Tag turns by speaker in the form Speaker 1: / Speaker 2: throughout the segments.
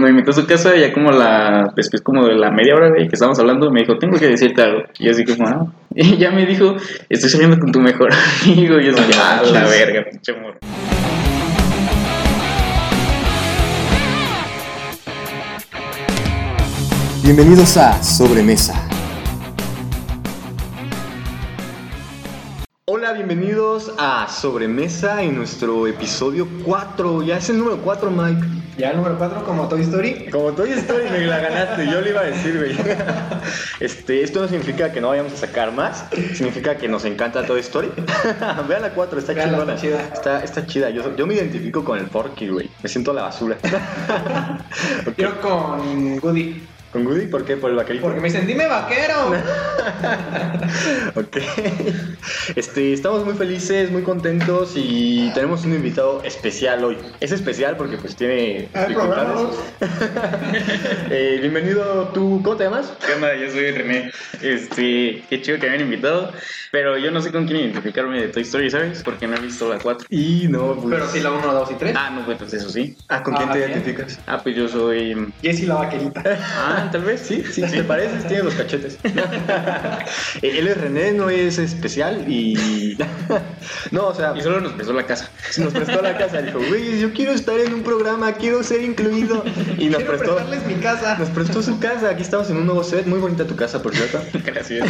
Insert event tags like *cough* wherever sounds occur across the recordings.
Speaker 1: me invitó a su casa, ya como la, después como de la media hora, güey, que estábamos hablando, me dijo, tengo que decirte algo. Y yo así como, ah. *laughs* Y ya me dijo, estoy saliendo con tu mejor amigo. Y yo así, ah, la verga, pinche morro.
Speaker 2: Bienvenidos a Sobremesa.
Speaker 3: Hola, bienvenidos a Sobremesa en nuestro episodio 4. Ya es el número 4, Mike.
Speaker 4: Ya el número 4 como Toy Story.
Speaker 3: Como Toy Story me la ganaste, yo le iba a decir, güey. *laughs* Este, esto no significa que no vayamos a sacar más, significa que nos encanta Toy Story. *laughs* Vean la 4, está
Speaker 4: Veanla,
Speaker 3: chingona.
Speaker 4: está chida.
Speaker 3: Está, está chida, yo, yo me identifico con el Forky, güey. Me siento a la *laughs* basura. Ok.
Speaker 4: Yo con Goody.
Speaker 3: ¿Con Woody? ¿Por qué? ¿Por el vaquerito?
Speaker 4: Porque me dicen,
Speaker 3: *laughs*
Speaker 4: dime vaquero.
Speaker 3: Ok. Este, estamos muy felices, muy contentos y tenemos un invitado especial hoy. Es especial porque pues tiene
Speaker 4: Ah,
Speaker 3: dificultades. *laughs* Eh, bienvenido tú, ¿cómo te llamas?
Speaker 1: ¿Qué onda? Yo soy René. Este, qué chido que me han invitado. Pero yo no sé con quién identificarme de Toy Story, ¿sabes? Porque no he visto la 4.
Speaker 3: Y no, pues.
Speaker 4: Pero sí la 1, 2 y 3.
Speaker 1: Ah, no, pues pues, eso sí.
Speaker 3: Ah, ¿con quién
Speaker 4: Ah,
Speaker 3: te
Speaker 4: bien.
Speaker 3: identificas?
Speaker 1: Ah, pues yo soy.
Speaker 4: Jessy la vaquerita.
Speaker 1: Ah, tal vez sí.
Speaker 3: Sí, sí, te *laughs* pareces, tienes los cachetes. Eh, Él es René, no es especial y. *laughs* no, o sea,
Speaker 1: Y solo nos pesó la casa. *laughs*
Speaker 3: nos prestó la casa. Dijo, güey, yo quiero estar en un programa, quiero ser incluido. *laughs* Y nos
Speaker 4: Quiero
Speaker 3: prestó.
Speaker 4: prestarles mi casa.
Speaker 3: Nos prestó su casa, aquí estamos en un nuevo set, muy bonita tu casa por *laughs* cierto.
Speaker 1: Gracias.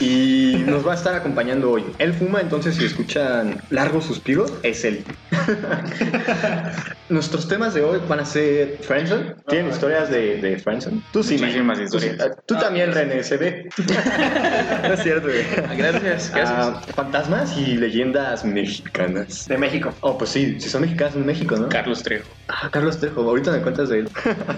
Speaker 3: Y nos va a estar acompañando hoy. Él fuma, entonces si escuchan largos suspiros, es *laughs* él. Nuestros temas de hoy van a ser Friendzone. ¿Tienen historias de, de Friendzone? Ah, Tú sí, Mike.
Speaker 1: Muchísimas
Speaker 3: Tú sí.
Speaker 1: historias.
Speaker 3: Ah, Tú también, René, se ve. *laughs* no es cierto, güey.
Speaker 1: Gracias, gracias.
Speaker 3: Ah, fantasmas y leyendas mexicanas.
Speaker 4: *laughs* De México. *laughs*
Speaker 3: Oh, pues sí, si son mexicanas en México, ¿no?
Speaker 1: Carlos Trejo.
Speaker 3: Ah, Carlos Trejo, ahorita me cuentas *laughs* de él.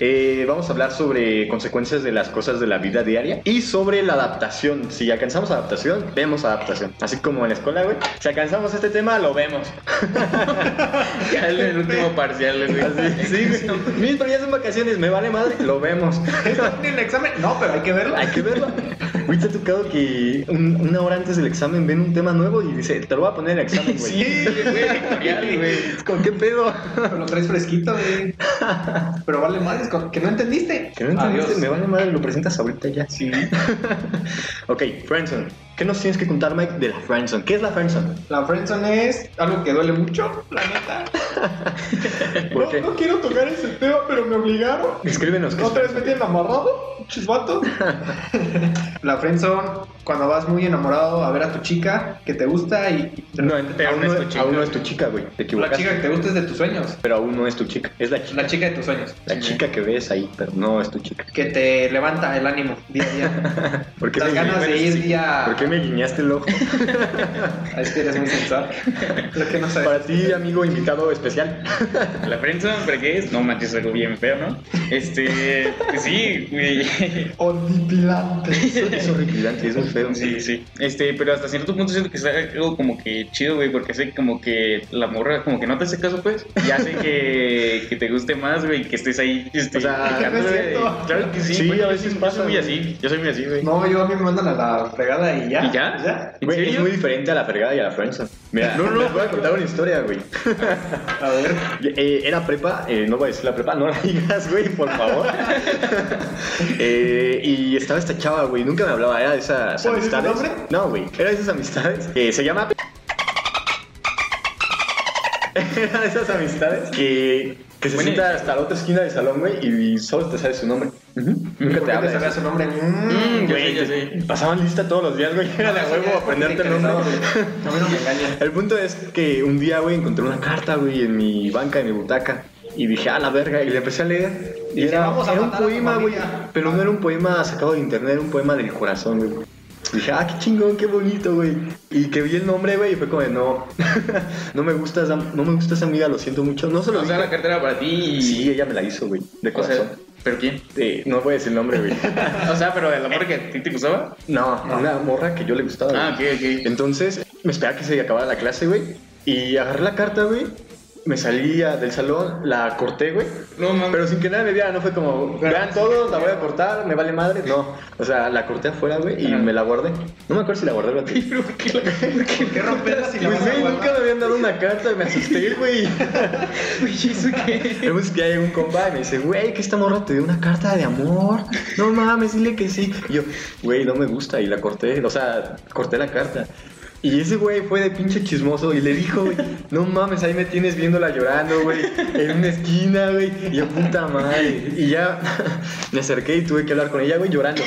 Speaker 3: Eh, vamos a hablar sobre consecuencias de las cosas de la vida diaria y sobre la adaptación. Si alcanzamos adaptación, vemos adaptación. Así como en la escuela, güey. Si alcanzamos este tema, lo vemos. *laughs*
Speaker 1: Ya en el último parcial, güey.
Speaker 3: Así, sí, güey. Mil, pero ya son vacaciones, me vale madre, lo vemos. *laughs*
Speaker 4: ¿Estás en el examen? No, pero hay que verlo.
Speaker 3: Hay que verlo. Güey, te ha tocado que un- una hora antes del examen ven un tema nuevo y dice, te lo voy a poner en el examen, *laughs* güey.
Speaker 4: Sí,
Speaker 3: *laughs*
Speaker 1: güey, güey.
Speaker 3: Es como, ¿qué pedo?
Speaker 4: Pero lo traes fresquito, güey. Pero vale más, es como que no entendiste.
Speaker 3: Que no entendiste,
Speaker 4: Adiós.
Speaker 3: me vale madre, lo presentas ahorita ya.
Speaker 4: Sí.
Speaker 3: Ok, Friendzone. ¿Qué nos tienes que contar, Mike, de la Friendzone? ¿Qué es la Friendzone?
Speaker 4: La friendzone es algo que duele mucho, la neta.
Speaker 3: *laughs* ¿Por
Speaker 4: No,
Speaker 3: qué?
Speaker 4: no quiero tocar ese tema, pero me obligaron.
Speaker 3: Escríbenos. ¿qué es
Speaker 4: ¿Otra vez me tienen amarrado? Chisbato. *laughs* la friendzone, cuando vas muy enamorado a ver a tu chica que te gusta y
Speaker 3: No,
Speaker 1: Pero
Speaker 3: aún, no es tu chica. aún no es tu chica, güey. Te
Speaker 4: la
Speaker 3: equivocaste.
Speaker 4: chica que te gusta es de tus sueños.
Speaker 3: Pero aún no es tu chica. Es la chica.
Speaker 4: La chica de tus sueños.
Speaker 3: La chica que ves ahí, pero no es tu chica.
Speaker 4: Que te levanta el ánimo día a día.
Speaker 3: *laughs* ¿Por qué,
Speaker 4: Las
Speaker 3: me,
Speaker 4: ganas de ir día
Speaker 3: ¿Por qué me guiñaste el ojo?
Speaker 4: Es que eres
Speaker 3: *laughs*
Speaker 4: muy sensual. Lo que no sabes.
Speaker 3: Para ti, amigo invitado especial.
Speaker 1: La prensa, ¿para qué es? No manches, algo bien feo, ¿no? Este, pues sí, güey.
Speaker 4: Horripilante.
Speaker 3: Es horripilante, es muy feo.
Speaker 1: Sí, sí. Este, pero hasta cierto punto siento que es algo como que chido, güey, porque hace como que la morra como que no te hace caso, pues, y hace que, que te guste más, güey, que estés ahí, este,
Speaker 3: O sea,
Speaker 1: picándole
Speaker 4: no es
Speaker 1: de-
Speaker 4: cierto.
Speaker 1: Claro que sí,
Speaker 3: Sí,
Speaker 1: güey,
Speaker 3: a
Speaker 1: yo
Speaker 3: veces
Speaker 1: soy- yo
Speaker 3: pasa,
Speaker 1: soy muy
Speaker 3: güey.
Speaker 1: así, yo soy muy así, güey.
Speaker 4: *laughs* No, yo a mí me mandan a la fregada y ya.
Speaker 1: ¿Y ya? ¿En
Speaker 3: Güey, es
Speaker 1: serio?
Speaker 3: muy diferente a la fregada y a la friendzone. Mira,
Speaker 1: No, no,
Speaker 3: les voy a contar una historia, güey.
Speaker 4: A ver.
Speaker 3: Eh, era prepa, eh, no voy a decir la prepa, no la *laughs* digas, güey, por favor. Eh, y estaba esta chava, güey, nunca me hablaba, era de esas
Speaker 4: ¿Puedo decir su
Speaker 3: amistades.
Speaker 4: nombre?
Speaker 3: No, güey, era de esas amistades. que se llama. *laughs* Era de esas amistades que, que se
Speaker 1: Bueno,
Speaker 3: sienta hasta la otra esquina del salón, güey, y solo te sabes su nombre. Nunca
Speaker 4: ¿Por
Speaker 3: te
Speaker 4: qué te
Speaker 3: hablas.
Speaker 4: sabías su nombre? Mm.
Speaker 1: Mm, yo
Speaker 3: Güey,
Speaker 1: sé, yo
Speaker 3: te-
Speaker 1: sé.
Speaker 3: pasaban lista todos los días, güey, era
Speaker 4: Ah,
Speaker 3: de huevo aprenderte el nombre.
Speaker 4: A mí no me engañas.
Speaker 3: El punto es que un día, güey, encontré una carta, güey, en mi banca, en mi butaca. Y dije, a la verga, y le empecé a leer. Y
Speaker 4: Dije,
Speaker 3: era,
Speaker 4: "Vamos a
Speaker 3: era un
Speaker 4: matar a tu
Speaker 3: poema, güey.
Speaker 4: familia".
Speaker 3: Pero no era un poema sacado de internet, era un poema del corazón, güey. Dije, ah, qué chingón, qué bonito, güey. Y que vi el nombre, güey, y fue como, de, no, *laughs* no me gusta esa, no me gusta esa amiga, lo siento mucho. No se lo
Speaker 1: O sea,
Speaker 3: dije.
Speaker 1: la cartera para ti y...
Speaker 3: Sí, ella me la hizo, güey, de
Speaker 1: o sea,
Speaker 3: corazón.
Speaker 1: ¿pero quién?
Speaker 3: Eh, no voy a decir el
Speaker 1: *laughs*
Speaker 3: nombre, güey.
Speaker 1: O sea, pero el amor que a ti te gustaba.
Speaker 3: No, una morra que yo le gustaba. güey.
Speaker 1: Ah, ok, ok.
Speaker 3: Entonces, me esperaba que se acabara la clase, güey. Y agarré la carta, güey. me salía del salón, la corté, güey.
Speaker 4: No mames.
Speaker 3: Pero sin que nadie me viera, no fue como,
Speaker 4: Pero-
Speaker 3: vean todo, la voy a cortar, me vale madre. No, o sea, la corté afuera, güey, y
Speaker 4: Ajá.
Speaker 3: me la guardé. No me acuerdo si la guardé o la tiré.
Speaker 4: *laughs* Pero, ¿por qué, por qué- por qué romperla si la
Speaker 3: Pues,
Speaker 4: vas a
Speaker 3: güey, nunca me
Speaker 4: guardar?
Speaker 3: habían dado una carta, me asusté, güey.
Speaker 4: *laughs* Güey, ¿eso qué?
Speaker 3: El punto es que ya llegó un compa y me dice, güey, que esta morra te dio una carta de amor. No mames, dile que sí. Y yo, güey, no me gusta. Y la corté, o sea, corté la carta. Y ese güey fue de pinche chismoso y le dijo, güey, no mames, ahí me tienes viéndola llorando, güey, en una esquina, güey. Y yo, puta madre. Y ya *laughs* me acerqué y tuve que hablar con ella, güey, llorando.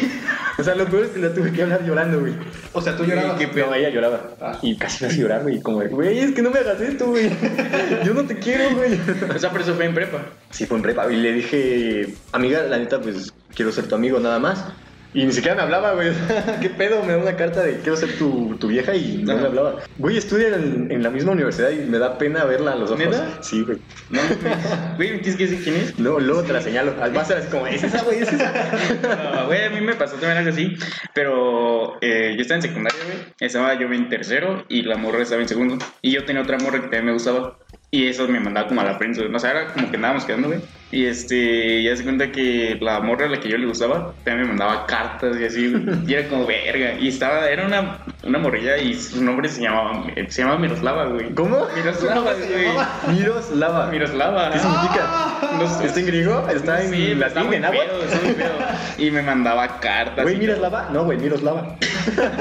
Speaker 3: O sea, lo peor es que la tuve que hablar llorando, güey.
Speaker 4: O sea, tú llorabas.
Speaker 3: Y que- No, ella lloraba.
Speaker 4: Ah.
Speaker 3: Y casi me hace llorar, güey. Como, de, güey, es que no me hagas esto, güey. *laughs* Yo no te quiero, güey.
Speaker 1: O sea, pero eso fue en prepa.
Speaker 3: Sí, fue en prepa. Y le dije, amiga, la neta, pues quiero ser tu amigo nada más. Y ni siquiera me hablaba, güey. *laughs* ¿Qué pedo? Me da una carta de quiero ser tu, tu vieja y no
Speaker 1: Ajá.
Speaker 3: me hablaba. Güey, estudia en, en la misma universidad y me da pena verla a los ojos.
Speaker 1: ¿Neta?
Speaker 3: Sí, güey.
Speaker 1: No, güey, ¿me tienes que decir quién es?
Speaker 3: No, luego te la señalo. Además, eras como, es esa, güey, es esa.
Speaker 1: No, Ah, güey, a mí me pasó también algo así, pero eh, yo estaba en secundaria, güey, estaba yo en tercero y la morra estaba en segundo, y yo tenía otra morra que también me gustaba, y eso me mandaba como a la prensa, o sea, era como que andábamos quedando, güey, y este, ya se cuenta que la morra a la que yo le gustaba también me mandaba cartas y así, güey, y era como verga, y estaba, era una, una morrilla y su nombre se llamaba, se llamaba Miroslava, güey.
Speaker 3: ¿Cómo?
Speaker 1: Miroslava,
Speaker 4: se
Speaker 1: güey.
Speaker 4: llamaba?
Speaker 3: Miroslava.
Speaker 1: Miroslava.
Speaker 3: ¿Qué significa?
Speaker 4: Ah.
Speaker 3: No sé, ¿Está en griego? ¿Está en
Speaker 1: Sí, pues, está
Speaker 3: latín?
Speaker 1: muy
Speaker 3: ¿En agua?
Speaker 1: pedo, está muy pedo. Y me mandaba cartas.
Speaker 3: Güey,
Speaker 1: y
Speaker 3: Miroslava. No, güey, Miroslava. *laughs*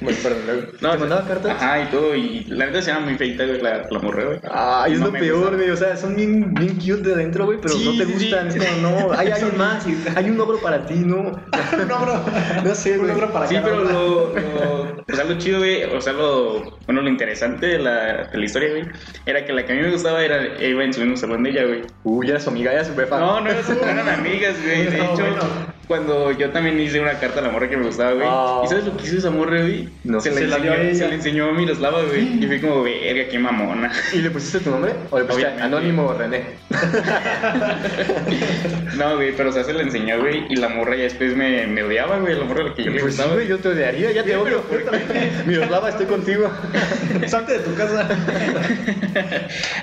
Speaker 3: bueno, perdón, luego.
Speaker 1: No,
Speaker 3: ¿Te
Speaker 1: o sea,
Speaker 3: mandaba cartas?
Speaker 1: Ajá, y todo. Y la neta se llama muy feita, güey, la, la morra, güey.
Speaker 3: Ay, es
Speaker 1: No
Speaker 3: lo
Speaker 1: me
Speaker 3: peor,
Speaker 1: gusta.
Speaker 3: güey. O sea, son bien, bien cute de adentro, güey, pero
Speaker 1: Sí,
Speaker 3: no te
Speaker 1: sí,
Speaker 3: gustan.
Speaker 1: sí.
Speaker 3: Es como, no, hay alguien más. *laughs* Hay un ogro para ti, no.
Speaker 4: *laughs* No, bro.
Speaker 3: No sé,
Speaker 4: Un
Speaker 3: güey.
Speaker 4: ogro para
Speaker 1: Sí,
Speaker 4: cada
Speaker 1: pero
Speaker 4: uno.
Speaker 1: lo, lo- O sea, lo chido, güey. O sea, lo. Bueno, lo interesante de la, de la historia, güey. Era que la que a mí me gustaba era. eh, Iba en su mismo salón de ella, güey.
Speaker 3: Uy, ya era su amiga, ya era su jefa.
Speaker 1: No, no, eran- eran amigas, güey.
Speaker 3: *laughs*
Speaker 1: De
Speaker 4: No,
Speaker 1: hecho,
Speaker 4: bueno.
Speaker 1: cuando yo también hice una carta a la morra que me gustaba, güey.
Speaker 3: Ah.
Speaker 1: ¿Y sabes lo que hizo esa morra, güey?
Speaker 3: No.
Speaker 1: se,
Speaker 4: Se
Speaker 1: la
Speaker 4: la
Speaker 1: enseñó,
Speaker 4: dio a ella.
Speaker 1: se la enseñó a Miroslava, güey. Y fui como, verga, qué mamona. *laughs*
Speaker 3: ¿Y le pusiste tu nombre? ¿O le pusiste
Speaker 1: Obviamente.
Speaker 3: Anónimo René?
Speaker 1: No, güey, pero o sea, se la enseñó, güey. Y la morra ya después me, me odiaba, güey. La morra a la que yo le
Speaker 3: Pues sí,
Speaker 1: gustaba.
Speaker 3: güey, yo te odiaría, ya te
Speaker 4: Sí, pero
Speaker 3: odio. *laughs* Miroslava, estoy contigo.
Speaker 4: *laughs* Salte de tu casa.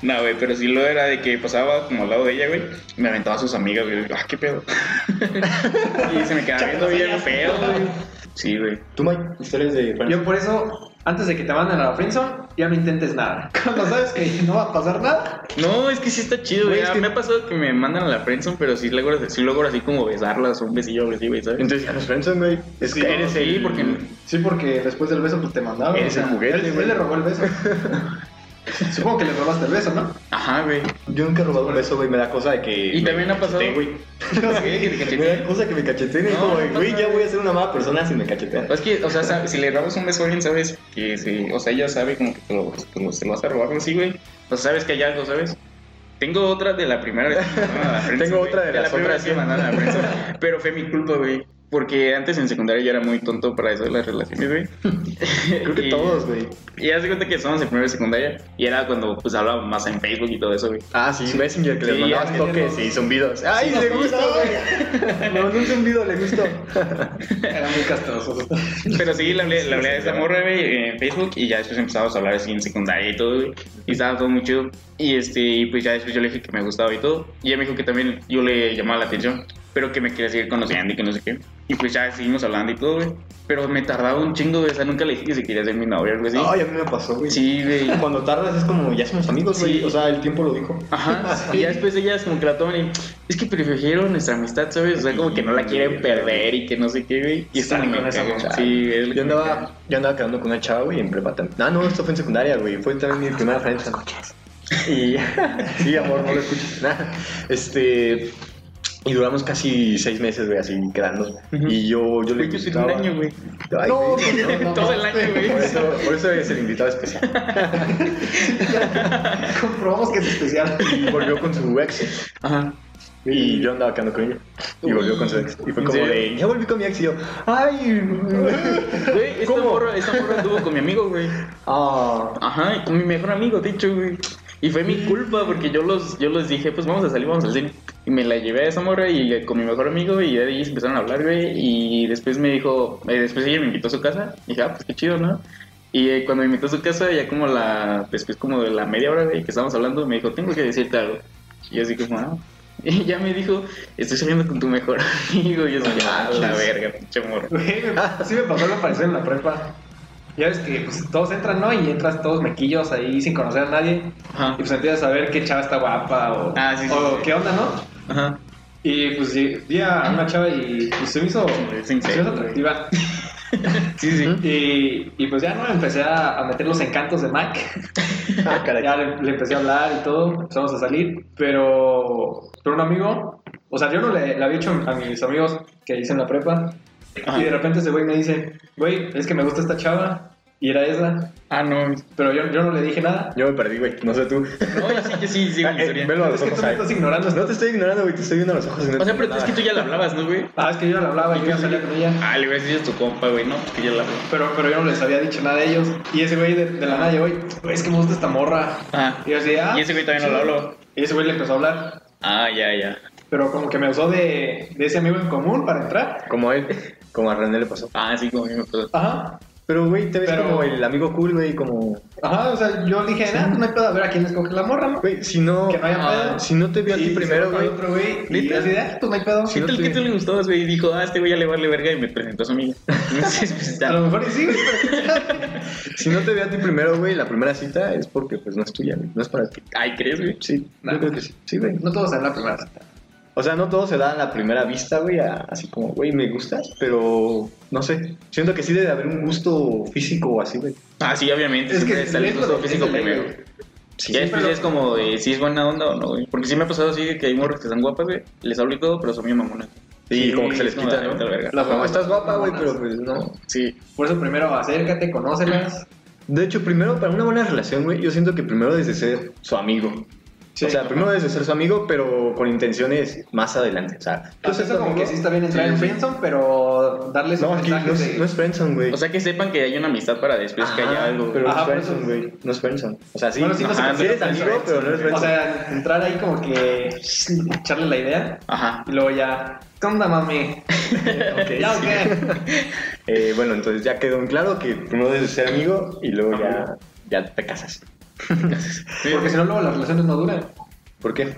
Speaker 1: No, güey, pero sí lo era de que pasaba como al lado de ella, güey. y Me aventaba a sus amigas, güey. Ah, qué pedo. *laughs* y se me quedaba viendo bien feo, güey. Sí, güey.
Speaker 3: ¿Tú, Mike? ¿Historias de
Speaker 4: Yo por eso, antes de que te manden a la friendzone, ya no intentes nada. *laughs* Cuando sabes que no va a pasar nada,
Speaker 1: No, es que sí está chido, güey.
Speaker 3: Güey, es
Speaker 1: Ah,
Speaker 3: que-
Speaker 1: Me ha pasado que me mandan a la friendzone, pero sí logro, sí logro así como besarlas, un besillo, así, güey, ¿sabes?
Speaker 3: Entonces ya nos friendzone, güey. Es
Speaker 1: Sí,
Speaker 3: que
Speaker 1: eres
Speaker 3: el-
Speaker 1: ahí porque...
Speaker 4: Sí, porque después del beso pues te mandaron.
Speaker 3: Eres el juguete,
Speaker 4: él,
Speaker 3: güey.
Speaker 4: él le robó el
Speaker 1: *laughs*
Speaker 4: beso. Supongo que le robaste el beso, ¿no?
Speaker 1: Ajá, güey.
Speaker 3: Yo nunca he robado un beso, güey. Me da cosa de que.
Speaker 1: Y
Speaker 3: me
Speaker 1: también ha pasado...
Speaker 3: cacheteen, güey.
Speaker 1: *laughs* Sí, que te
Speaker 3: Me
Speaker 1: cacheteen.
Speaker 3: da cosa que me cacheteen. Es
Speaker 1: No,
Speaker 3: como,
Speaker 1: no Pues, pasa
Speaker 3: güey, ya
Speaker 1: nada.
Speaker 3: voy a ser una mala persona si me cachetean.
Speaker 1: Es que, o sea, sabe- si le robas un beso a alguien, sabes que, sí, o sea, ella sabe como que te lo, te lo- se lo vas a robar así, güey. O sea, sabes que hay algo, ¿sabes? Tengo otra de la primera vez que me mandaron a
Speaker 3: *laughs*
Speaker 1: la prensa.
Speaker 3: Tengo
Speaker 1: güey.
Speaker 3: otra de las
Speaker 1: la primera
Speaker 3: otras,
Speaker 1: vez que me
Speaker 3: sí.
Speaker 1: mandaron a la prensa. Pero fue mi culpa, güey. Porque antes en secundaria yo era muy tonto para eso de las relaciones, güey.
Speaker 3: Creo que
Speaker 1: Y-
Speaker 3: todos, güey.
Speaker 1: Y ya se cuenta que estábamos en primera y secundaria. Y era cuando pues hablaba más en Facebook y todo eso, güey.
Speaker 3: Ah, sí, Messenger que
Speaker 1: Sí,
Speaker 3: les mandabas
Speaker 1: ya,
Speaker 3: toques y zumbidos. ¡Ay, le gusta, güey! Me mandó un zumbido, le gustó.
Speaker 4: Era muy castroso.
Speaker 1: Pero sí, le hablé, le hablé a esa morra, güey, en Facebook y ya después empezamos a hablar así en secundaria y todo, güey. Y estaba todo muy chido. Y este, y pues ya después yo le dije que me gustaba y todo. Y ella me dijo que también yo le llamaba la atención, pero que me quería seguir conociendo y que no sé qué. Y pues ya seguimos hablando y todo, güey. Pero me tardaba un chingo, güey. O sea, nunca le dije que se quería ser mi novia o algo así.
Speaker 3: Ay, a mí me pasó, güey.
Speaker 1: Sí, güey.
Speaker 3: Cuando tardas es como, ya somos amigos, güey.
Speaker 1: Sí.
Speaker 3: O sea, el tiempo lo dijo.
Speaker 1: Ajá, y ya después ellas como que la toman y es que prefirieron nuestra amistad, ¿sabes? O sea, como que no la quieren perder y que no sé qué, güey. Y
Speaker 4: Salen
Speaker 1: como
Speaker 4: con
Speaker 1: que
Speaker 4: esa
Speaker 1: me caga.
Speaker 4: mamada.
Speaker 1: Sí, es lo que
Speaker 3: Yo
Speaker 1: me
Speaker 3: andaba,
Speaker 1: caga.
Speaker 3: yo andaba quedando con una chava, güey, en prepa también. Ah, no, esto fue en secundaria, güey. Fue también mi primera frente. Y. *laughs* sí, amor, no lo escuches. Nah, Este. Y duramos casi seis meses, güey, así quedándonos.
Speaker 1: Ujú.
Speaker 3: Y yo, yo le
Speaker 1: Güey, yo soy un
Speaker 3: gustaba.
Speaker 1: año, güey.
Speaker 3: Ay,
Speaker 4: No,
Speaker 3: güey,
Speaker 4: no,
Speaker 1: *laughs*
Speaker 4: no,
Speaker 1: Todo el año, güey.
Speaker 3: Por eso, por eso es el invitado especial.
Speaker 4: *laughs* Comprobamos que es especial.
Speaker 3: Y volvió con su ex.
Speaker 1: Ajá.
Speaker 3: Y yo andaba quedando con ella. Y volvió con su ex. Y fue como de, ya volví con mi ex. Y yo,
Speaker 4: *laughs*
Speaker 3: ay.
Speaker 1: Güey, esta
Speaker 3: ¿Cómo?
Speaker 1: morra, esta morra anduvo con mi amigo, güey.
Speaker 3: Ah.
Speaker 1: Ajá, con mi mejor amigo, de hecho, güey. Y fue mi culpa porque yo los, yo los dije, pues vamos a salir, vamos a salir. Y me la llevé a esa morra y eh, con mi mejor amigo y de ahí se empezaron a hablar, güey. Y después me dijo, eh, después ella me invitó a su casa. Y dije, ah, pues qué chido, ¿no? Y eh, cuando me invitó a su casa, ya como la, después como de la media hora güey, que estábamos hablando, me dijo, tengo que decirte algo. Y yo así como, ah. *laughs* Y ya me dijo, estoy saliendo con tu mejor amigo. Y yo así, ah, la verga, pinche morro.
Speaker 4: Güey, me- sí me pasó lo parecido en la prepa. Ya ves que pues, todos entran, ¿no? Y entras todos mequillos ahí sin conocer a nadie.
Speaker 1: Ajá.
Speaker 4: Y pues empiezas a ver qué chava está guapa o,
Speaker 1: Ah, sí, sí,
Speaker 4: o
Speaker 1: sí.
Speaker 4: qué onda, ¿no?
Speaker 1: Ajá.
Speaker 4: Y pues lleg- vi a una chava y pues, se me hizo,
Speaker 1: Es
Speaker 4: se me hizo
Speaker 1: sincero,
Speaker 4: atractiva.
Speaker 1: Sí, sí.
Speaker 4: Y, y pues ya, ¿no? Empecé a, a meter los encantos de Mac.
Speaker 3: Ah, caray.
Speaker 4: Ya le, le empecé a hablar y todo, empezamos a salir, pero, pero un amigo, o sea, yo no le, le había hecho a mis amigos que hice en la prepa,
Speaker 1: Ajá.
Speaker 4: y de repente ese güey me dice, güey, es que me gusta esta chava, y era esa,
Speaker 1: Ah, no. No,
Speaker 4: pero yo, yo no le dije nada.
Speaker 3: Yo me perdí, güey. No sé tú.
Speaker 1: yo sí, yo sí, sigo
Speaker 3: Ah,
Speaker 1: mi
Speaker 3: eh,
Speaker 1: historia.
Speaker 3: velo a
Speaker 4: es
Speaker 3: los
Speaker 4: que tú
Speaker 3: ojos
Speaker 4: me
Speaker 3: ahí.
Speaker 4: estás ignorando.
Speaker 3: No te estoy ignorando, güey. Te estoy viendo a los ojos. y no
Speaker 1: O sea,
Speaker 3: te
Speaker 1: pero
Speaker 3: digo
Speaker 1: es que
Speaker 3: nada.
Speaker 1: tú ya la hablabas, ¿no, güey?
Speaker 4: Ah, es que yo ya le hablaba, y yo ya salía con ella.
Speaker 1: Ah, le hubieras dicho a tu compa, güey, ¿no? Que ya la hablaba.
Speaker 4: Pero, pero yo no les había dicho nada a ellos. Y ese güey de, de la nada, güey, es que me gusta esta morra.
Speaker 1: Ah.
Speaker 4: Y yo así, ah,
Speaker 1: Y ese güey también no lo
Speaker 4: chido.
Speaker 1: habló.
Speaker 4: Y ese güey le empezó a hablar.
Speaker 1: Ah, ya, ya.
Speaker 4: Pero como que me usó de, de ese amigo en común para entrar.
Speaker 3: Como él, como a René le pasó.
Speaker 1: Ah, sí, como a mí me pasó.
Speaker 4: Ajá.
Speaker 3: Pero, güey, te ves
Speaker 4: Pero-
Speaker 3: como el amigo cool, güey. Como.
Speaker 4: Ajá, o sea, yo dije, nada, no hay pedo a ver a quién escoge la morra, ¿no?
Speaker 3: Güey, si no.
Speaker 4: Que no haya
Speaker 1: Ah,
Speaker 4: pedo.
Speaker 3: Si no te vio a
Speaker 4: Y
Speaker 3: ti
Speaker 4: se
Speaker 3: primero,
Speaker 4: fue con
Speaker 3: güey.
Speaker 4: otro güey. Y
Speaker 3: neta.
Speaker 4: yo así, de, ah, pues no hay pedo.
Speaker 1: ¿Qué
Speaker 3: no
Speaker 1: tal
Speaker 3: te-
Speaker 1: que tú le gustabas, güey? Y dijo, ah, este güey ya le vale verga y me presentó a su amiga. *laughs* Entonces, pues,
Speaker 4: A
Speaker 1: ya.
Speaker 4: lo mejor y sí, güey, pero-
Speaker 1: *laughs*
Speaker 3: Si no te veo a ti primero, güey, la primera cita es porque pues no es tuya, güey. No es para ti.
Speaker 1: Ay, ¿crees, güey?
Speaker 3: Sí,
Speaker 4: Nah.
Speaker 3: yo creo que sí. Sí, güey.
Speaker 4: No todos en la primera cita.
Speaker 3: O sea, no todo se da a la primera vista, güey, a- así como, güey, me gustas, pero no sé. Siento que sí debe haber un gusto físico o así, güey.
Speaker 1: Ah, sí, obviamente.
Speaker 4: Es
Speaker 1: siempre
Speaker 4: que
Speaker 1: sale el
Speaker 4: es
Speaker 1: gusto
Speaker 4: lo- es
Speaker 1: físico
Speaker 4: lo ley,
Speaker 1: primero.
Speaker 4: güey.
Speaker 1: Sí, ya después
Speaker 4: pero-
Speaker 1: es como de si es buena onda o no, güey. Porque sí me ha pasado así de que hay morras que están guapas, güey. Les hablo y todo, pero son bien mamonas.
Speaker 3: Y
Speaker 1: Sí,
Speaker 3: como que se les
Speaker 1: no,
Speaker 3: quita,
Speaker 1: la
Speaker 3: ¿no?
Speaker 1: neta, la verga.
Speaker 3: La fama,
Speaker 4: Las
Speaker 3: estás guapa, güey,
Speaker 4: mamonas.
Speaker 3: pero pues no.
Speaker 1: Sí.
Speaker 4: Por eso primero acércate, conócelas.
Speaker 3: De hecho, primero, para una buena relación, güey, yo siento que primero desde ser su amigo.
Speaker 4: Sí.
Speaker 3: o sea, primero desde ser su amigo, pero con intenciones más adelante. O sea, tú
Speaker 4: Pues
Speaker 3: ser
Speaker 4: eso
Speaker 3: su
Speaker 4: como
Speaker 3: amigo-
Speaker 4: que sí está bien entrar en
Speaker 3: Sí.
Speaker 4: Friendzone, pero darles
Speaker 3: No,
Speaker 4: un
Speaker 3: aquí no
Speaker 4: mensaje
Speaker 3: es,
Speaker 4: de-
Speaker 3: no es Friendzone, güey.
Speaker 1: O sea, que sepan que hay una amistad para después que haya
Speaker 3: Ajá,
Speaker 1: algo.
Speaker 3: Pero
Speaker 4: Ajá,
Speaker 3: no
Speaker 4: por
Speaker 3: es Friendzone,
Speaker 4: eso.
Speaker 3: güey. No es Friendzone. O sea, sí,
Speaker 4: Bueno, sí, no se
Speaker 3: ajá,
Speaker 4: considera
Speaker 3: eres amigo,
Speaker 1: friendzone,
Speaker 3: pero no eres
Speaker 1: güey.
Speaker 4: O
Speaker 3: Friendzone.
Speaker 4: sea, entrar ahí como que pues, echarle la idea
Speaker 1: Ajá.
Speaker 4: y luego ya, ¿qué
Speaker 3: *laughs*
Speaker 4: onda, mami?
Speaker 3: Ok,
Speaker 4: ¿Ya o
Speaker 3: sí.
Speaker 4: qué?
Speaker 3: Eh, bueno, entonces ya quedó en claro que primero debes ser amigo y luego ya, ya te casas.
Speaker 1: Sí,
Speaker 4: Porque si no, luego las relaciones no duran.
Speaker 3: ¿Por qué?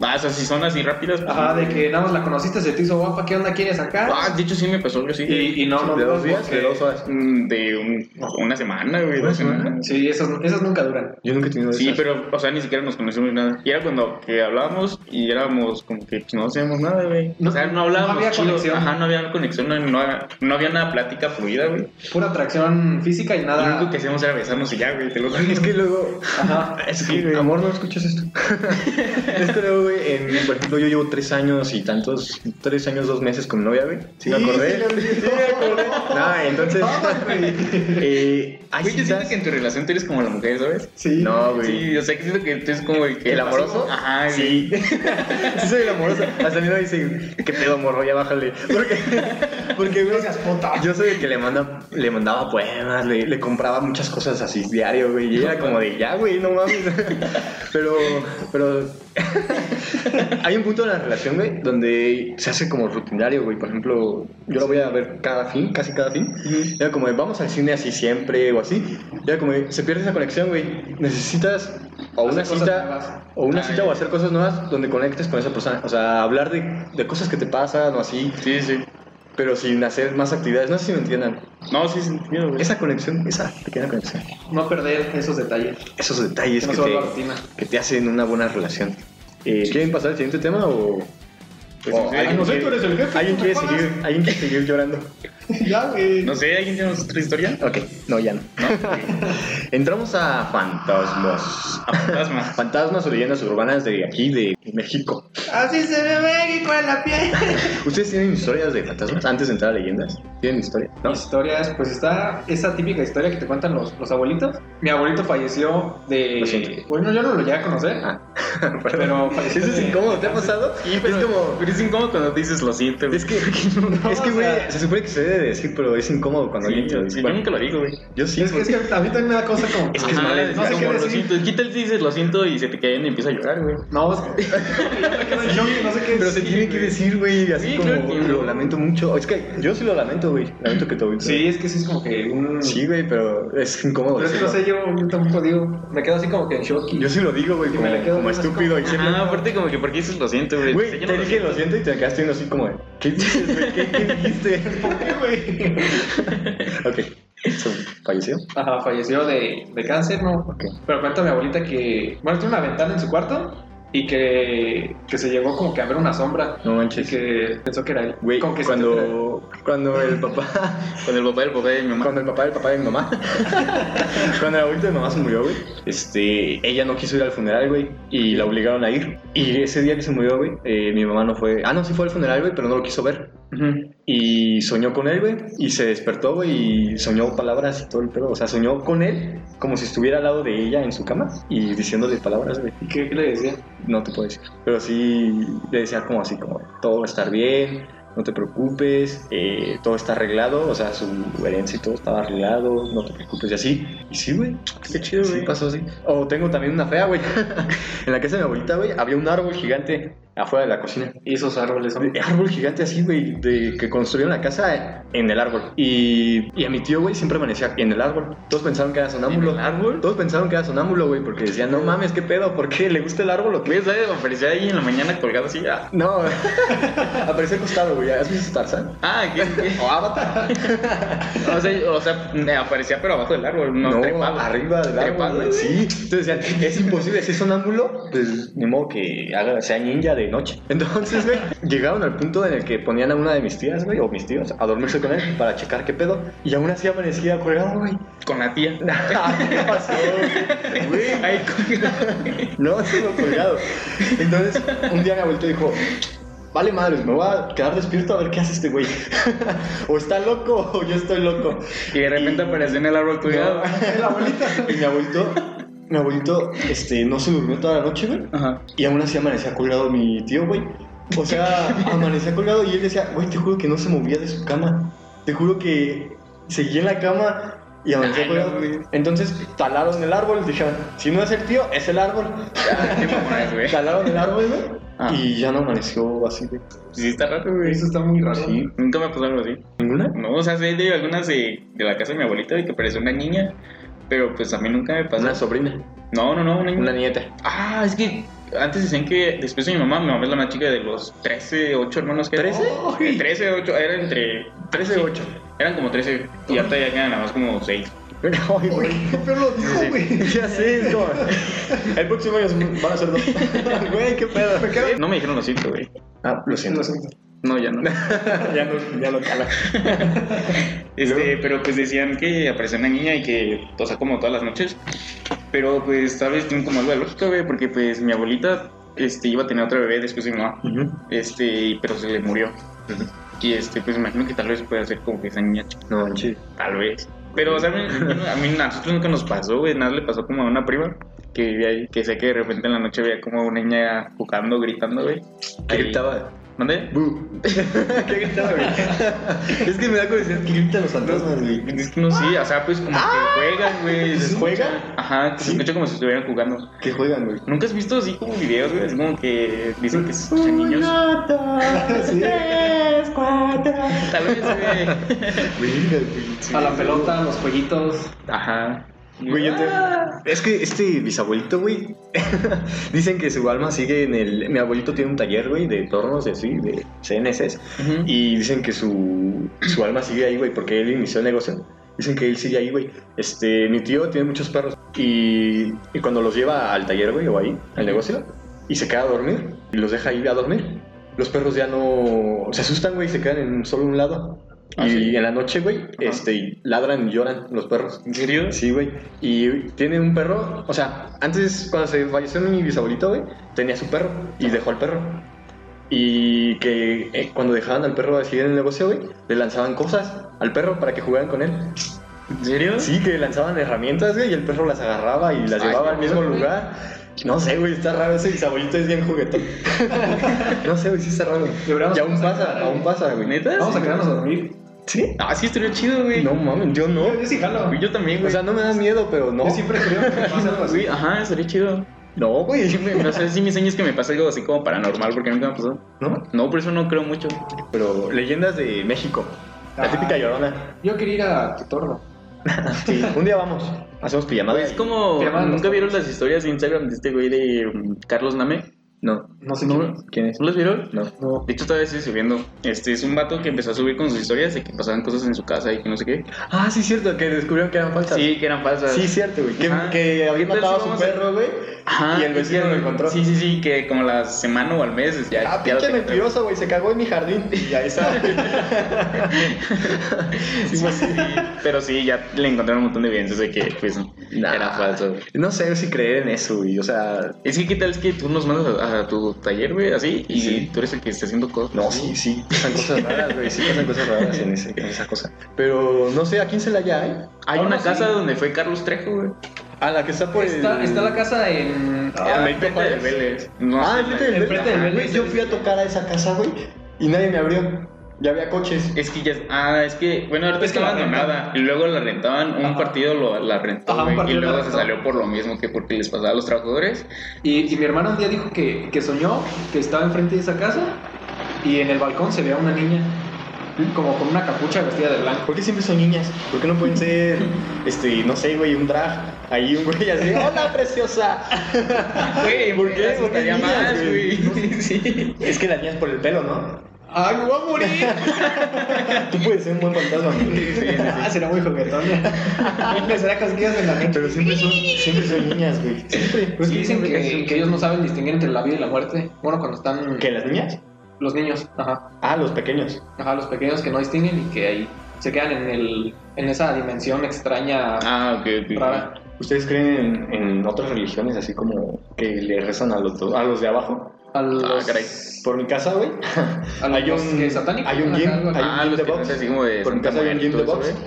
Speaker 1: Ah, o sea, si son así rápidas. pues,
Speaker 4: Ajá,
Speaker 1: no,
Speaker 4: de
Speaker 1: güey.
Speaker 4: que nada más la conociste, se te hizo guapa, ¿qué onda quieres acá?
Speaker 1: Ah, de hecho sí me pasó, yo sí.
Speaker 4: Y, y no, no,
Speaker 3: ¿De
Speaker 4: no,
Speaker 3: dos días?
Speaker 4: porque-
Speaker 3: ¿De dos horas?
Speaker 1: Mm, De un- una semana, güey.
Speaker 3: ¿Una
Speaker 1: Dos
Speaker 3: semana?
Speaker 1: semanas.
Speaker 4: Sí, esas, esas nunca duran.
Speaker 3: Yo nunca he tenido
Speaker 1: Sí,
Speaker 3: esas.
Speaker 1: pero, o sea, ni siquiera nos conocimos ni nada. Y era cuando que hablábamos y éramos como que pues, no hacíamos nada, güey.
Speaker 4: No-
Speaker 1: o sea, no hablábamos.
Speaker 4: no había
Speaker 1: chido.
Speaker 4: conexión.
Speaker 1: Ajá, no había conexión, no, no- no había nada plática fluida, güey.
Speaker 4: Pura atracción física y
Speaker 1: Lo
Speaker 4: nada.
Speaker 1: único que hacíamos era besarnos y ya, güey, te lo juro.
Speaker 3: Es que luego...
Speaker 4: Ajá.
Speaker 3: Es que, güey, amor, no escuchas esto. es que luego, güey, en- por ejemplo, yo llevo tres años y tantos... Tres años, dos meses con mi novia, güey. Sí, me acordé.
Speaker 4: sí,
Speaker 3: Sí, me acordé. No, entonces... eh, hay
Speaker 1: Güey, yo siento
Speaker 3: citas...
Speaker 1: que en tu relación tú eres como la mujer, ¿sabes?
Speaker 4: Sí.
Speaker 3: No, güey.
Speaker 1: Sí, o sea, que siento que tú eres como el que...
Speaker 3: ¿El amoroso?
Speaker 1: Ajá, güey.
Speaker 3: Sí. *laughs* sí, soy el amoroso. Hasta mi novia dice, qué pedo, morro, ya bájale. Porque, porque güey,
Speaker 4: No seas puta.
Speaker 3: yo soy el que le, manda, le mandaba poemas, le, le compraba muchas cosas así diario, güey. Y era como de, ya, güey, no mames. *laughs* Pero, pero *laughs* hay un punto en la relación, güey, donde se hace como rutinario, güey. Por ejemplo, yo lo voy a ver cada fin, casi cada fin.
Speaker 1: Ujú.
Speaker 3: Era como de, vamos al cine así siempre o así. Era como de, se pierde esa conexión, güey. Necesitas o
Speaker 4: Hacer
Speaker 3: una
Speaker 4: cosas nuevas.
Speaker 3: cita o una
Speaker 1: Ah,
Speaker 3: cita
Speaker 1: ya.
Speaker 3: o hacer cosas nuevas donde conectes con esa persona. O sea, hablar de, de cosas que te pasan o así,
Speaker 1: Sí, sí.
Speaker 3: pero sin hacer más actividades. No sé si me entiendan.
Speaker 1: No, sí, sin miedo, güey.
Speaker 3: Esa conexión, esa pequeña conexión.
Speaker 4: No perder esos detalles.
Speaker 3: Esos detalles
Speaker 4: Que no
Speaker 3: que,
Speaker 4: se vuelva
Speaker 3: te,
Speaker 4: rutina.
Speaker 3: que te hacen una buena relación. Eh, ¿Quieren pasar al siguiente tema o...?
Speaker 1: Pues,
Speaker 3: o
Speaker 1: no sé,
Speaker 3: alguien
Speaker 1: no sé,
Speaker 3: quiere-
Speaker 1: tú eres el jefe,
Speaker 3: ¿Alguien
Speaker 4: tú
Speaker 3: quiere,
Speaker 4: me pagas.
Speaker 3: seguir, ¿Alguien quiere seguir llorando?
Speaker 4: ya, güey.
Speaker 1: No sé, ¿alguien tiene otra historia?
Speaker 3: Ok, no, ya no. Entramos a fantasmas.
Speaker 1: A fantasmas.
Speaker 3: Fantasmas o leyendas urbanas de aquí, de México.
Speaker 4: Así se ve México en la piel. *laughs*
Speaker 3: ¿Ustedes tienen historias de fantasmas antes de entrar a leyendas? ¿Tienen historias? No.
Speaker 4: Historias, pues está esa típica historia que te cuentan los, los abuelitos. Mi abuelito falleció
Speaker 3: Lo siento.
Speaker 4: de. Bueno, yo no lo llegué a conocer,
Speaker 3: Ah, *laughs*
Speaker 4: pero
Speaker 3: Eso
Speaker 4: falleció.
Speaker 3: es
Speaker 4: de-
Speaker 3: incómodo, ¿te ha pasado?
Speaker 1: Sí, pero,
Speaker 3: es pues, como...
Speaker 1: pero es incómodo *laughs* cuando dices lo siento, güey.
Speaker 3: Es que, es que,
Speaker 4: o
Speaker 3: güey,
Speaker 4: sea-
Speaker 3: se supone que se debe de decir, pero es incómodo *laughs* cuando alguien te lo dice.
Speaker 1: yo
Speaker 3: Bueno,
Speaker 1: nunca lo digo, güey.
Speaker 3: yo sí,
Speaker 4: es que
Speaker 3: güey.
Speaker 4: es que a mí también me da cosa como. Ah,
Speaker 1: Es que es
Speaker 3: Ajá,
Speaker 1: mala
Speaker 3: es
Speaker 1: idea,
Speaker 4: como
Speaker 1: como
Speaker 4: lo
Speaker 1: lo siento. Quítale si dices lo siento y se te caen y empieza a llorar, güey.
Speaker 4: No, es que. *laughs* no, no sé qué
Speaker 3: Pero se
Speaker 4: decir,
Speaker 3: tiene que
Speaker 4: güey.
Speaker 3: decir, güey, así
Speaker 1: Sí,
Speaker 3: como
Speaker 1: claro que no.
Speaker 3: lo lamento mucho. Es que yo sí lo lamento, güey. Lamento que te oí.
Speaker 4: Sí, es que sí es como que un.
Speaker 3: Sí, güey, pero es incómodo.
Speaker 4: Pero es que no
Speaker 3: decirlo.
Speaker 4: sé, yo, yo tampoco digo. Me quedo así como que en shock. y-
Speaker 3: Yo sí lo digo, güey,
Speaker 4: Y me
Speaker 3: como,
Speaker 4: la quedo
Speaker 3: como
Speaker 4: viendo así "Ah,
Speaker 3: estúpido. y siempre-
Speaker 1: Ajá, aparte como que porque dices lo siento, güey.
Speaker 4: pues,
Speaker 3: Güey,
Speaker 1: Sé que
Speaker 3: te
Speaker 1: no
Speaker 3: dije lo siento y te quedaste viendo así como, de, ¿qué dices, güey? ¿Qué, qué
Speaker 4: *laughs*
Speaker 3: dijiste? ¿Por qué, güey? ok. So, ¿Falleció?
Speaker 4: Ajá, falleció de, de cáncer, ¿no? Pero cuenta mi abuelita que, bueno, tiene una ventana en su cuarto y que, que se llegó como que a ver una sombra
Speaker 3: No
Speaker 4: y
Speaker 3: manches.
Speaker 4: que pensó que era él.
Speaker 3: Güey,
Speaker 4: Como que sintió
Speaker 3: cuando, cuando el papá
Speaker 1: Con el papá del papá de mi mamá.
Speaker 3: Cuando el papá del papá de mi mamá. *laughs* Cuando la abuelita de mi mamá se murió, güey. Este, ella no quiso ir al funeral, güey. Y la obligaron a ir. Y ese día que se murió, güey, eh, mi mamá no fue. Ah, no, sí fue al funeral, güey, pero no lo quiso ver.
Speaker 1: Ujú.
Speaker 3: Y soñó con él, güey. Y se despertó, güey. Y soñó palabras y todo el pedo. O sea, soñó con él como si estuviera al lado de ella en su cama. Y diciéndole palabras, güey.
Speaker 4: que era él. ¿Y qué, qué le decía?
Speaker 3: No te puedo decir. Pero sí le decía como así, como todo va a estar bien, no te preocupes, eh, todo está arreglado, o sea, su herencia y todo estaba arreglado, no te preocupes y así. Y sí, güey.
Speaker 1: Qué chido,
Speaker 3: Sí,
Speaker 1: güey.
Speaker 3: pasó así. O tengo también una
Speaker 1: *laughs*
Speaker 3: fea, güey. en la casa de mi abuelita, güey, había un árbol gigante afuera de la cocina.
Speaker 4: Y esos árboles son.
Speaker 3: Un árbol gigante así, güey, de que construyeron la casa en el árbol. Y, y a mi tío, güey, siempre amanecía en el árbol. Todos pensaron que era
Speaker 1: ¿En
Speaker 3: sonámbulo.
Speaker 1: el árbol?
Speaker 3: Todos pensaron que era sonámbulo, güey, porque decían, no mames, ¿qué pedo? ¿Por qué? ¿Le gusta el árbol o qué?
Speaker 1: Güey, ¿sabes? Aparecía ahí en la mañana colgado así. Ah,
Speaker 3: No, *laughs* aparece acostado, güey. ¿Has visto Tarzan?
Speaker 1: ah
Speaker 3: *laughs*
Speaker 1: ¿qué? qué?
Speaker 3: ¿O Avatar?
Speaker 1: *laughs* O sea, o sea, me aparecía pero abajo del árbol, no,
Speaker 3: No,
Speaker 1: trepado.
Speaker 3: arriba del árbol,
Speaker 1: Trepado.
Speaker 3: güey. Sí. Entonces decían, es imposible, si es sonámbulo, pues ni modo que haga, sea ninja de noche. Entonces, güey, llegaron al punto en el que ponían a una de mis tías, güey, o mis tíos, a dormirse con él para checar qué pedo. Y aún así amanecía colgado, güey. Ah,
Speaker 1: Con la
Speaker 3: *laughs*
Speaker 1: tía.
Speaker 3: ¿Qué pasó? Güey,
Speaker 1: Ahí colgado.
Speaker 3: No, estuvo colgado. Entonces, un día mi abuelito dijo, vale madres, me voy a quedar despierto a ver qué hace este güey. *laughs* o está loco o yo estoy loco.
Speaker 1: Y de repente apareció en el árbol colgado.
Speaker 3: el abuelito. Y mi abuelito, mi abuelito, este, no se durmió toda la noche, güey.
Speaker 1: Ajá.
Speaker 3: *laughs* Y aún así amanecía colgado mi tío, güey. O sea, amanecía colgado y él decía, güey, te juro que no se movía de su cama. Te juro que seguía en la cama y amanecía
Speaker 1: Ay, no,
Speaker 3: colgado.
Speaker 1: güey.
Speaker 3: Entonces talaron el árbol, dijeron, si no es el tío, es el árbol.
Speaker 1: Ah, qué mamonas, güey.
Speaker 3: Talaron el árbol, güey.
Speaker 1: Ah.
Speaker 3: Y ya no amaneció así, güey.
Speaker 1: Sí, está raro, güey.
Speaker 4: Eso está muy raro.
Speaker 3: Sí.
Speaker 1: Nunca me pasó algo así.
Speaker 3: ¿Ninguna?
Speaker 1: No, o sea, sé de algunas de, de la casa de mi abuelita de que apareció una niña, pero pues a mí nunca me pasó.
Speaker 3: Una sobrina,
Speaker 1: No, no, no, una niña.
Speaker 3: una nieta.
Speaker 1: Ah, es que antes decían que después de mi mamá, mi mamá es la más chica de los 13, 8 hermanos que
Speaker 3: ¿Trece?
Speaker 1: Oh, de 13, 8, era entre 13 y 8. Eran como 13 y ahorita ya quedan nada más como 6.
Speaker 3: Ay, güey.
Speaker 4: ¿Qué peor lo dijo,
Speaker 1: Sí.
Speaker 4: güey?
Speaker 3: *laughs* Ya sé, es como. El próximo año van a ser dos. Güey, qué pedo.
Speaker 1: No me dijeron lo siento, güey.
Speaker 3: Ah, lo siento.
Speaker 4: Lo siento.
Speaker 1: No, ya no.
Speaker 3: *laughs* ya no, ya lo cala.
Speaker 1: Este, pero pues decían que apareció una niña y que, o sea, como todas las noches. Pero pues, ¿sabes? Tiene como algo de lógica, güey, porque pues mi abuelita este, iba a tener otra bebé después de mi mamá. Este, y- pero se le murió.
Speaker 3: Ujú.
Speaker 1: Y este, pues me imagino que tal vez puede ser como que esa niña chica,
Speaker 3: No, manches.
Speaker 1: tal vez. Pero, o sea, a mí, a mí a nosotros nunca nos pasó, güey, nada le pasó como a una prima que vivía ahí, que sé que de repente en la noche veía como una niña jugando, gritando, güey.
Speaker 3: ¿Qué
Speaker 1: Ahí.
Speaker 3: gritaba? *laughs*
Speaker 1: ¿Mande?
Speaker 3: Bu. ¿Qué gritaba, güey? *laughs* es que me da curiosidad que gritan los fantasmas, güey.
Speaker 1: Es que no, sí, o sea, pues como que juegan,
Speaker 3: *laughs*
Speaker 1: güey. se
Speaker 3: ¿Juegan?
Speaker 1: Ajá, que se
Speaker 3: Sí.
Speaker 1: escucha como si estuvieran jugando.
Speaker 3: ¿Qué juegan, güey?
Speaker 1: ¿Nunca has visto así como videos, güey? Es como que dicen que son niños.
Speaker 3: *laughs*
Speaker 4: Sí.
Speaker 3: tres, cuatro.
Speaker 1: Tal vez, güey.
Speaker 3: Verga, güey.
Speaker 4: A la pelota, a los jueguitos.
Speaker 1: Ajá.
Speaker 3: *laughs* Güey, yo
Speaker 1: Ah.
Speaker 3: te- Es que este bisabuelito, güey. *laughs* Dicen que su alma sigue en el. Mi abuelito tiene un taller, güey, de tornos y así, de CNCs.
Speaker 1: Ujú.
Speaker 3: Y dicen que su, su alma sigue ahí, güey, porque él inició el negocio. Dicen que él sigue ahí, güey. Este, mi tío tiene muchos perros. Y, y cuando los lleva al taller, güey, o ahí, al negocio, y se queda a dormir, y los deja ahí a dormir, los perros ya no. Se asustan, güey, y se quedan en solo un lado.
Speaker 1: Ah,
Speaker 3: y
Speaker 1: sí.
Speaker 3: en la noche, güey, este, ladran y lloran los perros.
Speaker 1: ¿En serio?
Speaker 3: Sí, güey. Y tiene un perro. O sea, antes, cuando se falleció mi bisabuelito, güey, tenía su perro y dejó al perro. Y que eh, cuando dejaban al perro así en el negocio, güey, le lanzaban cosas al perro para que jugaran con él.
Speaker 1: ¿En serio?
Speaker 3: Sí, que le lanzaban herramientas, güey, y el perro las agarraba y las
Speaker 1: Ay,
Speaker 3: llevaba
Speaker 1: no,
Speaker 3: al mismo
Speaker 1: güey.
Speaker 3: lugar. No sé, güey, está raro ese bisabuelito, es bien juguetón. no sé, güey, sí está raro.
Speaker 4: Deberíamos
Speaker 3: Y aún
Speaker 4: pasar,
Speaker 3: pasa,
Speaker 4: güey.
Speaker 3: aún pasa, güey.
Speaker 1: ¿Neta?
Speaker 4: Vamos a
Speaker 1: Sí.
Speaker 4: quedarnos a dormir.
Speaker 3: ¿Sí?
Speaker 1: Ah, sí, estaría chido, güey.
Speaker 3: No mames, yo no.
Speaker 4: Yo, yo sí jalo.
Speaker 1: Yo también,
Speaker 3: O
Speaker 1: güey.
Speaker 3: sea, no me da miedo, pero no.
Speaker 4: Yo siempre creo que me pasa algo así.
Speaker 1: Güey, ajá, estaría chido.
Speaker 3: No, güey.
Speaker 1: No sé si mi sueño es que me pase algo así como paranormal, porque nunca me ha pasado.
Speaker 3: ¿No?
Speaker 1: No, por eso no creo mucho.
Speaker 3: Pero leyendas de México. La
Speaker 4: Ah.
Speaker 3: típica llorona.
Speaker 4: Yo quería ir a Totorro.
Speaker 3: Sí. *laughs* Un día vamos. Hacemos pijamada.
Speaker 1: Es
Speaker 3: y-
Speaker 1: como.
Speaker 4: Te llaman los
Speaker 1: ¿Nunca vieron las historias de Instagram de este güey de mm, Carlos Name?
Speaker 3: No.
Speaker 4: No sé
Speaker 1: No.
Speaker 4: quién-
Speaker 3: ¿Quién es?
Speaker 1: ¿No los vieron?
Speaker 3: No.
Speaker 1: De hecho, todavía estoy subiendo. Este es un vato que empezó a subir con sus historias de que pasaban cosas en su casa y que no sé qué.
Speaker 3: Ah, sí, cierto, que descubrieron que eran falsas.
Speaker 1: Sí, que eran falsas.
Speaker 3: Sí, cierto, güey. Que,
Speaker 1: Ajá.
Speaker 3: que había
Speaker 1: Entonces,
Speaker 3: matado a
Speaker 1: vamos
Speaker 3: su
Speaker 1: a-
Speaker 3: perro, güey.
Speaker 1: Ajá.
Speaker 3: Y el vecino lo encontró.
Speaker 1: Sí, sí, sí, que como la semana o al mes ya.
Speaker 3: Ah,
Speaker 1: ya lo
Speaker 3: pinche
Speaker 1: tengo.
Speaker 3: mentiroso, güey. Se cagó en mi jardín. *laughs* Y ahí está.
Speaker 1: *laughs* Sí, pues, sí, Pero sí, ya le encontraron un montón de evidencias de que pues,
Speaker 3: Nah.
Speaker 1: era falso. güey.
Speaker 3: no sé si creer en eso, güey. O sea,
Speaker 1: Es que, ¿qué tal es que tú nos mandas a, a tu taller, güey, así? Y
Speaker 3: Sí.
Speaker 1: tú eres el que está haciendo cosas.
Speaker 3: No, sí, sí, pasan cosas raras, güey, sí pasan cosas raras en, ese- en esa cosa. Pero no sé, ¿a quién se la ya hay?
Speaker 1: Hay una
Speaker 3: sí.
Speaker 1: casa donde fue Carlos Trejo, güey.
Speaker 3: Ah, la que está por el-
Speaker 4: Está, está la casa en.
Speaker 3: Ah,
Speaker 4: Ah,
Speaker 3: me-
Speaker 1: enfrente
Speaker 3: Benito
Speaker 1: del
Speaker 3: Juárez.
Speaker 1: Vélez. No
Speaker 3: Ah,
Speaker 1: sé,
Speaker 3: enfrente del
Speaker 4: Enfrente del
Speaker 3: Güey,
Speaker 4: Vélez.
Speaker 3: Yo fui a tocar a esa casa, güey, y nadie me abrió. Ya había coches.
Speaker 1: Es que ya. Ah, es que. Bueno, ahorita
Speaker 4: Es que
Speaker 1: estaba
Speaker 4: la
Speaker 1: abandonada. Y luego la rentaban. Un
Speaker 4: Ajá.
Speaker 1: partido lo, la rentó.
Speaker 4: Ajá, un
Speaker 1: güey,
Speaker 4: partido
Speaker 1: y
Speaker 4: la
Speaker 1: luego se
Speaker 4: rentó.
Speaker 1: salió por lo mismo que porque les pasaba a los trabajadores.
Speaker 4: y, y mi hermano un día dijo que, que soñó que estaba enfrente de esa casa y en el balcón se veía una niña como con una capucha vestida de blanco.
Speaker 3: ¿Por qué siempre son niñas? ¿Por qué no pueden
Speaker 4: *laughs*
Speaker 3: ser, este, no sé, güey, un drag? Ahí un güey así, ¡Hola, preciosa!
Speaker 1: Güey, me
Speaker 3: ¿por qué? ¿Por qué
Speaker 1: asustaría
Speaker 3: niñas,
Speaker 1: más,
Speaker 3: güey?
Speaker 1: güey? *laughs* Sí.
Speaker 3: Es que las niñas por el pelo, ¿no?
Speaker 4: ¡Ay, me voy a *laughs* morir!
Speaker 3: Tú puedes ser un buen fantasma,
Speaker 4: *laughs*
Speaker 3: güey. *laughs*
Speaker 4: Ah, será muy juguetón. Me *laughs* será cosquillas en la mente.
Speaker 3: Pero siempre son, siempre son niñas, güey. Pues Siempre.
Speaker 4: Pero es que
Speaker 1: Sí,
Speaker 4: dicen
Speaker 1: siempre
Speaker 4: que,
Speaker 1: es-
Speaker 4: que ellos no saben distinguir entre la vida y la muerte. Bueno, cuando están
Speaker 3: ¿Que las niñas?
Speaker 4: los niños, ajá,
Speaker 3: Ah, los pequeños.
Speaker 4: ajá, los pequeños que no distinguen y que ahí se quedan en, el, en esa dimensión extraña,
Speaker 1: Ah, ok, ok.
Speaker 4: rara.
Speaker 3: ¿Ustedes creen en, en otras religiones así como que le rezan a los, do- a los de abajo?
Speaker 4: A los,
Speaker 1: Ah, caray.
Speaker 3: Por mi casa, güey.
Speaker 4: a los
Speaker 3: Hay un,
Speaker 4: que satánicos,
Speaker 3: hay un
Speaker 4: ajá,
Speaker 3: gym,
Speaker 4: algo así.
Speaker 3: hay
Speaker 1: Ah,
Speaker 3: un gym
Speaker 1: los
Speaker 3: de
Speaker 1: que
Speaker 3: box.
Speaker 1: hacen así como de
Speaker 3: por mi
Speaker 1: Santa
Speaker 3: casa hay un
Speaker 1: María y
Speaker 3: gym de
Speaker 1: todo
Speaker 3: box.
Speaker 1: eso,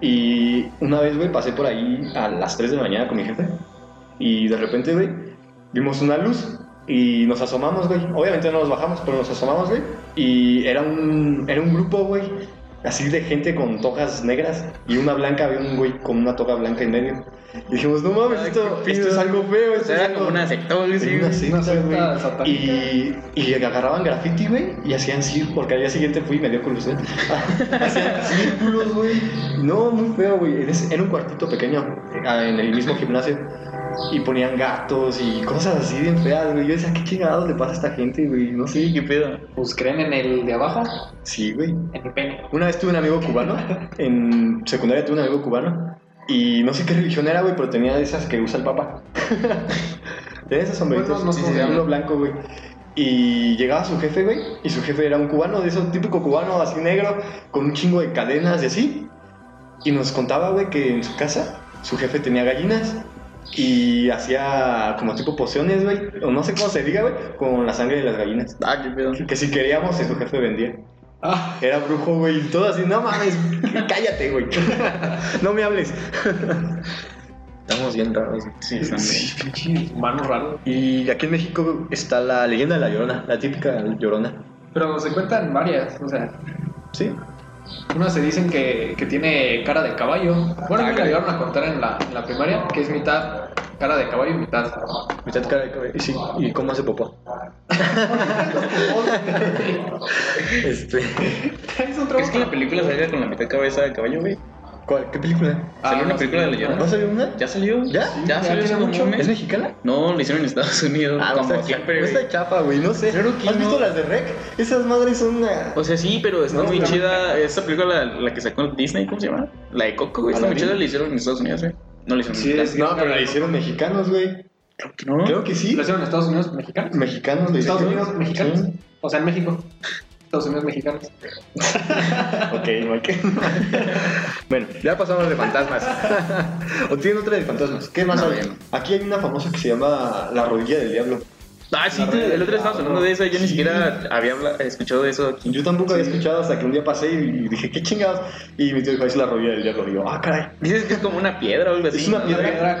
Speaker 3: Y una vez, güey, pasé por ahí a las 3 de la mañana con mi jefe. Y de repente, güey, vimos una luz. Y nos asomamos, güey. Obviamente no nos bajamos, pero nos asomamos, güey. Y era un, era un grupo, güey. Así de gente con tojas negras. Y una blanca, había un güey con una toga blanca en medio. Y dijimos, no mames,
Speaker 1: Ay,
Speaker 3: esto,
Speaker 1: qué
Speaker 3: esto es
Speaker 1: pedo.
Speaker 3: algo feo.
Speaker 1: O
Speaker 3: Esto
Speaker 1: sea,
Speaker 3: es
Speaker 1: era
Speaker 3: algo-
Speaker 1: como una secta, güey.
Speaker 3: Sí,
Speaker 1: sí,
Speaker 3: una
Speaker 1: güey.
Speaker 3: secta,
Speaker 4: Una secta
Speaker 3: güey.
Speaker 4: satánica.
Speaker 3: Y, y agarraban graffiti, güey, y hacían círculos, porque al día siguiente fui y me dio curiosidad. *laughs* hacían círculos, güey. No, muy feo, güey. En ese- Era un cuartito pequeño, ah, en el mismo gimnasio. Y ponían gatos y cosas así bien feas, güey. Yo decía, ¿qué chingados le pasa a esta gente, güey? No sé.
Speaker 1: Sí, qué pedo.
Speaker 4: Pues creen en el de abajo,
Speaker 3: Sí, güey.
Speaker 4: en el pene.
Speaker 3: Una vez tuve un amigo cubano, en secundaria tuve un amigo cubano, y no sé qué religión era, güey, pero tenía de esas que usa el *laughs* papá. tenía esos sombreritos,
Speaker 4: Bueno, no sé cómo se
Speaker 3: uno
Speaker 4: llama.
Speaker 3: blanco, güey. Y llegaba su jefe, güey, y su jefe era un cubano, de esos típico cubano así negro, con un chingo de cadenas y así. Y nos contaba, güey, que en su casa su jefe tenía gallinas y hacía como tipo pociones, güey, o no sé cómo se diga, güey, con la sangre de las gallinas.
Speaker 1: Ah, qué pedo.
Speaker 3: Que si queríamos, su jefe vendía.
Speaker 4: Ah,
Speaker 3: Era brujo, güey, y todo así, no mames, *laughs* cállate, güey. *laughs* No me hables. *laughs* Estamos bien raros.
Speaker 1: Sí, está bien.
Speaker 4: pinche humano raro.
Speaker 3: Y aquí en México está la leyenda de la llorona, la típica llorona.
Speaker 4: Pero se cuentan varias, o sea,
Speaker 3: Sí.
Speaker 4: Unas se dicen que, que tiene cara de caballo. Bueno, a mí me la
Speaker 1: caray.
Speaker 4: llegaron a contar en la, en la primaria, que es mitad cara de caballo y mitad.
Speaker 3: Mitad cara de cabello. Y sí, ¿y cómo hace popó? *laughs* Este.
Speaker 4: *laughs* es un
Speaker 1: Es que la película salía con la mitad cabeza de caballo, güey.
Speaker 3: ¿Cuál? ¿Qué película?
Speaker 4: Ah,
Speaker 1: Salió una
Speaker 4: no,
Speaker 1: película de
Speaker 4: sí.
Speaker 1: la llorona.
Speaker 3: ¿No salió una?
Speaker 1: ¿Ya salió?
Speaker 3: ¿Ya?
Speaker 1: ¿Ya
Speaker 4: Ya
Speaker 1: salió
Speaker 4: tiene
Speaker 1: hace como
Speaker 4: mucho.
Speaker 1: un
Speaker 3: ¿Es
Speaker 1: mes?
Speaker 3: mexicana?
Speaker 1: No, lo hicieron en Estados Unidos.
Speaker 3: Ah, no
Speaker 1: como
Speaker 3: está
Speaker 1: siempre,
Speaker 3: chapa,
Speaker 1: güey.
Speaker 3: está chapa, güey, no sé.
Speaker 1: Claro que
Speaker 3: ¿Has
Speaker 1: no. Pues,
Speaker 3: visto las de Rec? Esas madres son una...
Speaker 1: O sea, sí, pero está
Speaker 3: No,
Speaker 1: muy
Speaker 3: está-
Speaker 1: chida. Esa película, la, la que sacó Disney, ¿cómo se llama? La de Coco, güey. Está muy
Speaker 3: Aladdin.
Speaker 1: chida, la hicieron en Estados Unidos, güey. No la hicieron
Speaker 4: Sí,
Speaker 1: en
Speaker 4: es-
Speaker 1: Estados
Speaker 3: No, pero la hicieron mexicanos, güey.
Speaker 1: ¿No?
Speaker 3: Creo que sí.
Speaker 4: ¿Lo hicieron en Estados Unidos mexicanos?
Speaker 3: Mexicanos le
Speaker 4: Estados
Speaker 3: hicieron.
Speaker 4: Unidos mexicanos.
Speaker 3: Sí.
Speaker 4: O sea, en México. Estados Unidos mexicanos.
Speaker 3: Ok, no hay que. bueno, ya pasamos de fantasmas. *laughs* ¿O tienen otra de fantasmas? ¿Qué más
Speaker 1: No,
Speaker 3: hay?
Speaker 1: ya no.
Speaker 3: Aquí hay una famosa que se llama La rodilla del diablo.
Speaker 1: Ah, sí,
Speaker 4: La
Speaker 1: tú-
Speaker 4: red
Speaker 1: el otro día estábamos hablando de eso. Yo ni
Speaker 3: Sí.
Speaker 1: siquiera había habla- escuchado de eso aquí.
Speaker 3: Yo tampoco había escuchado hasta que un día pasé y dije, ¿qué chingados? Y mi tío dijo, es la rodilla del diablo. Y yo, ah, caray.
Speaker 1: Dices que es como una piedra o algo así.
Speaker 3: Es una
Speaker 1: ¿no?
Speaker 3: piedra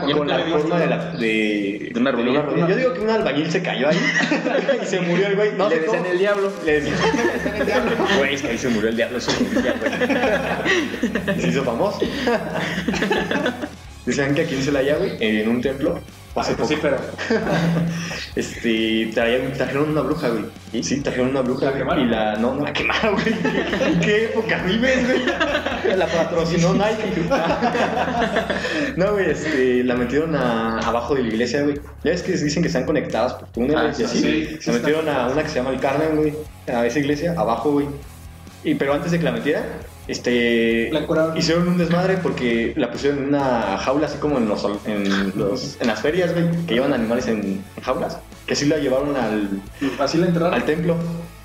Speaker 1: Yo
Speaker 3: con,
Speaker 1: nunca
Speaker 3: la
Speaker 1: la había
Speaker 3: forma
Speaker 1: visto.
Speaker 3: de, la, de,
Speaker 1: De una rodilla.
Speaker 3: Yo digo que un albañil se cayó ahí *laughs* y se murió el güey. No
Speaker 1: Le
Speaker 3: sé
Speaker 1: decían
Speaker 3: cómo.
Speaker 1: el diablo.
Speaker 3: Le decían el diablo. Güey, es que ahí se murió el diablo, eso es güey. Se hizo famoso. Decían que aquí en Celaya, güey, en un templo, hace
Speaker 4: Ay, pues sí,
Speaker 3: poco,
Speaker 4: pero
Speaker 3: este, traían- trajeron una bruja, güey. ¿Y? Sí, trajeron una bruja.
Speaker 4: ¿La
Speaker 3: güey,
Speaker 4: quemaron?
Speaker 3: Y la, no, no la quemaron, güey. ¿Qué, qué época vives, güey? La patrocinó Nike. *laughs* No, güey, este, la metieron a- abajo de la iglesia, güey. Ya ves que dicen que están conectadas por túneles
Speaker 1: Ah,
Speaker 3: y así.
Speaker 4: sí, sí
Speaker 3: se metieron a una que se llama el Carmen, güey, a esa iglesia, abajo, güey. Y pero antes de que la metieran, este,
Speaker 4: la curaron.
Speaker 3: Hicieron un desmadre porque la pusieron en una jaula, así como en, los, en, los- en las ferias, güey, que llevan animales en, en jaulas. Que sí la llevaron al,
Speaker 4: Así la
Speaker 3: al
Speaker 4: entraron.
Speaker 3: templo.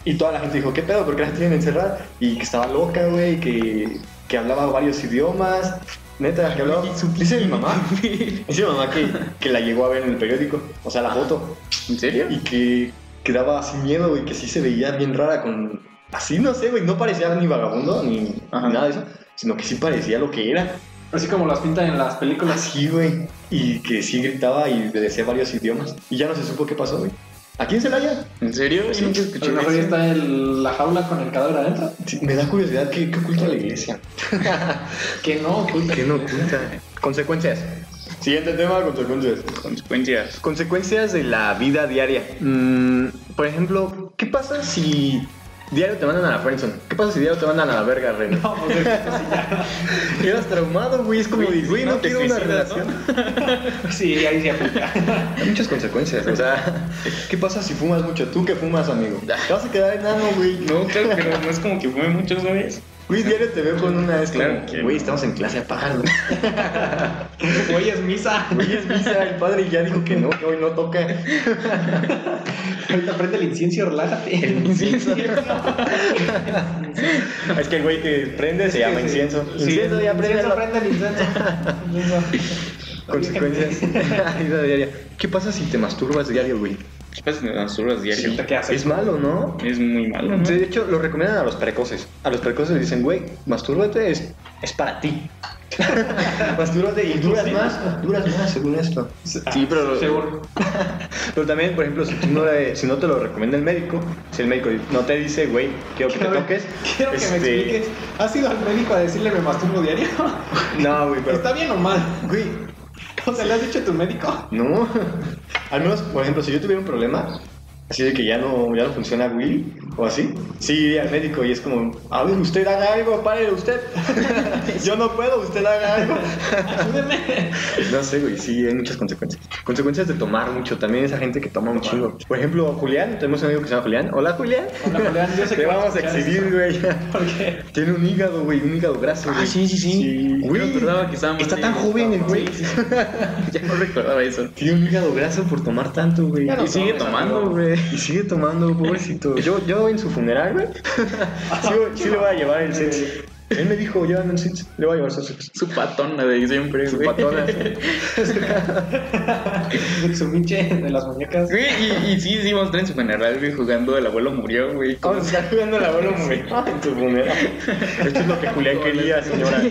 Speaker 3: Y toda la gente dijo, ¿qué pedo? ¿Por qué la tienen encerrada? Y que estaba loca, güey, que, que hablaba varios idiomas. Neta, que hablaba. Dice mi mamá. Dice mi mamá que, que la llegó a ver en el periódico, o sea, la foto.
Speaker 1: ¿En serio?
Speaker 3: Y que, que daba así miedo, güey, que sí se veía bien rara con... Así, no sé, güey, no parecía ni vagabundo ni, ni
Speaker 1: Ajá.
Speaker 3: nada de eso, sino que sí parecía lo que era.
Speaker 4: Así como las pintan en las películas.
Speaker 3: Así, güey. Y que sí gritaba y le decía varios idiomas. Y ya no se supo qué pasó, güey. Aquí en Celaya.
Speaker 1: ¿En serio? Yo nunca
Speaker 4: A lo
Speaker 1: escuché
Speaker 4: mejor
Speaker 1: de
Speaker 4: ahí
Speaker 1: eso.
Speaker 4: está el- la jaula con el cadáver adentro.
Speaker 3: Sí, me da curiosidad qué, qué oculta la iglesia.
Speaker 4: Que no, oculta.
Speaker 3: ¿Qué no oculta? Consecuencias. Siguiente tema, consecuencias.
Speaker 1: Consecuencias.
Speaker 3: Consecuencias de la vida diaria. Mm, por ejemplo, ¿qué pasa si diario te mandan a la friendzone? ¿Qué pasa si diario te mandan a la verga, *laughs* Reno?
Speaker 4: No, pues, es que sí,
Speaker 3: *laughs*
Speaker 4: ya.
Speaker 3: Quedas traumado, güey. Es como
Speaker 1: Güey,
Speaker 3: de, güey, no,
Speaker 1: no, te
Speaker 3: quiero una
Speaker 1: suicidas, ¿no?
Speaker 3: relación.
Speaker 4: Sí,
Speaker 3: *laughs*
Speaker 4: ahí se aplica.
Speaker 3: Hay muchas consecuencias. O
Speaker 4: *laughs*
Speaker 3: sea, ¿qué pasa si fumas mucho? Tú que fumas, amigo.
Speaker 4: Ah.
Speaker 3: Te vas a quedar enano, güey.
Speaker 1: No, claro, pero no es como que fume mucho, ¿sabes?
Speaker 3: Güey, diario te veo con una vez
Speaker 1: Claro
Speaker 3: como,
Speaker 1: que
Speaker 3: güey,
Speaker 1: no.
Speaker 3: estamos en clase, apágalo.
Speaker 4: Hoy es misa.
Speaker 3: Güey, es misa, el padre ya dijo que no, que hoy no toca.
Speaker 4: Ahorita prende el incienso y relájate.
Speaker 3: El incienso. es que el güey que prende se llama incienso.
Speaker 4: Sí,
Speaker 3: incienso, ya
Speaker 4: incienso,
Speaker 3: prende.
Speaker 4: prende el incienso.
Speaker 3: *laughs* Consecuencias.
Speaker 4: *laughs*
Speaker 3: *laughs* Vida diaria. ¿Qué pasa si te masturbas diario, güey?
Speaker 1: ¿Qué pasa en las horas diario?
Speaker 4: Sí, ¿Qué haces?
Speaker 3: Es malo, ¿no?
Speaker 1: Es muy malo, ¿no?
Speaker 3: De hecho, lo recomiendan a los precoces. A los precoces dicen, güey, mastúrbate es, es para ti. *laughs* mastúrbate y duras más, duras más según esto.
Speaker 1: Sí, pero-
Speaker 4: Seguro.
Speaker 3: Pero también, por ejemplo, si, tú no le- si no te lo recomienda el médico, si el médico no te dice, güey, quiero
Speaker 4: *laughs*
Speaker 3: que te
Speaker 4: Quiero-
Speaker 3: toques.
Speaker 4: Quiero que me
Speaker 3: este,
Speaker 4: expliques. ¿Has ido al médico a decirle me masturbo diario? *laughs*
Speaker 3: No, güey, pero.
Speaker 4: ¿Está bien o mal?
Speaker 3: Güey,
Speaker 4: O sea, ¿le has dicho a
Speaker 3: *laughs*
Speaker 4: tu médico?
Speaker 3: no. Al menos, por ejemplo, si yo tuviera un problema, así de que ya no, ya no funciona Willy o así, sí iría al médico y es como, a ver, usted haga algo, párele usted. *laughs* yo no puedo, usted haga
Speaker 4: *laughs*
Speaker 3: algo.
Speaker 4: Ayúdeme.
Speaker 3: No sé, güey, sí, hay muchas consecuencias. Consecuencias de tomar mucho, también esa gente que toma un chingo. Por ejemplo, Julián, tenemos un amigo que se llama Julián. Hola,
Speaker 4: *laughs*
Speaker 3: Julián.
Speaker 4: Hola, Julián, yo sé
Speaker 3: Te
Speaker 4: que vas a
Speaker 3: vamos a
Speaker 4: escuchar
Speaker 3: exhibir, güey.
Speaker 4: Porque
Speaker 3: Tiene un hígado, güey, un hígado graso, güey.
Speaker 1: Yo
Speaker 3: Güey,
Speaker 1: recordaba que estaba más
Speaker 3: está tan
Speaker 1: negro.
Speaker 3: joven el güey.
Speaker 1: Sí, sí, sí. *laughs* Ya no recordaba eso.
Speaker 3: Tiene un hígado graso por tomar tanto, güey.
Speaker 4: Ya no
Speaker 3: Y sigue
Speaker 4: tomes,
Speaker 3: tomando,
Speaker 4: amigo.
Speaker 3: güey. Y sigue tomando, pobrecito. Yo, yo en su funeral, güey. sí, sí le voy a llevar el sets. Él me dijo, llévame un sets. Le voy a llevar su sets.
Speaker 1: Su patona de siempre,
Speaker 3: Su
Speaker 1: güey.
Speaker 3: patona.
Speaker 4: su minche de las muñecas.
Speaker 1: Güey, y, y sí, sí, vamos a estar en su funeral, güey, jugando El abuelo murió, güey.
Speaker 4: Oh,
Speaker 3: Vamos a estar jugando el abuelo güey. en su funeral. Esto es lo que Julián quería, señora.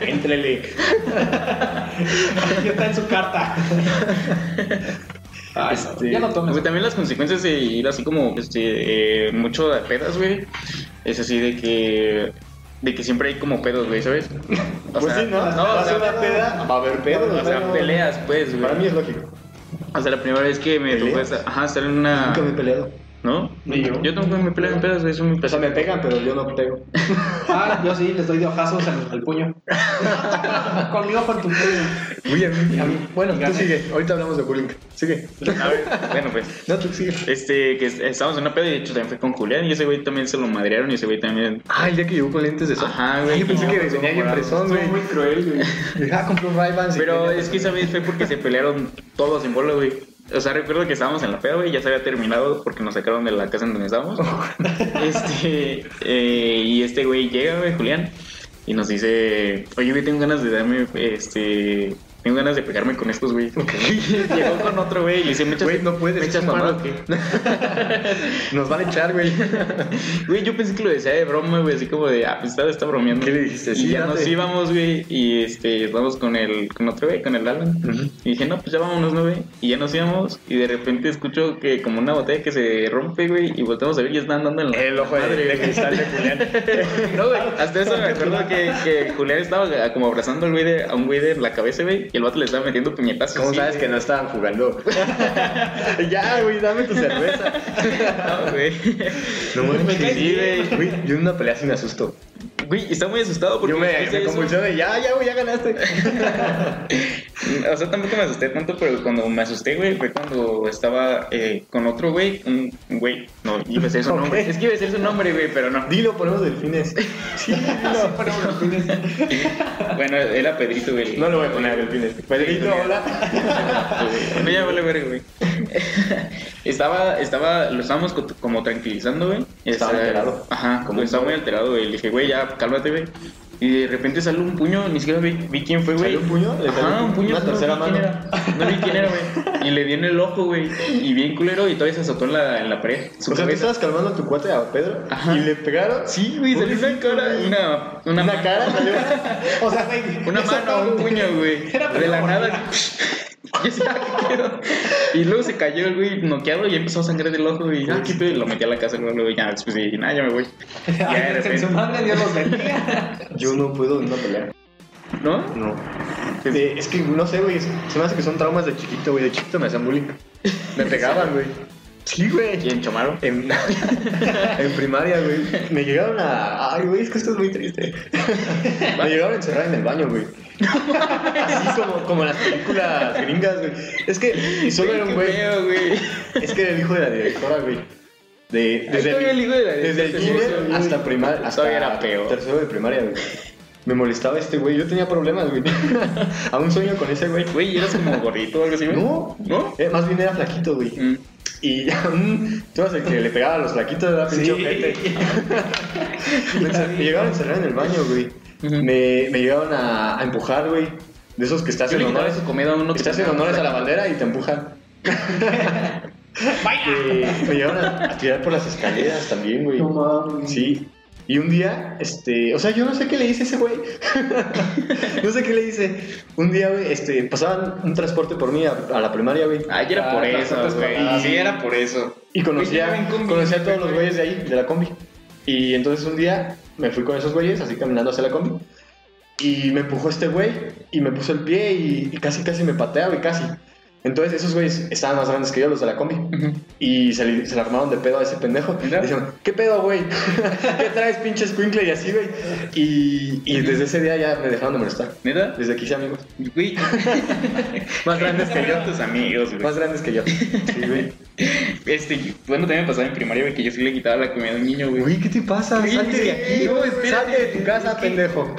Speaker 3: Éntrele.
Speaker 4: Aquí está en su
Speaker 3: *laughs*
Speaker 4: carta. Ay, Ah, no,
Speaker 1: Este,
Speaker 4: ya no
Speaker 1: güey,
Speaker 4: tomes.
Speaker 1: también las consecuencias de ir así como este, eh, mucho de pedas, güey. Es así de que. De que siempre hay como pedos, güey, ¿sabes? O
Speaker 3: Pues
Speaker 1: sea,
Speaker 3: sí, ¿no?
Speaker 1: No,
Speaker 3: va
Speaker 1: o
Speaker 3: a ser
Speaker 1: sea,
Speaker 3: una peda, va a haber pedo.
Speaker 1: o sea, peleas, pues, güey.
Speaker 3: Para mí es lógico.
Speaker 1: O sea, la primera vez que me tocó
Speaker 3: ¿Peleas?
Speaker 1: esa- Ajá, estar en una.
Speaker 3: Nunca me he peleado.
Speaker 1: ¿No?
Speaker 4: Ni yo.
Speaker 1: Yo tampoco me peleo en pedas, güey, soy muy
Speaker 3: O sea, *laughs*
Speaker 1: pesado.
Speaker 3: me pegan, pero yo no pego.
Speaker 4: Ah, yo sí, les doy de ojazos en el puño. Conmigo con tu puño.
Speaker 3: Uy, a mí, a mí. Bueno, tú
Speaker 4: Gané.
Speaker 3: sigue. Ahorita hablamos de bullying. Sigue.
Speaker 1: A ver, bueno, pues.
Speaker 3: No, tú sigue.
Speaker 1: Este, que es- estábamos en una peda y de hecho también fue con Julián y ese güey también se lo madrearon y ese güey también.
Speaker 3: Ah, el día que llegó con lentes de sol.
Speaker 1: Ajá, güey.
Speaker 3: Yo pensé
Speaker 1: No,
Speaker 3: que
Speaker 1: no,
Speaker 3: venía
Speaker 1: no,
Speaker 3: bien
Speaker 1: no,
Speaker 3: fresón,
Speaker 4: Estuvo
Speaker 3: güey.
Speaker 4: muy cruel, güey.
Speaker 3: Dije, Ah, compró un Ray-Ban. sí,
Speaker 1: Pero
Speaker 3: tenía-
Speaker 1: es que esa vez fue porque se pelearon todos en bola, güey. O sea, recuerdo que estábamos en la peda, güey, ya se había terminado porque nos sacaron de la casa en donde
Speaker 3: *laughs*
Speaker 1: estábamos. Este, eh, y este güey llega, güey, Julián, y nos dice, oye, güey, tengo ganas de darme, este, Tengo ganas de pegarme con estos, güey. *laughs* Llegó con otro, güey, y le dice, me echas,
Speaker 3: Güey, no puedes,
Speaker 1: me echas
Speaker 3: es un
Speaker 1: mano,
Speaker 3: paro.
Speaker 1: ¿qué?
Speaker 3: Nos van a echar, güey.
Speaker 1: Güey, yo pensé que lo decía de broma, güey, así como de, ah, pues está, está bromeando.
Speaker 3: ¿Qué le dijiste?
Speaker 1: Y
Speaker 3: Sí,
Speaker 1: ya
Speaker 3: date.
Speaker 1: nos íbamos, güey, y este, vamos con el, con otro güey, con el Alan.
Speaker 3: Ujú.
Speaker 1: Y dije, no, pues ya vámonos, ¿no, güey? Y ya nos íbamos, y de repente escucho que como una botella que se rompe, güey, y volteamos a ver y están andando en la...
Speaker 3: El ojo de,
Speaker 1: Madre,
Speaker 3: de
Speaker 1: güey.
Speaker 3: cristal de Julián.
Speaker 1: *laughs* No, güey, hasta eso me acuerdo que, que Julián estaba como abrazando al güey de, a un güey de la cabeza, güey, y el vato le estaba metiendo puñetazos.
Speaker 3: ¿Cómo
Speaker 1: así,
Speaker 3: sabes que
Speaker 1: güey.
Speaker 3: no estaban jugando? *laughs* ya, güey, dame tu cerveza.
Speaker 1: *laughs* No, güey.
Speaker 3: No
Speaker 1: Me caes
Speaker 3: Pues, sí,
Speaker 1: bien.
Speaker 3: güey. Güey, Yo en una pelea sí me asustó.
Speaker 1: Güey, está muy asustado porque...
Speaker 3: Yo me,
Speaker 1: después de
Speaker 3: me
Speaker 1: eso-
Speaker 3: convulsioné. Ya, ya, güey, ya *laughs* ganaste.
Speaker 1: O sea, tampoco me asusté tanto, pero cuando me asusté, güey, fue cuando estaba eh, con otro güey, un un güey, no, iba a ser su
Speaker 3: Ok.
Speaker 1: nombre. Es que iba a ser su nombre, güey, pero
Speaker 3: *laughs*
Speaker 1: no.
Speaker 3: Dilo, ponemos delfines. Sí, dilo.
Speaker 4: Ponemos los fines.
Speaker 1: Bueno, era Pedrito, güey.
Speaker 3: No lo voy a poner delfines. Pedrito, hola.
Speaker 1: No, ya vale verga, güey. *laughs* estaba, estaba, lo estábamos co- como tranquilizando, güey.
Speaker 3: Estaba
Speaker 1: Esa-
Speaker 3: alterado.
Speaker 1: Ajá,
Speaker 3: Como
Speaker 1: como
Speaker 3: un
Speaker 1: estaba muy
Speaker 3: güey.
Speaker 1: alterado, güey. Le dije, güey, ya, cálmate, güey. Y de repente salió un puño, ni siquiera vi, vi quién fue, güey.
Speaker 3: ¿Salió un puño? ¿Le salió
Speaker 1: Ajá,
Speaker 3: un
Speaker 1: un puño.
Speaker 3: puño? Una
Speaker 1: pero
Speaker 3: tercera
Speaker 1: no vi quién
Speaker 3: mano.
Speaker 1: era. No vi quién era, güey. Y le dio en el ojo, güey. Y bien culero y todavía se azotó en la, en la pared. Su
Speaker 3: O sea, tú
Speaker 1: cabeza.
Speaker 3: estabas calmando a tu cuate a Pedro
Speaker 1: Ajá.
Speaker 3: y le pegaron.
Speaker 1: Sí, güey, salió una
Speaker 3: Pobrecito,
Speaker 1: cara,
Speaker 3: güey.
Speaker 1: una,
Speaker 3: Una,
Speaker 1: una,
Speaker 3: cara
Speaker 1: *laughs*
Speaker 3: salió. O sea, güey.
Speaker 1: Una
Speaker 3: eso
Speaker 1: mano,
Speaker 3: todo,
Speaker 1: un
Speaker 3: güey.
Speaker 1: puño, güey. De la nada. *laughs* Yo sí, ah, ¿qué pedo? Y luego se cayó el güey noqueado y empezó a sangrar del ojo y ah, qué pedo, y lo metí a la casa luego, luego, y ya después dije, nada, ya me
Speaker 3: *laughs*
Speaker 1: voy. Y ya de
Speaker 4: En su
Speaker 1: repente,
Speaker 4: madre, Dios los bendiga.
Speaker 3: Yo no puedo en una pelea.
Speaker 1: ¿no?
Speaker 3: No. Eh, es que no sé, güey. Se me hace que son traumas de chiquito, güey. De chiquito me hacían bullying.
Speaker 1: *laughs*
Speaker 3: Me pegaban, güey. Sí,
Speaker 1: Y
Speaker 3: güey.
Speaker 1: en *laughs* Chomaro.
Speaker 3: En, *laughs* en primaria, güey. Me llegaron a. Ay, güey, es que esto es muy
Speaker 1: *laughs*
Speaker 3: triste. Me llegaron a encerrar en el baño, güey. Así como, como en las películas gringas, güey. Es que solo era un
Speaker 1: Qué
Speaker 3: güey.
Speaker 1: feo, güey.
Speaker 3: Es que era el hijo de la directora, güey. De, desde
Speaker 1: Todavía el hijo de la
Speaker 3: desde el
Speaker 1: directora,
Speaker 3: kinder
Speaker 1: güey.
Speaker 3: hasta primaria. Hasta
Speaker 1: Todavía era peor.
Speaker 3: Tercero de primaria, güey. Me molestaba este güey. Yo tenía problemas, güey. *laughs* Aún sueño con ese güey.
Speaker 1: Güey, eras como gorrito o algo así, güey.
Speaker 3: No.
Speaker 1: ¿No?
Speaker 3: Eh, más bien era flaquito, güey.
Speaker 1: Mm.
Speaker 3: Y *laughs* mm, tú eras el que le pegaba a los flaquitos, era pinche
Speaker 1: *laughs*
Speaker 4: Sí.
Speaker 3: ojete. Me encer- me llegaron a encerrar en el baño, güey.
Speaker 1: Ujú.
Speaker 3: me, me llegaron a, a empujar, güey. De esos que estás
Speaker 1: Yo
Speaker 3: en
Speaker 1: le quitaba
Speaker 3: honores.
Speaker 1: su comida a uno que
Speaker 3: Estás en
Speaker 1: tenía-
Speaker 3: honores a la bandera y te empujan. Eh, me llegaron a, a tirar por las escaleras también, güey.
Speaker 4: No mames.
Speaker 3: Sí. Y un día, este, o sea, yo no sé qué le hice a ese güey. *laughs* no sé qué le hice. Un día, güey, este, pasaban un transporte por mí a, a la primaria, güey.
Speaker 1: Ay, era por
Speaker 4: Ah,
Speaker 1: eso,
Speaker 4: tantas
Speaker 1: güey.
Speaker 4: mamadas.
Speaker 1: Sí, era por eso.
Speaker 3: Y
Speaker 1: Güey,
Speaker 3: conocía,
Speaker 1: llevan combi,
Speaker 3: conocía a todos los
Speaker 1: güey.
Speaker 3: güeyes de ahí, de la combi. Y entonces un día me fui con esos güeyes, así caminando hacia la combi. Y me empujó este güey y me puso el pie y, y casi, casi me pateaba y casi. Entonces esos güeyes estaban más grandes que yo, los de la combi.
Speaker 1: Ujú.
Speaker 3: Y se le, se le armaron de pedo a ese pendejo.
Speaker 1: ¿Neta?
Speaker 3: Dijeron, ¿qué pedo, güey? *laughs* ¿Qué traes, pinche escuincle? Y así, güey. Y, y desde ese día ya me dejaron de molestar.
Speaker 1: ¿Neta?
Speaker 3: Desde aquí, sí, amigos. *laughs*
Speaker 1: Güey.
Speaker 3: Más grandes que yo.
Speaker 1: Tus amigos, güey.
Speaker 3: Más grandes *laughs* que yo. Sí, güey.
Speaker 1: Este, bueno, también me pasaba en primaria, güey, que yo sí le quitaba la comida a un niño, güey.
Speaker 3: Güey, ¿qué te pasa?
Speaker 1: Güey,
Speaker 3: Salte de aquí.
Speaker 1: no, espérate.
Speaker 3: Salte de tu casa,
Speaker 1: Es que-
Speaker 3: pendejo.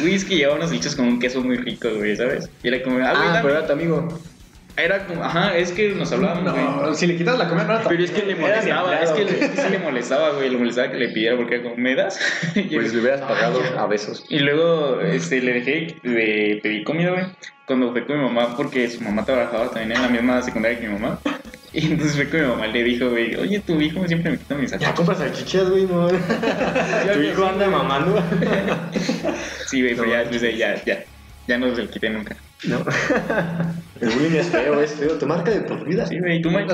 Speaker 1: Güey, es que llevaba unos lichos con un queso muy rico, güey, ¿sabes? Y era como, ah, güey,
Speaker 3: Ah,
Speaker 1: dame.
Speaker 3: pero era tu amigo.
Speaker 1: Era como, ajá, es que nos hablaban, güey.
Speaker 4: No, si le quitas la comida, no era tan-
Speaker 1: Pero es que le
Speaker 3: Era
Speaker 1: molestaba,
Speaker 3: empleado,
Speaker 1: es que, le,
Speaker 3: güey.
Speaker 1: es que le molestaba, güey, le molestaba que le pidiera porque era como, ¿me das? *laughs* y,
Speaker 3: Pues le hubieras pagado a besos.
Speaker 1: y luego, este, le dejé de pedir comida, güey, cuando fue con mi mamá, porque su mamá trabajaba también en la misma secundaria que mi mamá. *laughs* Y entonces fue con mi mamá, le dijo, güey, oye, tu hijo siempre me quita mis
Speaker 3: Ya
Speaker 1: zapatos.
Speaker 3: compras salchichas, güey, no. tu hijo anda mamando.
Speaker 1: Sí, güey, pero
Speaker 3: No
Speaker 1: ya, después de ahí ya, ya, ya no se le quité nunca.
Speaker 3: No. El bullying es feo, es feo. Te marca de por vida.
Speaker 1: Sí, güey, tú me...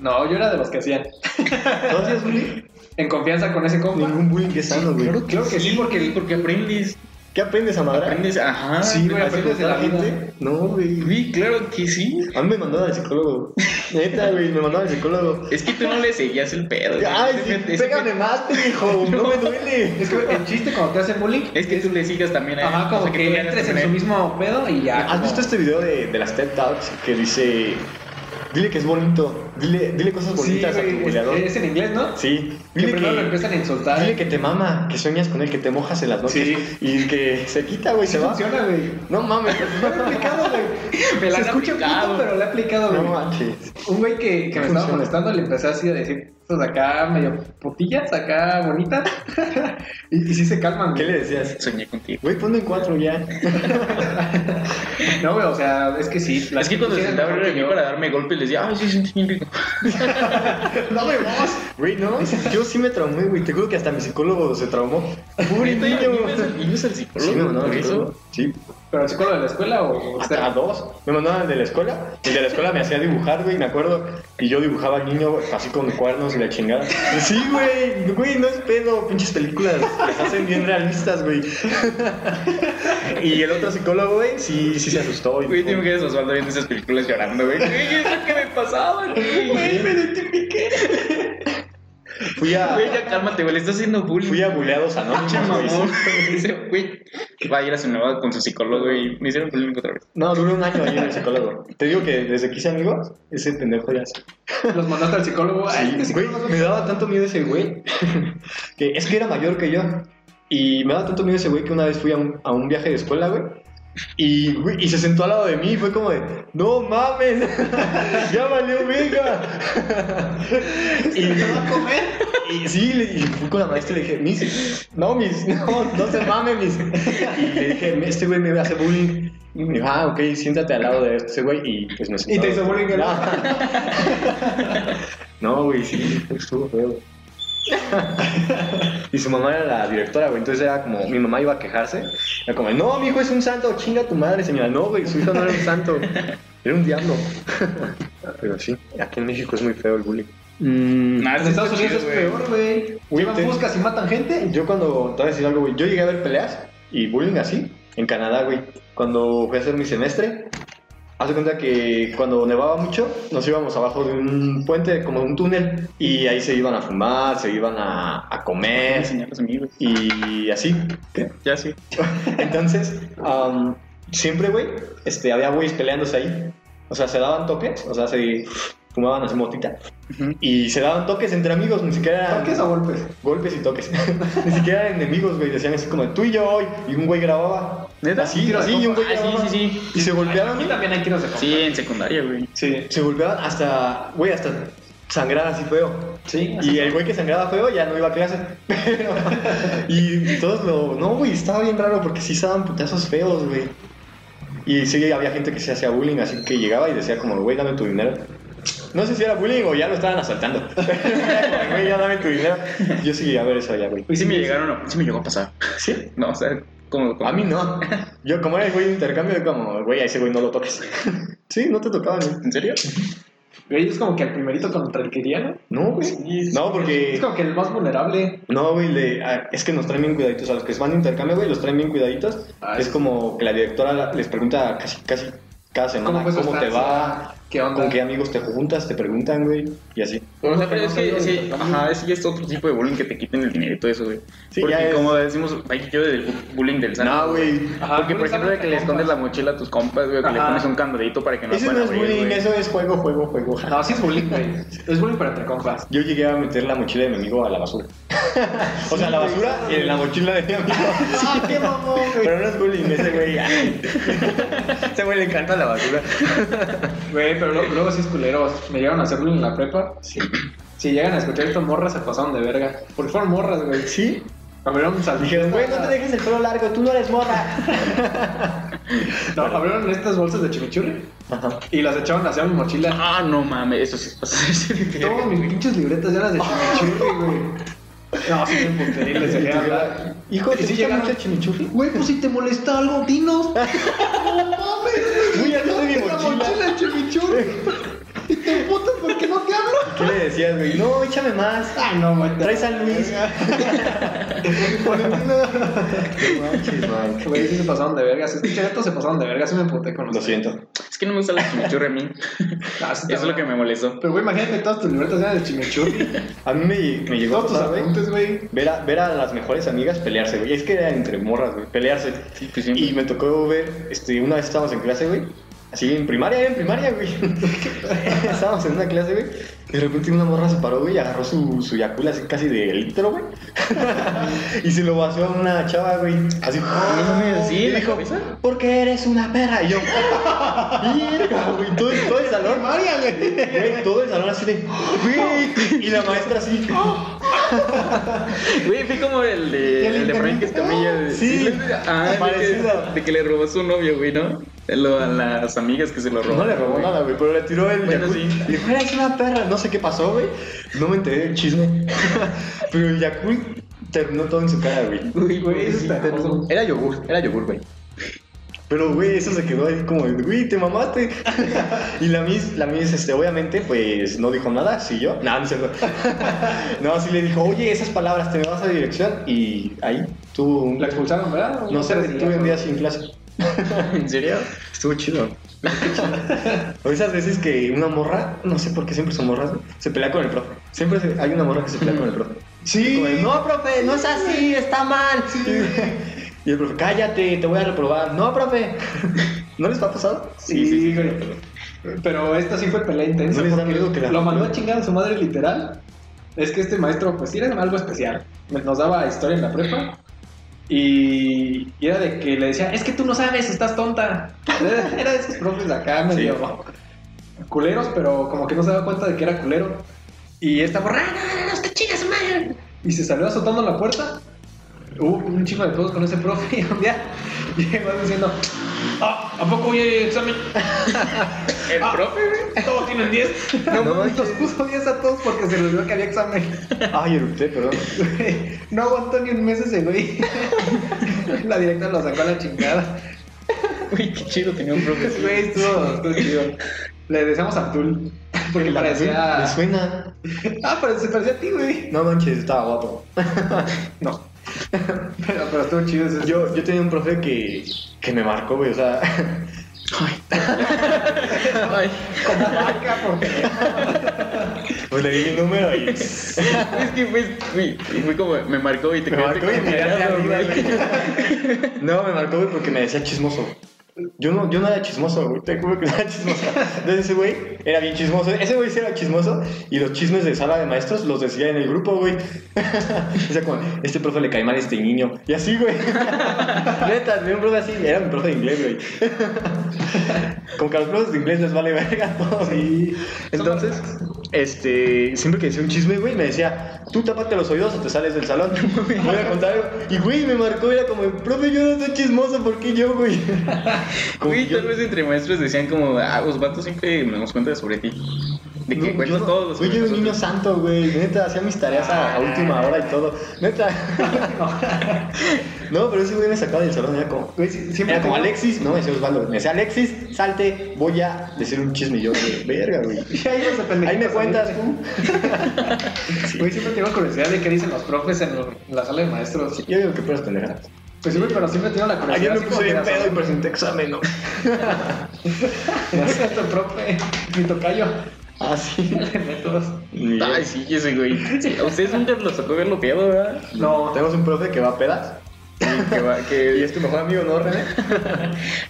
Speaker 4: No, yo era de los que hacían.
Speaker 3: ¿Tú hacías bullying?
Speaker 4: En confianza con ese compa.
Speaker 3: Ningún bullying es sano, güey.
Speaker 4: Claro, claro que sí, porque.
Speaker 1: porque aprendes,
Speaker 3: ¿Qué aprendes a madrar?
Speaker 1: aprendes, ajá.
Speaker 3: Sí, güey,
Speaker 4: Así
Speaker 3: aprendes de la
Speaker 4: contar
Speaker 3: gente. No, güey.
Speaker 1: Sí, claro que sí.
Speaker 3: A mí me mandaban al psicólogo. Neta, güey, me mandaban al psicólogo.
Speaker 1: Es que tú no le seguías el pedo. güey.
Speaker 3: Ay,
Speaker 1: Ese
Speaker 3: sí,
Speaker 1: pe- ese
Speaker 3: pégame
Speaker 1: pe-
Speaker 3: más, pendejo. No
Speaker 4: *laughs*
Speaker 3: me duele.
Speaker 4: Es que el chiste cuando te hacen bullying.
Speaker 1: Es que tú le sigas también a él.
Speaker 4: Ajá, como
Speaker 1: o sea,
Speaker 4: que,
Speaker 1: tú le hagas
Speaker 4: entres en
Speaker 1: también
Speaker 4: su
Speaker 1: a él.
Speaker 4: mismo pedo y ya.
Speaker 3: ¿Has
Speaker 4: como-
Speaker 3: visto este video de, de las TED Talks que dice: Dile que es bonito, dile, dile cosas
Speaker 4: Sí,
Speaker 3: bonitas a
Speaker 4: güey,
Speaker 3: tu
Speaker 4: es,
Speaker 3: goleador?
Speaker 4: es en inglés, ¿no?
Speaker 3: Sí,
Speaker 4: Que
Speaker 3: dile
Speaker 4: primero lo
Speaker 3: que,
Speaker 4: empiezan a insultar.
Speaker 3: dile que te mama, que sueñas con él, que te mojas en las noches
Speaker 4: Sí.
Speaker 3: y que se quita, güey, se
Speaker 4: Sí
Speaker 3: va.
Speaker 4: *laughs* funciona, güey.
Speaker 3: No mames, no lo he aplicado, güey.
Speaker 4: Me la
Speaker 1: Se
Speaker 4: han
Speaker 1: escucha
Speaker 4: aplicado,
Speaker 1: puto,
Speaker 4: pero la he aplicado,
Speaker 3: No
Speaker 4: güey.
Speaker 3: manches.
Speaker 4: un güey que, que me
Speaker 3: Funciona.
Speaker 4: estaba molestando le empecé así a decir, pues acá medio putillas, acá bonitas. *laughs* y, y sí se calman.
Speaker 3: ¿Qué
Speaker 4: güey.
Speaker 3: le decías?
Speaker 1: Soñé contigo.
Speaker 3: Güey, ponlo en cuatro ya.
Speaker 4: No, güey, o sea, es que sí.
Speaker 1: Es que cuando se sentaba
Speaker 4: abre
Speaker 1: arriba de mí para darme golpes, le decía, ay, sí, sí, sí, rico.
Speaker 3: No me vos. Güey, no. Yo sí me traumé, güey. Te juro que hasta mi psicólogo se traumó. Pobre
Speaker 1: Neta,
Speaker 3: niño.
Speaker 1: ¿y no es el- y no es el psicólogo.
Speaker 3: Sí, me mandó
Speaker 1: por
Speaker 3: al
Speaker 1: eso.
Speaker 3: psicólogo. Sí.
Speaker 4: ¿Pero el psicólogo de la escuela o...? o
Speaker 3: Hasta a
Speaker 4: sea,
Speaker 3: dos. Me mandaban al de la escuela. El de la escuela me hacía dibujar, güey, me acuerdo. Y yo dibujaba al niño así con cuernos y la chingada. Sí, güey. Güey, no es pedo. Pinches películas. Las hacen bien realistas, güey. y el otro psicólogo, güey, sí, sí se asustó. y
Speaker 1: Güey,
Speaker 3: dijo,
Speaker 1: tengo que Osvaldo viendo esas películas llorando, güey. Güey, es lo que me pasaba, güey.
Speaker 4: Güey, me
Speaker 3: Fui a...
Speaker 1: Güey, ya cálmate, güey, le estás haciendo bullying.
Speaker 3: Fui a buleados
Speaker 1: Pinche
Speaker 3: anónimos, güey.
Speaker 1: mamón. *laughs* Ese güey va a ir a su nueva con su psicólogo y me hicieron bullying otra vez.
Speaker 3: No, duró un año ahí en el psicólogo. Te digo que desde que hice amigos, ese pendejo ya se...
Speaker 4: los mandaste al psicólogo. Ay, este
Speaker 3: Sí, güey,
Speaker 4: psicólogo
Speaker 3: me daba tanto miedo ese güey. *laughs* que es que era mayor que yo. Y me daba tanto miedo ese güey que una vez fui a un, a un viaje de escuela, güey. Y, güey, y se sentó al lado de mí y fue como de, no mames, *laughs* ya valió venga. y
Speaker 4: ¿Te va a comer?
Speaker 3: y sí, le, y fui con la maestra y le dije, Miss, no, Miss, *laughs* no, no se mame, Miss. Y le dije, este güey me hace bullying. Y me dijo, ah, ok, siéntate al lado de este güey. Y pues me sentó.
Speaker 4: Y te hizo bullying, ¿no?
Speaker 3: No. *laughs* No, güey, sí, estuvo feo. Y su mamá era la directora, güey. Entonces era como, mi mamá iba a quejarse. Era como, no, mi hijo es un santo, chinga tu madre, señora. No, güey, su hijo no era un santo. Era un diablo. *laughs* Pero sí, aquí en México es muy feo el bullying. Mm.
Speaker 1: Nah,
Speaker 4: En
Speaker 1: sí está
Speaker 4: Estados Unidos
Speaker 1: chido,
Speaker 4: es
Speaker 1: güey.
Speaker 4: peor, güey.
Speaker 3: Güey,
Speaker 4: Llevan
Speaker 3: te-
Speaker 4: fuscas y matan gente.
Speaker 3: Yo cuando, te voy a decir algo, güey, yo llegué a ver peleas y bullying así en Canadá, güey. Cuando fui a hacer mi semestre, hace cuenta que cuando nevaba mucho, nos íbamos abajo de un puente, como de un túnel, y ahí se iban a fumar, se iban a, a
Speaker 1: Voy a
Speaker 3: comer
Speaker 1: enseñar a los amigos.
Speaker 3: y así. *laughs*
Speaker 1: Ya sí.
Speaker 3: Entonces, am, siempre, güey, este, había güeyes peleándose ahí. O sea, se daban toques, o sea, se fumaban así motita.
Speaker 1: Ujú.
Speaker 3: Y se daban toques entre amigos, ni siquiera...
Speaker 4: ¿Por qué a golpes?
Speaker 3: Golpes y toques. *laughs* Ni siquiera eran enemigos, güey. Decían así como tú y yo hoy. Y un güey grababa.
Speaker 4: ¿Neta?
Speaker 3: Así,
Speaker 4: Tiro de
Speaker 3: así, y un güey
Speaker 1: Ah,
Speaker 3: grababa.
Speaker 1: sí, sí, sí.
Speaker 3: Y se golpeaban.
Speaker 4: Aquí también hay tiros de
Speaker 1: Sí, en secundaria, güey.
Speaker 4: Ah, Sí.
Speaker 3: Se golpeaban hasta, güey, hasta sangrar así feo.
Speaker 4: Sí.
Speaker 3: Y el güey que sangraba feo ya no iba a clase. *laughs* Pero- y todos lo. No, güey, estaba bien raro porque sí se daban putazos feos, güey. Y sí, había gente que se hacía bullying, así que llegaba y decía como, güey, dame tu dinero. No sé si era bullying o ya lo estaban asaltando. *laughs* Güey, ya dame tu dinero. Yo sí llegué a ver eso allá, güey.
Speaker 1: Y sí me llegaron, a- sí me llegó a pasar.
Speaker 3: ¿Sí?
Speaker 1: No, o sea, como. como-
Speaker 3: A mí no. Yo, como era el güey de intercambio, yo como, güey, a ese güey no lo toques. *laughs* sí, no te tocaban. ¿eh? güey.
Speaker 1: ¿En serio?
Speaker 4: Güey, es como que el primerito contra el que iría, ¿no?
Speaker 3: No, güey. No,
Speaker 4: Es
Speaker 3: porque.
Speaker 4: como que el más vulnerable.
Speaker 3: No, güey, le- ah, es que nos traen bien cuidaditos. A los que van de intercambio, güey, los traen bien cuidaditos.
Speaker 4: Ah,
Speaker 3: es
Speaker 4: sí.
Speaker 3: como que la directora la- les pregunta casi, casi cada semana
Speaker 4: fue
Speaker 3: cómo,
Speaker 4: su
Speaker 3: te
Speaker 4: estancia?
Speaker 3: va,
Speaker 4: ¿Qué onda?
Speaker 3: con qué amigos te juntas, te preguntan, güey, y así.
Speaker 1: O sea, pero
Speaker 4: no
Speaker 1: es
Speaker 4: sabía
Speaker 1: que
Speaker 4: del
Speaker 1: sí,
Speaker 4: intercambio.
Speaker 1: ajá, ese ya es otro tipo de bullying que te quiten el dinero y todo eso, güey.
Speaker 3: Sí, ya
Speaker 1: Porque
Speaker 3: es-
Speaker 1: como decimos, hay yo del bu- bullying del santo.
Speaker 3: No, güey.
Speaker 4: Ajá,
Speaker 1: Porque por
Speaker 4: bullying
Speaker 1: ejemplo de que le
Speaker 4: entre
Speaker 1: escondes la mochila a tus compas, güey, que le
Speaker 4: Ajá.
Speaker 1: pones un candadito para que no
Speaker 3: Ese
Speaker 1: puedan
Speaker 3: no es
Speaker 1: abrir,
Speaker 3: bullying,
Speaker 1: güey.
Speaker 3: eso es juego, juego, juego.
Speaker 4: No, sí es bullying, güey. Es bullying para entre compas.
Speaker 3: Yo llegué a meter la mochila de mi amigo a la basura. *laughs* o sea, la basura en la mochila de mi *laughs* amigo.
Speaker 4: ¡Ah, qué mamón,
Speaker 3: Pero no es bullying ese *laughs* güey. ese este güey le encanta la basura.
Speaker 4: Güey, pero luego, luego sí es culero. Me llegaron a hacer bullying en la prepa.
Speaker 3: Sí.
Speaker 4: Si llegan a escuchar esto, morras se pasaron de verga. Porque fueron morras, güey.
Speaker 3: ¿Sí?
Speaker 4: Abrieron
Speaker 3: Dijeron,
Speaker 4: salchichas.
Speaker 3: güey, no te dejes el pelo largo, tú no eres morra.
Speaker 4: No, abrieron estas bolsas de chimichurri
Speaker 3: Ajá.
Speaker 4: y las echaron hacia mi *laughs* mochila.
Speaker 1: *laughs* Ah, no mames, eso sí *laughs* pasa.
Speaker 4: Todas mis pinches libretas llenas *laughs* de chimichurri, güey. No, sí, bien puteriles, *laughs* se quedan hablar.
Speaker 3: Hijo,
Speaker 4: ¿te
Speaker 3: ¿te
Speaker 4: gusta
Speaker 3: llega
Speaker 4: mucho
Speaker 3: mucho
Speaker 4: el
Speaker 3: chimichurri?
Speaker 4: Güey, pues si te molesta algo, dinos. *laughs* No mames,
Speaker 3: Güey, ya no de mi
Speaker 4: la *laughs*
Speaker 3: mochila.
Speaker 4: mochila de chimichurri. Y te putas porque no te hablo.
Speaker 3: ¿Qué le decías, güey? No, échame más.
Speaker 4: Ah, no, güey.
Speaker 3: Trae San *laughs* Luis. No manches, man.
Speaker 4: Güey, sí se pasaron de verga. Si escuchan esto, se pasaron de verga. Sí me emputé con los
Speaker 3: Lo siento.
Speaker 1: Es que no me gusta la chimichurri a
Speaker 3: *laughs*
Speaker 1: mí.
Speaker 4: Ah,
Speaker 1: Eso
Speaker 4: sí está
Speaker 1: es lo que
Speaker 4: bueno.
Speaker 1: me molestó.
Speaker 4: Pero, güey, imagínate todas tus libretas llenas de chimichurri.
Speaker 3: A mí *laughs* me, me llegó pues, a
Speaker 4: Todos tus
Speaker 3: pasar, güey.
Speaker 4: apuntes, güey.
Speaker 3: Ver a, ver a las mejores amigas pelearse, güey. Es que era entre morras, güey. Pelearse.
Speaker 1: Sí, pues
Speaker 3: Y
Speaker 1: sí.
Speaker 3: me tocó ver, este, una vez estábamos en clase, güey. Así en primaria, en primaria, güey. *laughs* estábamos en una clase, güey. *laughs* y De repente una morra se paró, güey, y agarró su, su yacula así casi de litro, güey. y se lo vació a una chava, güey. Así,
Speaker 1: no mames, Ah, ¿sí?
Speaker 3: Y
Speaker 1: ¿En la
Speaker 3: dijo,
Speaker 1: cabeza?
Speaker 3: porque eres una perra. Y yo, *laughs* mierda, güey. Todo, todo el salón, María, güey. Güey, Todo el salón así de, güey. Y la maestra así,
Speaker 1: Güey, fui como el de,
Speaker 3: El
Speaker 1: el de Frank
Speaker 3: internet.
Speaker 1: Escamilla. de-
Speaker 3: Sí,
Speaker 1: ah, de,
Speaker 3: parecido.
Speaker 1: que, de que le robó su novio, güey, ¿no? Lo- a las amigas que se lo robó.
Speaker 3: No le robó nada, güey, pero le tiró el
Speaker 1: Bueno,
Speaker 3: Yakut.
Speaker 1: sí.
Speaker 3: Y dijo, eres una perra. No sé qué pasó, güey. No me enteré del chisme. *laughs* pero el Yakult terminó todo en su cara, güey.
Speaker 1: Uy,
Speaker 5: Güey, eso está hermoso.
Speaker 3: Era yogur, era yogur, güey. Pero, güey, eso se quedó ahí como, güey, te mamaste. *laughs* y la Miss, la Miss, este, obviamente, pues no dijo nada, sí yo. No, no es cierto. *laughs* no, sí le dijo, oye, esas palabras te me vas a dirección. Y ahí tuvo un.
Speaker 5: La expulsaron, ¿verdad?
Speaker 3: No sé, tuve un día sin clase.
Speaker 1: ¿En serio?
Speaker 3: Estuvo chido. *laughs* o esas veces que una morra, no sé por qué siempre son morras, se pelea con el profe. Siempre se- hay una morra que se pelea con el profe.
Speaker 5: Sí.
Speaker 3: Como de, no, profe, no es así, está mal. Y el profe, cállate, te voy a reprobar. No, profe. *laughs* ¿No les ha pasado?
Speaker 5: Sí, sí, sí, güey. Pero esta sí fue pelea intensa.
Speaker 3: No les da
Speaker 5: porque
Speaker 3: miedo que la-
Speaker 5: Lo mandó a chingar a su madre literal. Es que este maestro, pues sí era algo especial. Nos daba historia en la prepa. Y, y era de que le decía, es que tú no sabes, estás tonta. *laughs* Era- Era de esos profes de acá, medio culeros, pero como que no se daba cuenta de que era culero. Y esta morra, "Ah, no, no, no, usted chinga a su madre. Y se salió azotando la puerta. Hubo un chico de todos con ese profe *laughs* y un día llegó diciendo, ah, ¿a poco voy a ir al examen?
Speaker 1: ¿El
Speaker 5: Ah.
Speaker 1: profe, güey?
Speaker 5: Todos tienen 10.
Speaker 3: *laughs*
Speaker 5: No,
Speaker 3: No,
Speaker 5: mames, nos
Speaker 3: manches.
Speaker 5: puso 10 a todos porque se les olvidó que había examen.
Speaker 3: Ay, erupté, perdón.
Speaker 5: Güey, No aguantó ni un mes ese güey. *laughs* La directa lo sacó a la chingada.
Speaker 1: Uy, qué chido tenía un profe. así.
Speaker 5: Güey, estuvo, estuvo chido. Le deseamos a Abdul. Porque
Speaker 3: La-
Speaker 5: parecía.
Speaker 3: Me suena.
Speaker 5: Ah, pero se parecía a ti, güey.
Speaker 3: No manches, estaba guapo.
Speaker 5: No. Pero, pero estuvo chido ese.
Speaker 3: Yo, yo tenía un profe que, que me marcó, güey, o sea.
Speaker 1: Ay,
Speaker 5: como vaca, porque.
Speaker 3: Pues le di mi número y.
Speaker 1: es que fue, fui, fue como, me marcó y te
Speaker 3: Me
Speaker 1: quedaste
Speaker 3: marcó y
Speaker 1: como
Speaker 3: me quedaste
Speaker 1: callado,
Speaker 3: arriba,
Speaker 1: güey. *laughs*
Speaker 3: güey. *laughs* No, me marcó, güey, porque me decía chismoso. Yo no, yo no era chismoso, güey. Te juro que no era chismoso. Entonces ese güey era bien chismoso. Ese güey sí era chismoso y los chismes de sala de maestros los decía en el grupo, güey. *laughs* O sea, como, este profe le cae mal a este niño. Y así, güey. *laughs* Neta, tenía un profe así. Era mi profe de inglés, güey. Como que a los profes de inglés les vale verga todo. Sí. Entonces, este, siempre que decía un chisme, güey, me decía, tú tápate los oídos o te sales del salón. *laughs* Voy a contar algo. Y, güey, me marcó, era como, profe, yo no soy chismoso, ¿por qué yo, güey? Como
Speaker 1: Güey,
Speaker 3: que yo-
Speaker 1: tal vez entre maestros decían como, ah, los vatos siempre nos cuentan sobre ti. De que
Speaker 3: no, yo
Speaker 1: cuentan
Speaker 3: no-
Speaker 1: todos.
Speaker 3: Güey,
Speaker 1: sobre
Speaker 3: yo era un niño
Speaker 1: nosotros.
Speaker 3: santo, güey. Neta, hacía mis tareas a, a última hora y todo. Neta. *laughs* no, pero ese güey me sacaba del salón, era como,
Speaker 5: Güey, sí- siempre
Speaker 3: Era como
Speaker 5: tengo- *laughs*
Speaker 3: Alexis, no, me decía Osvaldo, me decía Alexis, salte, voy a decir un chisme Y yo, güey, verga, güey.
Speaker 5: Y ahí vas a
Speaker 3: *laughs*
Speaker 5: pendejitos,
Speaker 3: Ahí me cuentas. ¿eh?
Speaker 5: Güey, siempre tengo curiosidad de qué dicen los profes en en la sala de maestros.
Speaker 3: Yo digo que puedes pendejadas.
Speaker 5: Pues sí, güey, pero siempre tengo la
Speaker 3: Ayer
Speaker 5: curiosidad.
Speaker 3: me
Speaker 5: así como
Speaker 3: puse bien
Speaker 5: que de
Speaker 3: pedo y
Speaker 5: *laughs* asomarme.
Speaker 3: presenté examen, ¿no?
Speaker 5: Esto, profe, mi tocayo.
Speaker 3: Ah, sí.
Speaker 5: Le metos.
Speaker 3: Ni yo.
Speaker 1: Ay, sí, ese güey. Sí, a ustedes nunca los tocó verlo pedo, ¿verdad?
Speaker 5: No,
Speaker 3: Tenemos un profe que va a pedas.
Speaker 1: Sí, que va, que...
Speaker 3: *laughs* Y es tu mejor amigo, ¿no, René?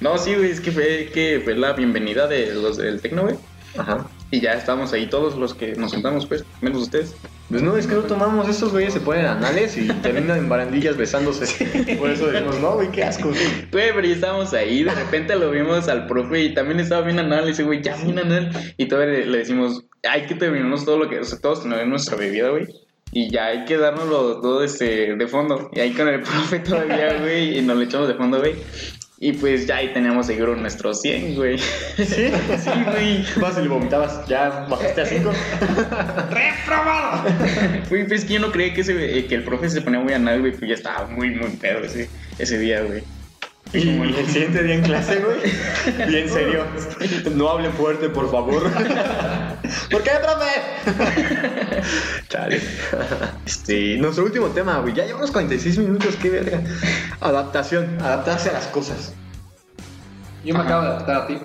Speaker 1: No, sí, güey, es que fue, que fue la bienvenida de los del Tecno, güey.
Speaker 3: Ajá.
Speaker 1: Y ya estábamos ahí todos los que nos sentamos, pues, menos ustedes.
Speaker 3: Pues no, es que no tomamos. Estos güeyes se ponen anales y terminan en barandillas besándose. Por eso decimos, no, güey, qué asco. güey.
Speaker 1: Güey, pero ya estábamos ahí, de repente lo vimos al profe y también estaba bien anal, ese güey, ya bien anal. Y todavía le, le decimos, hay que terminarnos todo lo que, o sea, todos tenemos nuestra bebida, güey. Y ya hay que dárnoslo todo este, de fondo. Y ahí con el *laughs* profe todavía, güey, y nos lo echamos de fondo, güey. Y pues ya ahí teníamos seguro nuestros 100, güey. *laughs*
Speaker 3: ¿Sí?
Speaker 1: Sí, güey.
Speaker 3: Vas y le vomitabas. Ya bajaste a cinco.
Speaker 5: ¡Reprobado!
Speaker 1: Güey, pues es que yo no creía que, ese- eh, que el profe se ponía muy anal, güey, pues ya estaba muy, muy pedo ese, ese día, güey.
Speaker 3: Y, y el siguiente día en clase, güey. Bien serio. No hable fuerte, por favor. ¿Por qué, profe? Chale. Este, nuestro último tema, güey. Ya llevamos 46 minutos, qué verga. Adaptación, adaptarse a las cosas.
Speaker 5: Yo me acabo de adaptar a ti.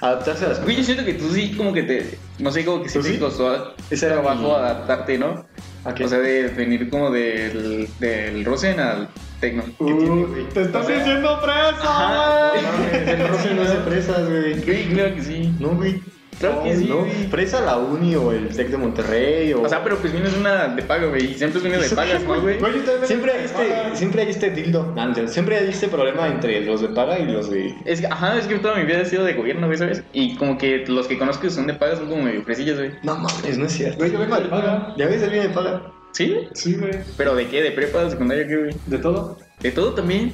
Speaker 3: Adaptarse a las cosas.
Speaker 1: Güey, yo siento que tú sí como que te, no sé, como que sí
Speaker 3: Pues
Speaker 1: te
Speaker 3: sí.
Speaker 1: costó
Speaker 3: Ese era
Speaker 1: trabajo
Speaker 3: mi-
Speaker 1: adaptarte, ¿no?
Speaker 3: ¿A qué?
Speaker 1: O sea, de venir como del, del Rosen al Tecno.
Speaker 3: tiene, güey?
Speaker 5: te estás diciendo preso.
Speaker 1: Ajá.
Speaker 3: No mames, el profe no hace presas, güey.
Speaker 1: Güey, claro que sí.
Speaker 3: No, güey.
Speaker 1: Creo que sí,
Speaker 3: ¿no?
Speaker 1: güey.
Speaker 3: Fresa la uni o el Tec de Monterrey o.
Speaker 1: O sea, pero pues vienes una de pago, güey. Y siempre es una de pagas, ¿no, güey?
Speaker 4: Güey, yo también-
Speaker 3: Siempre hay este, siempre hay este dildo. No, no es cierto. siempre hay este problema entre los de paga y los de.
Speaker 1: Es que, ajá, es que toda mi vida he sido de gobierno, güey, ¿sabes? Y como que los que conozco que son de pagas son como medio fresillas, güey.
Speaker 3: No mames, no es cierto.
Speaker 4: Güey, yo vengo de paga.
Speaker 3: ¿Ya ves el bien de paga?
Speaker 1: ¿Sí?
Speaker 4: Sí, güey.
Speaker 1: ¿Pero de qué? ¿De prepa, de secundaria, qué, güey?
Speaker 4: ¿De todo?
Speaker 1: ¿De todo también?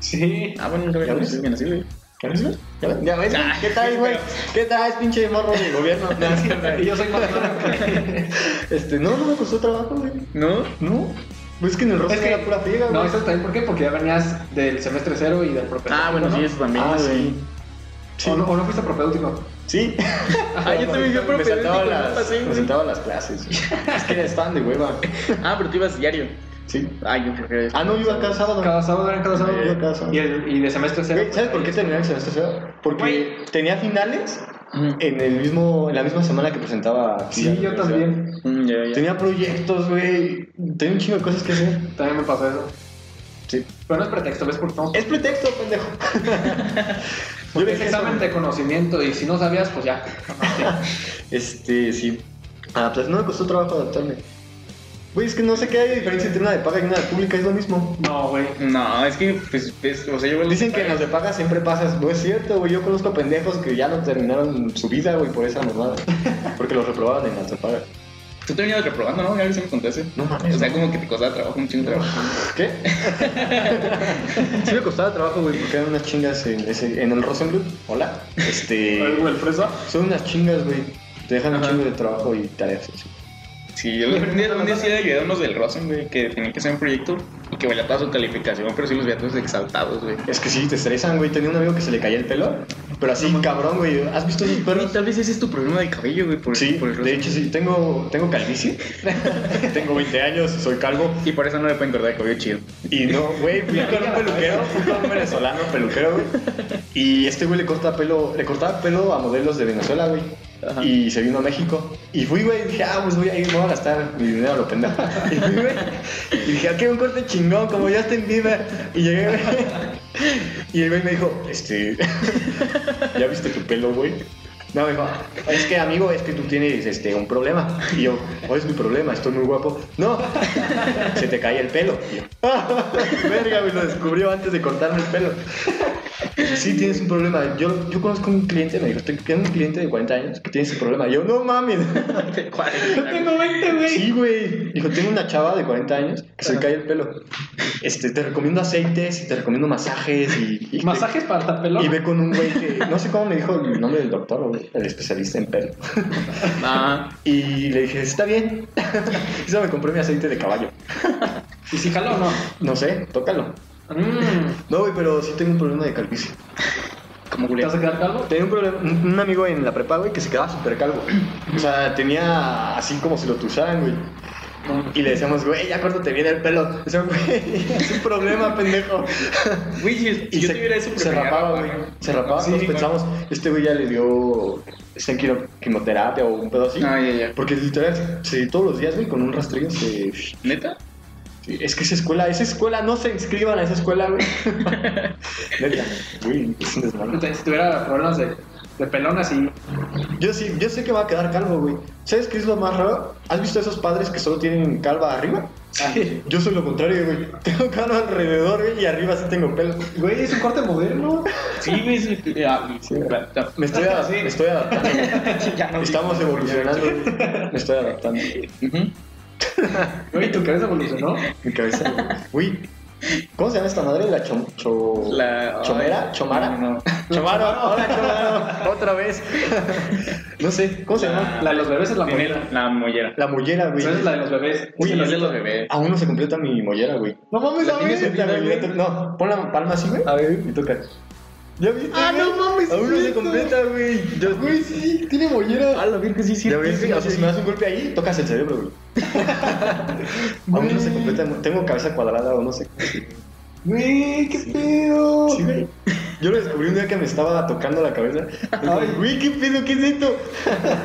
Speaker 4: Sí.
Speaker 1: Ah, bueno, nunca había
Speaker 3: ¿Ya ves?
Speaker 1: conocido bien así, güey.
Speaker 3: ¿Ya ves? ¿Ya ves? ¿Ya ves?
Speaker 1: Ah,
Speaker 3: ¿Qué tal, güey?
Speaker 1: pero-
Speaker 3: ¿Qué tal, pinche morro de gobierno? No, *laughs* no es cierto.
Speaker 4: Y yo soy más malo que-
Speaker 3: Este, no, no me costó trabajo, güey.
Speaker 1: ¿No?
Speaker 3: No. Pues es que en el rostro
Speaker 4: Es que-
Speaker 3: era pura friega,
Speaker 4: No,
Speaker 3: güey.
Speaker 4: eso también, ¿por qué? Porque ya venías del semestre cero y del propedéutico.
Speaker 1: Ah, bueno,
Speaker 4: ¿no?
Speaker 1: sí, eso también,
Speaker 3: Ah,
Speaker 1: güey.
Speaker 3: sí. sí.
Speaker 4: ¿O no, o no fuiste propedéutico?
Speaker 3: Sí.
Speaker 1: Ah, yo también fui a
Speaker 3: me saltaba
Speaker 1: propedéutico,
Speaker 3: las,
Speaker 1: no pasé,
Speaker 3: me
Speaker 1: güey.
Speaker 3: saltaba las clases. güey. Es que estaban de hueva.
Speaker 1: Ah, pero tú ibas diario.
Speaker 3: Sí.
Speaker 1: Ay, yo creo que...
Speaker 3: Ah, no, yo iba cada sábado.
Speaker 4: Cada sábado eran cada sábado.
Speaker 3: Sí, cada sábado.
Speaker 4: Y, el, y de semestre cero. pues,
Speaker 3: Güey, ¿Sabes por qué terminé el semestre cero? Porque
Speaker 1: Güey.
Speaker 3: tenía finales
Speaker 1: Mm,
Speaker 3: en, el mismo, en la misma semana que presentaba.
Speaker 4: Sí, yo también.
Speaker 1: mm, ya, ya.
Speaker 3: Tenía proyectos, güey. Tenía un chingo de cosas que hacer.
Speaker 4: También me pasó eso.
Speaker 3: Sí.
Speaker 4: Pero no es pretexto, ¿ves? Porque estamos...
Speaker 3: Es pretexto,
Speaker 4: *laughs*
Speaker 3: pendejo.
Speaker 4: Porque
Speaker 3: dejé
Speaker 4: es examen
Speaker 3: eso.
Speaker 4: de conocimiento y si no sabías, pues ya.
Speaker 3: Este, sí. Ah, pues no me costó trabajo adaptarme. Güey, es que no sé qué hay de diferencia entre una de paga y una de pública, es lo mismo.
Speaker 4: No, güey.
Speaker 1: No, es que, pues, es- o sea, yo...
Speaker 3: Dicen que en las de paga siempre pasas. No es cierto, güey. Yo conozco pendejos que ya no terminaron su vida, güey, por esa mamada. Porque los reprobaban en las de paga.
Speaker 1: Tú te venías reprobando, ¿no? Ya se me contaste.
Speaker 3: No mames.
Speaker 1: O sea, como que te costaba trabajo, un chingo de trabajo.
Speaker 3: ¿Qué? sí me costaba trabajo, güey, porque eran unas chingas en, ese, en el Rosenblut. Hola. *laughs*
Speaker 4: Ay,
Speaker 3: Este.
Speaker 4: güey, el fresa.
Speaker 3: son unas chingas, güey. Te dejan un
Speaker 1: Ajá.
Speaker 3: chingo de trabajo y tareas. así.
Speaker 1: Sí, yo un día, un día sí ayudé a unos del Rosen, güey, que tenían que hacer un proyecto y que valía toda su calificación, pero sí los veía todos exaltados, güey.
Speaker 3: Es que sí, te estresan, güey. Tenía un amigo que se le caía el pelo, pero así, cabrón, güey. ¿Has visto esos
Speaker 1: Pero
Speaker 3: perros?
Speaker 1: tal vez ese es tu problema de cabello, güey, por,
Speaker 3: Sí,
Speaker 1: por el
Speaker 3: de
Speaker 1: Rosen.
Speaker 3: hecho sí, tengo, tengo *laughs* calvicie. tengo 20 años, soy calvo.
Speaker 1: Y por eso no le pueden cortar el cabello *laughs* chido.
Speaker 3: Y no, güey, fui con un peluquero, fui con un venezolano peluquero, güey. Y este güey le corta pelo, le cortaba pelo a modelos de Venezuela, güey.
Speaker 1: Ajá.
Speaker 3: Y se vino a México. Y fui, güey, y dije, ah, pues voy a ir, no voy a gastar mi dinero a lo pendejo. *laughs* Y fui, güey. Y dije, ah, qué un corte chingón, como ya está en viva. Y llegué, güey. Y el güey me dijo, este. *laughs* ¿Ya viste tu pelo, güey? No, me dijo, es que amigo, es que tú tienes este, un problema. Y yo, ¿cuál es mi problema? Estoy muy guapo. No, *laughs* se te cae el pelo. Y yo, "Ah, verga, me lo descubrió antes de cortarme el pelo. Sí, tienes un problema. Yo, yo conozco un cliente, me dijo, estoy tengo un cliente de 40 años que tiene ese problema. Y yo, no mames.
Speaker 4: Yo tengo 20, güey.
Speaker 3: Sí, güey. Dijo, tengo una chava de 40 años que se le cae el pelo. Este, te recomiendo aceites y te recomiendo masajes y... y te-
Speaker 4: Masajes para tapelón.
Speaker 3: y ve con un güey que. No sé cómo me dijo el nombre del doctor, o el especialista en pelo.
Speaker 1: Ajá.
Speaker 3: Y le dije, está bien. *laughs* Y se me compré mi aceite de caballo.
Speaker 4: ¿Y si jaló o no?
Speaker 3: No sé, tócalo.
Speaker 4: Mm,
Speaker 3: No, güey, pero sí tengo un problema de calvicie.
Speaker 1: Como
Speaker 4: ¿Te
Speaker 1: Julián.
Speaker 4: vas a quedar calvo?
Speaker 3: Tenía un problema, un un amigo en la prepa, güey, que se quedaba súper calvo. O sea, tenía así como si lo tusaran, güey. Y le decíamos, güey, ya córtate bien el pelo. O sea, *laughs* güey, es un problema, pendejo.
Speaker 1: Güey, si, si yo tuviera eso,
Speaker 3: se
Speaker 1: preferiría
Speaker 3: rapaba, güey.
Speaker 1: raparme.
Speaker 3: Se rapaba,
Speaker 1: Sí,
Speaker 3: todos
Speaker 1: sí,
Speaker 3: pensamos, este güey ya le dio está en quiro- quimioterapia o un pedo así.
Speaker 1: Ah, ya, ya.
Speaker 3: Porque literal, sí, todos los días, güey, con un rastrillo se... sí,
Speaker 1: ¿Neta?
Speaker 3: Es que esa escuela, esa escuela, no se inscriban a esa escuela,
Speaker 4: *laughs*
Speaker 3: güey. Neta, güey, es un desmadre.
Speaker 4: Entonces, si tuviera problemas de, de pelón así.
Speaker 3: Yo sí, yo sé que va a quedar calvo, güey. ¿Sabes qué es lo más raro? ¿Has visto a esos padres que solo tienen calva arriba?
Speaker 4: Sí.
Speaker 3: Yo soy lo contrario, güey. Tengo calva alrededor, güey, y arriba sí tengo pelo.
Speaker 4: Güey, es un corte moderno.
Speaker 1: Sí, güey, sí. Ah, sí, claro, claro.
Speaker 3: Me
Speaker 4: Ah,
Speaker 3: estoy, adap- me estoy
Speaker 4: *laughs*
Speaker 3: adaptando. güey.
Speaker 1: Ya no-
Speaker 3: Estamos evolucionando. güey. Me estoy adaptando.
Speaker 1: Ujú.
Speaker 4: Güey, tu cabeza evolucionó.
Speaker 3: Mi cabeza, güey. Uy, ¿Cómo se llama esta madre? ¿La chom cho-
Speaker 1: La-
Speaker 3: chomera?
Speaker 1: ay,
Speaker 3: ¿Chomara?
Speaker 1: no, no.
Speaker 3: Chomaro,
Speaker 1: *laughs*
Speaker 3: hola Chomaro, otra vez. No sé, ¿cómo se llama?
Speaker 4: La de los bebés es la
Speaker 1: Tiene
Speaker 4: mollera.
Speaker 1: La mollera.
Speaker 3: La mollera, güey.
Speaker 4: Esa es la de los bebés.
Speaker 1: Uy,
Speaker 4: Esa es la
Speaker 1: es de los bebés.
Speaker 3: Aún no se completa mi mollera, güey. No mames,
Speaker 1: ¿La
Speaker 3: a
Speaker 1: tienes
Speaker 3: ver,
Speaker 1: completa,
Speaker 3: güey,
Speaker 1: güey?
Speaker 3: me to- No, pon la palma así, güey. A ver, me toca. ¿Ya viste?
Speaker 1: Ah,
Speaker 3: güey?
Speaker 1: no mames,
Speaker 3: Aún no
Speaker 1: es
Speaker 3: se
Speaker 1: cierto.
Speaker 3: completa, güey. Yo-
Speaker 1: Güey, sí, tiene mollera. A la verga, sí, sí.
Speaker 3: Ya ves, o sea, si me das un golpe ahí, tocas el cerebro, güey.
Speaker 1: *laughs*
Speaker 3: Aún no se completa. Tengo cabeza cuadrada, aún no sé.
Speaker 4: Güey, qué pedo.
Speaker 3: Sí, güey. Yo lo descubrí un día que me estaba tocando la cabeza. Ay, güey, qué pedo, ¿qué es esto?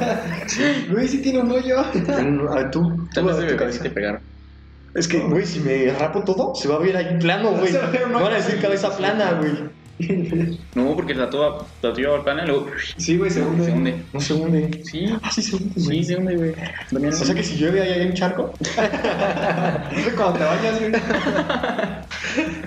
Speaker 4: *laughs* Güey, sí tiene un hoyo.
Speaker 3: Mm, A tú,
Speaker 1: Tal
Speaker 3: tú a
Speaker 1: vez
Speaker 3: tu
Speaker 1: de bebé sí
Speaker 3: cabeza.
Speaker 1: te pegaron.
Speaker 3: Es que, güey, si me rapo todo, se va a ver ahí plano, güey.
Speaker 4: *laughs* Se va a ver
Speaker 3: Me
Speaker 4: una-
Speaker 3: van a decir cabeza plana, güey.
Speaker 1: No, porque la tuya la tuya va al panel, luego
Speaker 4: Sí, güey, se hunde.
Speaker 1: se hunde.
Speaker 3: No se hunde.
Speaker 1: Sí,
Speaker 3: Ah, sí se hunde,
Speaker 1: sí, se hunde, güey.
Speaker 3: O sea que si llueve ahí hay un charco.
Speaker 4: Cuando te bañas, güey.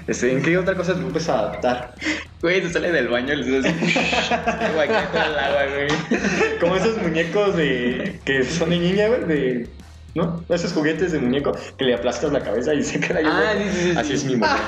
Speaker 3: Este, ¿En qué otra cosa te puedes adaptar?
Speaker 1: Güey, se sale del baño, les
Speaker 3: *laughs*
Speaker 1: dice así. Güey, aquí todo el agua, güey.
Speaker 3: Como esos muñecos de. que son de niña, güey, de. ¿No? Esos juguetes de muñeco que le aplastas la cabeza y se queda ahí.
Speaker 1: Ah,
Speaker 3: güey.
Speaker 1: sí, sí, sí,
Speaker 3: Así
Speaker 1: sí.
Speaker 3: es
Speaker 1: *laughs*
Speaker 3: mi muñeco.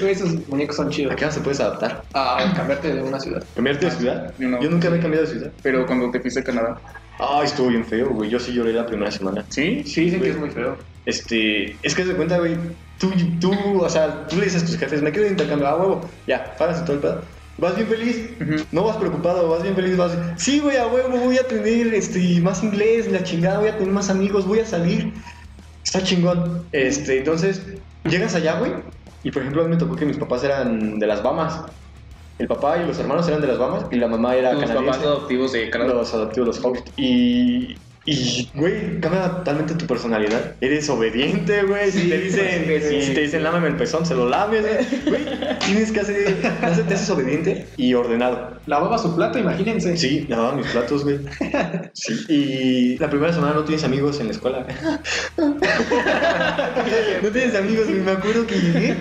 Speaker 4: Güey, esos muñecos son chidos.
Speaker 3: ¿A qué más te puedes adaptar?
Speaker 4: A cambiarte de una ciudad.
Speaker 3: ¿Cambiarte de ciudad?
Speaker 1: Ah, yo no.
Speaker 3: Yo nunca me he cambiado de ciudad.
Speaker 1: Pero cuando te fuiste a Canadá.
Speaker 3: Ay, estuvo bien feo, güey. Yo sí lloré la primera semana.
Speaker 1: ¿Sí?
Speaker 4: Sí, dicen
Speaker 3: Güey.
Speaker 4: que es muy feo.
Speaker 3: Este, es que se cuenta, güey, tú, tú, o sea, tú le dices a tus jefes, me quiero de intercambio, ah, huevo, ya, pagas y todo el pedo. Vas bien feliz,
Speaker 1: Ujú.
Speaker 3: no vas preocupado, vas bien feliz, vas, sí, güey, a huevo, voy a tener este, más inglés, la chingada, voy a tener más amigos, voy a salir. Está chingón. Este, entonces, llegas allá, güey, y por ejemplo, a mí me tocó que mis papás eran de las Bahamas. El papá y los hermanos eran de las Bahamas y la mamá era
Speaker 1: Tus
Speaker 3: canadiense.
Speaker 1: papás adoptivos de Canadá.
Speaker 3: Los adoptivos, los hosts. Y, y, güey, cambia totalmente tu personalidad. Eres obediente, güey. si te dicen,
Speaker 1: pues, sí.
Speaker 3: si te dicen, lámame el pezón, se lo lames, güey. Güey, tienes que hacer, *laughs* hacer- te haces obediente y ordenado.
Speaker 4: Lavaba su plato, imagínense.
Speaker 3: Sí, lavaba mis platos, güey. Sí, y la primera semana no tienes amigos en la escuela. *laughs* no tienes amigos, güey. Me acuerdo que llegué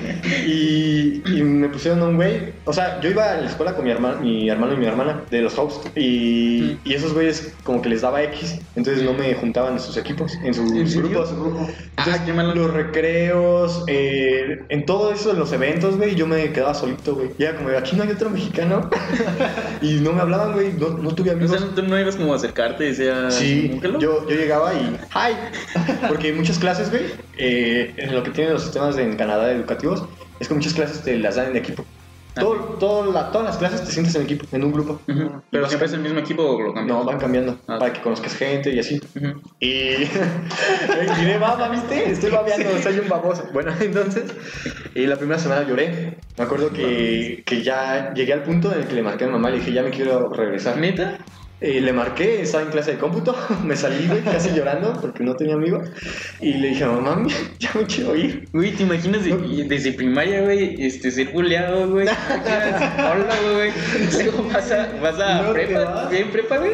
Speaker 3: y, y me pusieron a un güey. O sea, yo iba a la escuela con mi hermano, mi hermano y mi hermana de los hosts. Y, y esos güeyes, como que les daba X. Entonces no me juntaban en sus equipos, en sus
Speaker 1: ¿En serio?
Speaker 3: grupos. Entonces,
Speaker 1: Ah, qué mala-
Speaker 3: los recreos, eh, en todo eso, en los eventos, güey, yo me quedaba solito, güey. Y era como, aquí no hay otro mexicano. y no me hablaban, güey. No, no tuve
Speaker 1: O
Speaker 3: amigos.
Speaker 1: sea, tú no ibas como a acercarte y decías.
Speaker 3: Sí,
Speaker 1: "Búscalo".
Speaker 3: yo, yo llegaba y ¡Hi! Porque muchas clases, güey, eh, en lo que tienen los sistemas en Canadá educativos, es que muchas clases te las dan en equipo. Todo, todo la- todas las clases te sientes en equipo, en un grupo.
Speaker 1: Ah, Ujú. Pero siempre es el mismo equipo o lo cambias.
Speaker 3: No, van cambiando
Speaker 1: Ah.
Speaker 3: para que conozcas gente y así.
Speaker 1: Ujú.
Speaker 3: Y *laughs* tiré baba, ¿viste? Estoy babeando, soy un baboso. Bueno, *laughs* entonces, y la primera semana lloré. Me acuerdo que, que ya llegué al punto en el que le marqué a mi mamá y le dije, ya me quiero regresar.
Speaker 1: ¿Neta?
Speaker 3: Eh, le marqué, estaba en clase de cómputo, *laughs* me salí, güey, casi llorando porque no tenía amigos. Y le dije, mamá, mami, *laughs* ya me quiero ir.
Speaker 1: Güey, ¿te imaginas de- desde primaria, güey, este, ser buleado,
Speaker 3: *laughs*
Speaker 1: güey? ¿Te imaginas? Hola, güey. Luego vas a, vas a
Speaker 3: No te
Speaker 1: prepa,
Speaker 3: vas.
Speaker 1: güey, en prepa, güey.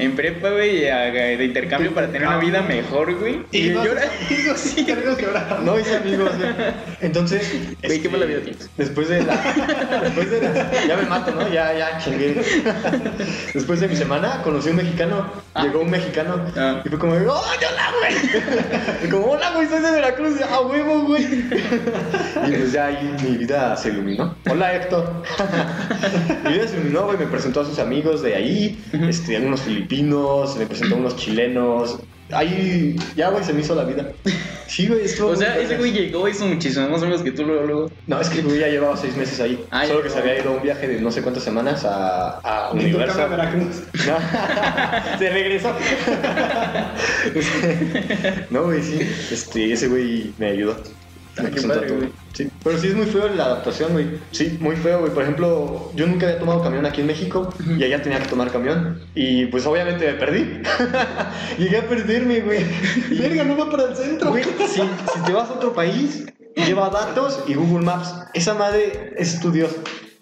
Speaker 1: En prepa, güey, a- de intercambio para tener una vida mejor, güey. Y,
Speaker 4: no
Speaker 1: *laughs* lloras.
Speaker 3: *laughs*
Speaker 4: Sí, tengo que orar.
Speaker 3: No hice amigos, güey. Entonces.
Speaker 1: Güey,
Speaker 3: este,
Speaker 1: ¿qué mala vida tienes?
Speaker 3: Después de la. *laughs* Después de la- Ya me mato, ¿no? Ya, ya, chingué. *laughs* Después de mi semana, conocí a un mexicano. Llegó un mexicano.
Speaker 1: Ah.
Speaker 3: Y fue como, ¡oh, hola, güey! *laughs* Y como, hola, güey, soy de Veracruz. ¡A huevo, güey! *laughs* Y pues ya ahí mi vida se iluminó. Hola, Héctor. Mi vida se iluminó, güey. Me presentó a sus amigos de ahí. Este, algunos filipinos. Me presentó a unos chilenos. Ahí, ya, güey, se me hizo la vida. Sí, güey,
Speaker 1: *laughs*
Speaker 3: estuvo
Speaker 1: O
Speaker 3: muy
Speaker 1: sea,
Speaker 3: vergas.
Speaker 1: ese güey llegó, hizo muchísimo más amigos que tú luego, luego.
Speaker 3: No, es que yo ya llevaba seis meses ahí.
Speaker 1: Ah, ya
Speaker 3: solo que se
Speaker 1: llevaba.
Speaker 3: había ido a un viaje de no sé cuántas semanas a, a
Speaker 4: Y tú cambia a
Speaker 3: Universal.
Speaker 4: Veracruz.
Speaker 3: No, *laughs* se regresó. no, güey, sí. Este, ese güey me ayudó.
Speaker 1: Ah,
Speaker 3: Me
Speaker 1: qué
Speaker 3: presentó a
Speaker 1: padre,
Speaker 3: todo.
Speaker 1: güey.
Speaker 3: Sí, pero sí es muy feo la adaptación, güey. Sí, muy feo, güey. Por ejemplo, yo nunca había tomado camión aquí en México y allá tenía que tomar camión. Y pues obviamente me perdí. *laughs* Llegué a perderme, güey. Y-
Speaker 4: Verga, no va para el centro.
Speaker 3: Güey, si, si te vas a otro país, lleva datos y Google Maps. Esa madre es tu Dios.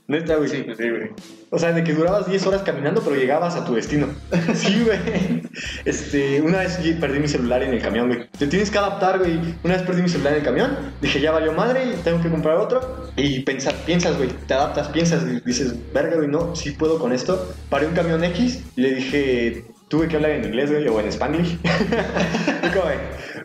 Speaker 3: Neta, güey.
Speaker 1: sí, güey.
Speaker 3: O sea, de que durabas 10 horas caminando, pero llegabas a tu destino. Sí, güey. Este, una vez yo perdí mi celular en el camión, güey. Te tienes que adaptar, güey. Una vez perdí mi celular en el camión, dije, ya valió madre, tengo que comprar otro. Y pensar, piensas, güey, te adaptas, piensas, y dices, verga, güey, no, sí puedo con esto. Paré un camión X, le dije, tuve que hablar en inglés, güey, o en spanglish. *laughs* Y como,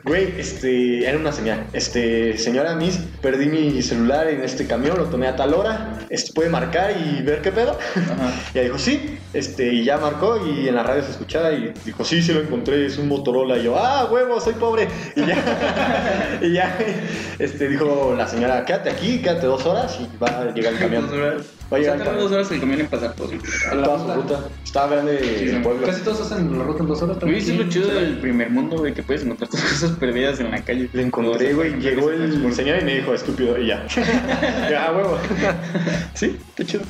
Speaker 3: Güey, este, era una señal. Este, señora Miss, perdí mi celular en este camión, lo tomé a tal hora. Este, puede marcar y ver qué pedo. *laughs*
Speaker 1: Ajá.
Speaker 3: Y ella dijo, sí, este, y ya marcó y en la radio se escuchaba y dijo, sí, sí lo encontré, es un Motorola. Y yo, ah, huevo, soy pobre. Y ya, *laughs* y ya, este, dijo la señora, quédate aquí, quédate dos horas y va a llegar
Speaker 1: Dos
Speaker 3: el camión.
Speaker 1: horas.
Speaker 3: Va a
Speaker 1: o sea,
Speaker 3: llegar el
Speaker 1: tardó
Speaker 3: camión.
Speaker 1: dos horas el camión en pasar pues, por.
Speaker 4: A la
Speaker 3: Toda su
Speaker 4: ruta.
Speaker 3: ruta. Estaba grande el pueblo.
Speaker 4: Casi todos hacen la ruta en dos horas.
Speaker 1: Güey, eso es lo
Speaker 4: Sí.
Speaker 1: chido del primer mundo, güey, que puedes encontrar tus cosas perdidas en la calle.
Speaker 3: Le encontré, güey, llegó el "Ah, *laughs* señor y me dijo, estúpido, y ya. Ya, huevo. sí, qué chido.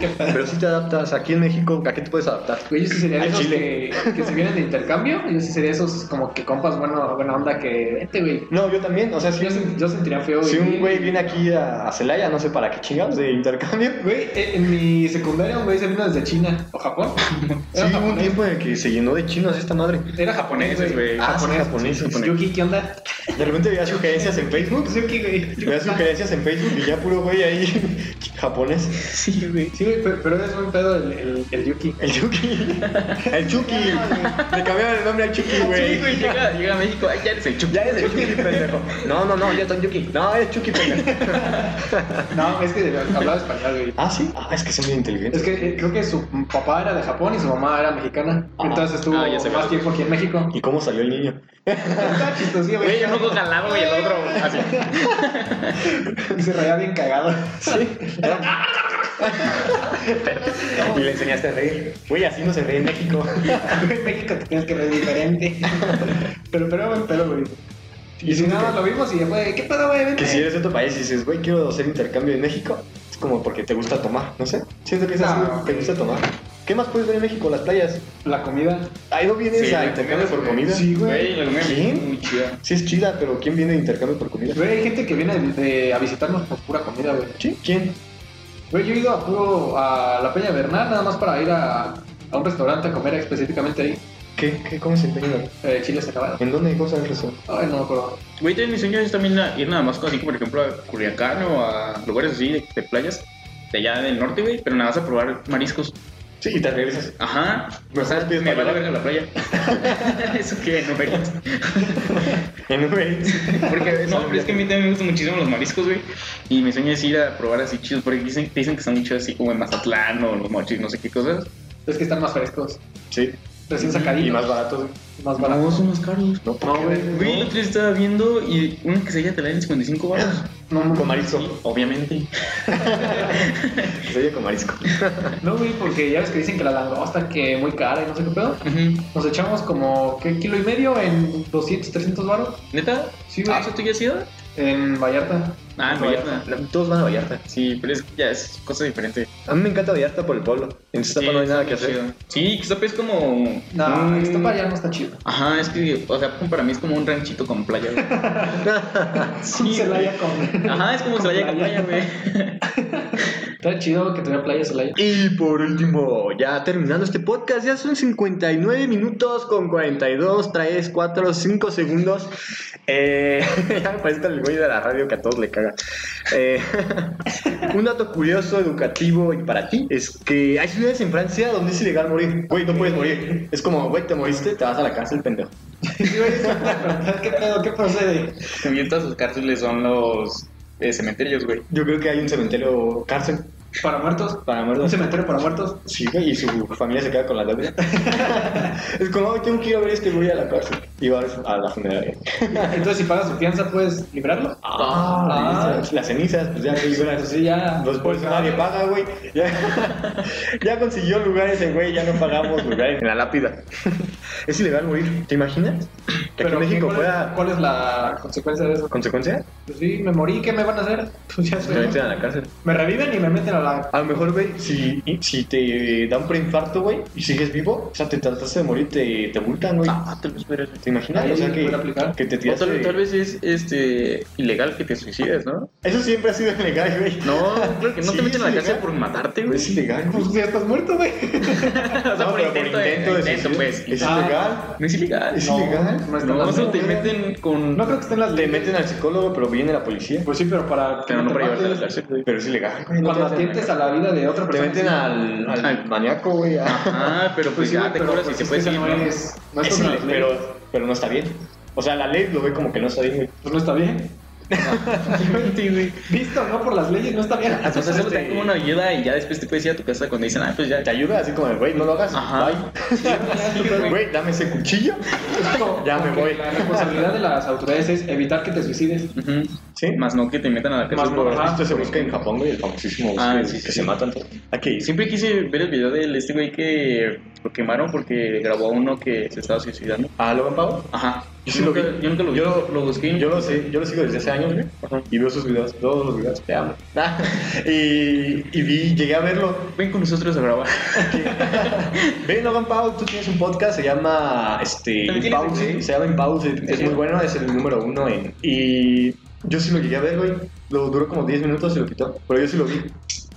Speaker 5: Qué padre.
Speaker 3: Pero si te adaptas aquí en México, ¿a qué te puedes adaptar?
Speaker 5: Güey, yo sí sería de
Speaker 3: Al
Speaker 5: esos
Speaker 3: chile.
Speaker 5: que, que se vienen de intercambio. Yo sí sería de esos como que compas bueno, buena onda que vente, güey.
Speaker 3: No, yo también, o sea, si,
Speaker 5: Yo, sen- yo sentiría feo.
Speaker 3: si un
Speaker 5: vivir-
Speaker 3: güey viene aquí a a Celaya, no sé para qué chingados, de intercambio.
Speaker 5: Güey, eh, en mi secundaria un güey se vino desde China o Japón.
Speaker 3: Sí, hubo
Speaker 5: Era
Speaker 3: un
Speaker 5: japonés.
Speaker 3: tiempo en el que se llenó de chinos esta madre.
Speaker 5: Era
Speaker 1: Japoneses,
Speaker 5: japonés,
Speaker 1: güey.
Speaker 5: güey.
Speaker 3: Ah, sí,
Speaker 5: japonés.
Speaker 3: japoneses,
Speaker 5: Pues,
Speaker 3: japoneses.
Speaker 5: Yuki, ¿qué onda?
Speaker 3: De repente veía sugerencias en Facebook.
Speaker 5: Yuki, güey.
Speaker 3: Veía sugerencias en Facebook y ya puro güey ahí *laughs* japonés.
Speaker 1: Sí, güey.
Speaker 5: Sí, güey, pero, pero es buen pedo el, el, el Yuki.
Speaker 3: El Chucky. El Chucky. Le cambiaron el nombre al Chucky,
Speaker 1: Sí,
Speaker 3: güey.
Speaker 1: güey, llega, llega a México. Ay, ya eres el chup.
Speaker 3: Ya es el Chucky, pendejo. No, no, no, ya está el Chucky. No, es Chucky, pendejo.
Speaker 5: *laughs* No, es que hablaba español, güey.
Speaker 3: Ah, sí. Ah, es que son bien inteligentes.
Speaker 5: Es que eh, creo que su papá era de Japón y su mamá era mexicana.
Speaker 3: Ah.
Speaker 5: Entonces estuvo
Speaker 1: Ah, ya sé,
Speaker 5: más
Speaker 1: güey.
Speaker 5: tiempo aquí
Speaker 1: *laughs*
Speaker 5: en México.
Speaker 3: ¿Y cómo salió el niño?
Speaker 5: Estaba chistosillo,
Speaker 1: Güey, yo uno jalado y el otro así.
Speaker 5: *laughs* Y se reía bien cagado.
Speaker 3: Sí.
Speaker 5: *laughs*
Speaker 3: Y le enseñaste a reír. Güey, así no se reía en
Speaker 1: *laughs*
Speaker 3: México.
Speaker 5: en México te tienes que ver diferente. *laughs* pero, pero, pero, güey. Y si nada más lo vimos y después, ¿qué pedo, güey? Vente.
Speaker 3: Que si eres de otro país y dices, güey, quiero hacer intercambio en México, es como porque te gusta tomar, no sé. Siento que es así,
Speaker 5: No.
Speaker 3: te gusta tomar. ¿Qué más puedes ver en México? Las playas.
Speaker 5: La comida.
Speaker 3: Ahí no vienes
Speaker 1: Sí,
Speaker 3: a
Speaker 1: la
Speaker 3: intercambio
Speaker 1: comida,
Speaker 3: por
Speaker 1: güey.
Speaker 3: comida.
Speaker 5: Sí,
Speaker 1: Güey, la comida
Speaker 3: ¿Sí?
Speaker 1: es muy chida.
Speaker 3: Sí es chida, pero ¿quién viene de intercambio por comida?
Speaker 5: Güey, hay gente que viene de- a visitarnos por pura comida, güey.
Speaker 3: ¿Sí? ¿Quién?
Speaker 5: Güey, yo he ido a puro a la Peña Bernal nada más para ir a, a un restaurante a comer específicamente ahí.
Speaker 3: ¿Qué? ¿Qué? ¿Cómo se empeña?
Speaker 5: Eh, chiles acabados.
Speaker 3: ¿En dónde? ¿Cómo sabes eso?
Speaker 5: Ay, no me acuerdo.
Speaker 1: Güey, también mi sueño es también la- ir nada más así, por ejemplo, a Culiacán o a lugares así de, de playas de allá del norte, güey, pero nada más a probar mariscos.
Speaker 3: Sí, y te regresas.
Speaker 1: Ajá.
Speaker 3: Mejor
Speaker 1: o sea,
Speaker 3: pides
Speaker 1: me vale
Speaker 3: mayor.
Speaker 1: verga la playa. *laughs* Eso que no veas.
Speaker 3: En Uber Eats. *laughs*
Speaker 1: Porque no, pero es que a mí también me gustan muchísimo los mariscos, güey. Y mi sueño es ir a probar así chidos, porque dicen, dicen que están muy chidos así como en Mazatlán o los mochis, no sé qué cosas.
Speaker 5: Es que están más frescos.
Speaker 3: Sí.
Speaker 5: Recién
Speaker 3: Y
Speaker 5: sacaditos.
Speaker 3: más barato.
Speaker 5: Más baratos.
Speaker 1: son más caros.
Speaker 3: No,
Speaker 5: No, güey.
Speaker 1: Güey, el
Speaker 3: güey.
Speaker 1: otro día estaba viendo y una quesadilla te la dan en 55 baros.
Speaker 5: No,
Speaker 3: No.
Speaker 5: no,
Speaker 3: Con
Speaker 5: no.
Speaker 3: marisco.
Speaker 1: Obviamente.
Speaker 3: Se oye con marisco.
Speaker 5: No, güey, porque ya ves que dicen que la langosta que muy cara y no sé qué pedo.
Speaker 1: Ujú.
Speaker 5: Nos echamos como, ¿qué? Kilo y medio en 200, 300 baros.
Speaker 1: ¿Neta?
Speaker 5: Sí, güey.
Speaker 1: ¿Ah, eso tú ya has ido?
Speaker 5: En Vallarta.
Speaker 1: Ah, en Vallarta.
Speaker 3: La- Todos van a Vallarta.
Speaker 1: Sí, pero es que ya es cosa diferente.
Speaker 3: A mí me encanta Vallarta por el pueblo. En Iztapa
Speaker 1: Sí,
Speaker 3: no hay
Speaker 1: está
Speaker 3: nada
Speaker 1: muy
Speaker 3: que hacer.
Speaker 1: chido. Sí, Ixtapa es como...
Speaker 5: No,
Speaker 1: un-
Speaker 5: esta para allá no está chido.
Speaker 1: Ajá, es que, o sea, para mí es como un ranchito con playa. *laughs* güey.
Speaker 5: Sí, Celaya con.
Speaker 1: Ajá, es como
Speaker 5: Con
Speaker 1: se vaya con playa,
Speaker 5: playa.
Speaker 1: güey.
Speaker 5: Está chido que tuviera playa Celaya.
Speaker 3: Y por último, ya terminando este podcast, ya son 59 minutos con 42, 3, 4, 5 segundos. Eh, *laughs* ya me parece el güey de la radio que a todos le caga. Eh, *laughs* un dato curioso, educativo y para ti es que hay ciudades en Francia donde es ilegal morir. Güey, no puedes morir. Es como, güey, te moriste, te vas a la cárcel, pendejo.
Speaker 5: Sí, güey, *laughs* esa fue la pregunta. ¿Qué pedo? ¿Qué procede?
Speaker 1: *laughs* También todas sus cárceles son los eh, cementerios, güey.
Speaker 3: Yo creo que hay un cementerio cárcel
Speaker 5: ¿Para muertos?
Speaker 3: para
Speaker 5: ¿Un
Speaker 3: muertos.
Speaker 5: cementerio para muertos?
Speaker 3: Sí, güey, y su familia se queda con la
Speaker 5: *laughs*
Speaker 3: deuda. es como, "Ay, tengo que ir a ver este güey a la cárcel. Y va a la funeraria.
Speaker 5: Entonces, si pagas su fianza, puedes librarlo.
Speaker 3: Ah, las cenizas, pues ya que
Speaker 5: Bueno,
Speaker 3: libras.
Speaker 5: eso sí, ya.
Speaker 3: Pues por eso nadie paga, güey. Ya, *laughs* ya consiguió lugar ese güey, ya no pagamos lugares en la lápida. *laughs* Es ilegal morir, ¿te imaginas? Que aquí
Speaker 5: Pero,
Speaker 3: en México
Speaker 5: ¿cuál es-
Speaker 3: fuera
Speaker 5: ¿Cuál es la consecuencia de eso?
Speaker 3: consecuencia,
Speaker 5: Pues sí, me morí, ¿qué me van a hacer? Pues ya
Speaker 3: te
Speaker 5: soy. ¿no?
Speaker 3: meten a la cárcel.
Speaker 5: Me reviven y me meten a la. *laughs*
Speaker 3: A lo mejor, güey, si, si te da un preinfarto, güey, y sigues vivo, o sea, te trataste de morir, te, te multan, güey.
Speaker 1: Ah, tal vez, pero...
Speaker 3: ¿Te imaginas?
Speaker 5: Ahí
Speaker 3: o sea,
Speaker 5: puede aplicar.
Speaker 3: que, que te
Speaker 1: O
Speaker 3: tiraste...
Speaker 1: tal, tal vez es este ilegal que te suicides, ¿no?
Speaker 3: Eso siempre ha sido ilegal, güey.
Speaker 1: No, creo que no
Speaker 3: Sí,
Speaker 1: te meten a
Speaker 3: es
Speaker 1: la cárcel
Speaker 3: ilegal.
Speaker 1: por matarte, güey.
Speaker 3: Es ilegal, güey.
Speaker 5: Pues ya estás muerto, güey.
Speaker 1: *laughs* O sea,
Speaker 3: No,
Speaker 1: por
Speaker 3: Ah, pero
Speaker 1: intento, de- intento,
Speaker 3: suicidio.
Speaker 1: pues.
Speaker 3: Es
Speaker 5: Ah.
Speaker 3: ilegal.
Speaker 1: No es ilegal.
Speaker 3: Es
Speaker 5: *laughs* No,
Speaker 3: ilegal.
Speaker 5: no está
Speaker 1: No,
Speaker 5: tan
Speaker 1: eso
Speaker 5: mal,
Speaker 1: te
Speaker 5: güey.
Speaker 1: meten con...
Speaker 5: No creo que estén las
Speaker 3: Le
Speaker 5: leyes.
Speaker 3: meten al psicólogo, pero viene la policía.
Speaker 5: Pues sí, pero para.
Speaker 1: Pero no
Speaker 5: te
Speaker 1: para llevarte a la
Speaker 5: mates.
Speaker 1: cárcel, güey.
Speaker 3: Pero es ilegal. güey, no
Speaker 5: Cuando
Speaker 3: te meten.
Speaker 5: atientes a la vida de otra
Speaker 3: Te
Speaker 5: persona.
Speaker 3: meten
Speaker 5: sí.
Speaker 3: al, al
Speaker 1: Al-
Speaker 3: maníaco, güey. Ah, a-
Speaker 1: Ajá, pero pues
Speaker 5: Pues sí,
Speaker 1: ya te
Speaker 5: pero
Speaker 1: cobras y
Speaker 5: pues
Speaker 1: te
Speaker 5: es
Speaker 1: puedes
Speaker 5: que
Speaker 1: ir,
Speaker 5: eso no
Speaker 1: ¿no?
Speaker 5: es- No es
Speaker 3: Es
Speaker 5: contra
Speaker 3: ilegal,
Speaker 5: las leyes.
Speaker 3: pero, pero no está bien. O sea, la ley lo ve como que no está bien, güey.
Speaker 5: Pues no está bien.
Speaker 1: Sí, güey. Pues
Speaker 5: Visto, ¿no? Por las leyes no está *laughs* bien.
Speaker 1: O sea, solo te dan
Speaker 3: este-
Speaker 1: como una ayuda y ya después te puedes ir a tu casa cuando dicen, ah, pues ya.
Speaker 3: Te ayuda así como, güey, no lo hagas.
Speaker 1: Ajá.
Speaker 3: *laughs* Bye. Güey, dame ese cuchillo.
Speaker 5: Es *laughs* como-
Speaker 3: Ya me
Speaker 5: como que
Speaker 3: voy.
Speaker 5: La responsabilidad de las autoridades es evitar que te suicides.
Speaker 1: Ujú.
Speaker 3: Sí.
Speaker 1: Más no que te metan a la
Speaker 5: Más
Speaker 1: cárcel.
Speaker 5: no.
Speaker 1: por-
Speaker 5: Ajá.
Speaker 3: Esto se busca en Japón, güey, el famosísimo
Speaker 1: Ah,
Speaker 3: güey,
Speaker 1: sí,
Speaker 3: que
Speaker 1: sí.
Speaker 3: se matan. todos. Aquí, sí.
Speaker 1: Siempre quise ver el video de este güey que lo quemaron porque grabó a uno que se estaba suicidando.
Speaker 3: ¿A Logan Paul?
Speaker 1: Ajá.
Speaker 3: Yo sí lo vi.
Speaker 1: Yo nunca lo vi.
Speaker 3: Yo-
Speaker 1: lo busqué.
Speaker 3: Yo lo, sé, yo lo sigo desde hace años, güey. Y veo sus videos, todos los videos, te amo. *laughs* y, y vi, llegué a verlo.
Speaker 1: Ven con nosotros a *laughs* grabar.
Speaker 3: Ven, Logan Pau, tú tienes un podcast, se llama este,
Speaker 1: También tienes,
Speaker 3: Impause.
Speaker 1: güey.
Speaker 3: Se llama Impause, es muy bueno, es el número uno. En, y yo sí lo llegué a ver, güey. Lo duró como 10 minutos y lo quitó. Pero yo sí lo vi.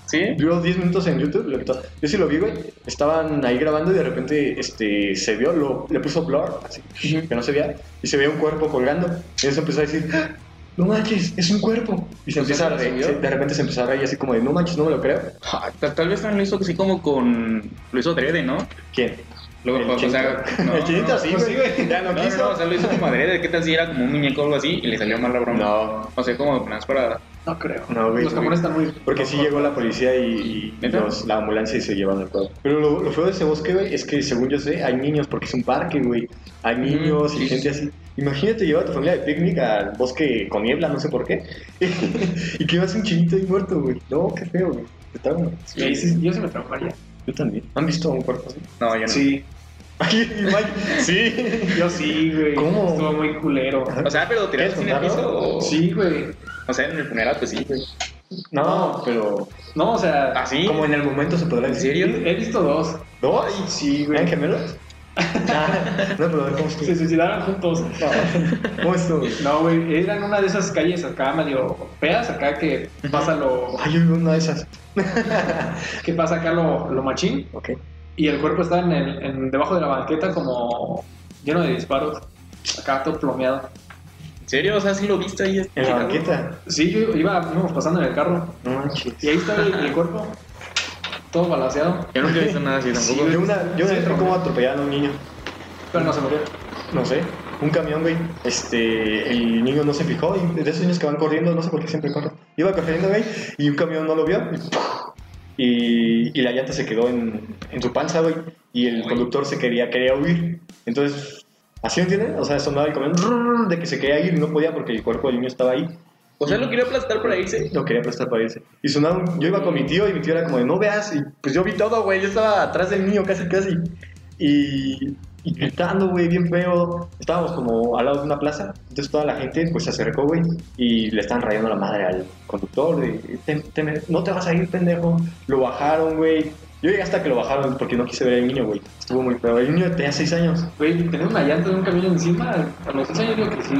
Speaker 1: ¿Sí?
Speaker 3: Duró 10 minutos en YouTube, lo quitó. Yo sí lo vi, güey. Estaban ahí grabando y de repente este, se vio, lo, le puso blur, así,
Speaker 1: Ujú.
Speaker 3: que no se veía, y se veía un cuerpo colgando. Y eso empezó a decir, "¡Ah! no manches, es un cuerpo. Y se
Speaker 1: Pues
Speaker 3: empieza a
Speaker 1: ya se
Speaker 3: reír,
Speaker 1: subió.
Speaker 3: se- de repente se empezó a reír así como de, no manches, no me lo creo.
Speaker 1: Ah, ta- Tal vez también lo hizo así como con. Lo hizo Drede, ¿no?
Speaker 3: ¿Quién?
Speaker 1: Luego,
Speaker 3: El
Speaker 1: pues, o sea,
Speaker 3: *laughs* chinito.
Speaker 1: no,
Speaker 3: El chinito
Speaker 1: no,
Speaker 3: así,
Speaker 1: pues
Speaker 3: güey. Ya no
Speaker 1: No, no,
Speaker 3: quiso.
Speaker 1: no, o sea, lo hizo como Drede. ¿Qué tal si era como un muñeco o algo así y le salió mal la broma?
Speaker 3: No,
Speaker 1: O sea, como más para.
Speaker 5: No creo.
Speaker 3: No, güey,
Speaker 5: Los
Speaker 3: güey.
Speaker 5: japoneses están muy.
Speaker 3: Porque sí llegó la policía y, y
Speaker 1: ¿Neta?
Speaker 3: los- la ambulancia y se llevaron el cuerpo. Pero lo, lo feo de ese bosque, güey, es que según yo sé, hay niños, porque es un parque, güey. Hay niños y
Speaker 1: Mm, sí,
Speaker 3: gente así. Imagínate llevar a tu familia de picnic al bosque con niebla, no sé por qué. *laughs* y que vas un chinito ahí muerto, güey. No, qué feo, güey. Te trauma.
Speaker 5: Sí, sí, yo sí me traumaría.
Speaker 3: Yo también. ¿Han visto un cuerpo así? *laughs*
Speaker 1: No, yo no.
Speaker 5: Sí,
Speaker 3: Ay, Mike, sí.
Speaker 5: yo sí, güey.
Speaker 3: ¿Cómo?
Speaker 5: Estuvo muy culero.
Speaker 1: O sea, pero
Speaker 3: ¿Quieres
Speaker 1: tiraste en el
Speaker 3: contarlo?
Speaker 1: piso. o-
Speaker 5: Sí, güey.
Speaker 1: O sea, en el funeral, pues sí, ¿Ah, güey.
Speaker 3: No, pero
Speaker 5: No, o sea,
Speaker 1: ¿Así?
Speaker 3: como ¿Ah, en el momento se podrá
Speaker 1: ¿En
Speaker 3: decir.
Speaker 1: serio?
Speaker 5: he he visto dos.
Speaker 3: No, ay, sí, güey. ¿Eran gemelos? *laughs* no, pero a ver cómo estuvo.
Speaker 5: Se suicidaron juntos.
Speaker 3: *laughs* ¿Cómo estuvo, güey?
Speaker 5: No, güey, eran una de esas calles acá medio feas, acá que pasa lo,
Speaker 3: Ay, yo vi una de esas.
Speaker 5: que pasa acá lo, lo machín
Speaker 3: Ok.
Speaker 5: y el cuerpo estaba en el, en- debajo de la banqueta como lleno de disparos, acá todo plomeado.
Speaker 1: ¿En serio? O sea, sí lo viste ahí. este
Speaker 3: En la banqueta.
Speaker 5: Sí, yo iba, íbamos pasando en el carro
Speaker 3: No manches.
Speaker 5: y ahí estaba el, el cuerpo, todo balanceado,
Speaker 1: Yo nunca he visto nada así tampoco.
Speaker 3: yo una, yo una vez vi cómo atropellaron a un niño.
Speaker 5: pero no se murió.
Speaker 3: No sé. Un camión, güey. Este, el niño no se fijó. Y de esos niños que van corriendo, no sé por qué siempre corren. Iba corriendo, güey. Y un camión no lo vio. y ¡pum! Y, y la llanta se quedó en, en su panza, güey. Y el
Speaker 1: Uy.
Speaker 3: conductor se quería, quería huir. Entonces, ¿así entienden? O sea, sonaba el camión rrrr, de que se quería ir y no podía porque el cuerpo del niño estaba ahí.
Speaker 1: O sea, lo quería aplastar para irse.
Speaker 3: Lo quería prestar para irse. Y sonaba, un- yo iba con mi tío y mi tío era como de, no veas. Y pues yo vi todo, güey. Yo estaba atrás del niño casi, casi. Y, y gritando, güey, bien feo. Estábamos como al lado de una plaza. Entonces toda la gente pues se acercó, güey. Y le estaban rayando la madre al conductor. güey. "Te- te me- no te vas a ir, pendejo. Lo bajaron, güey. Yo llegué hasta que lo bajaron porque no quise ver al niño, güey. Estuvo muy feo. El niño tenía 6 años.
Speaker 5: Güey, tener una llanta de un camión encima, a los 11 años digo que sí.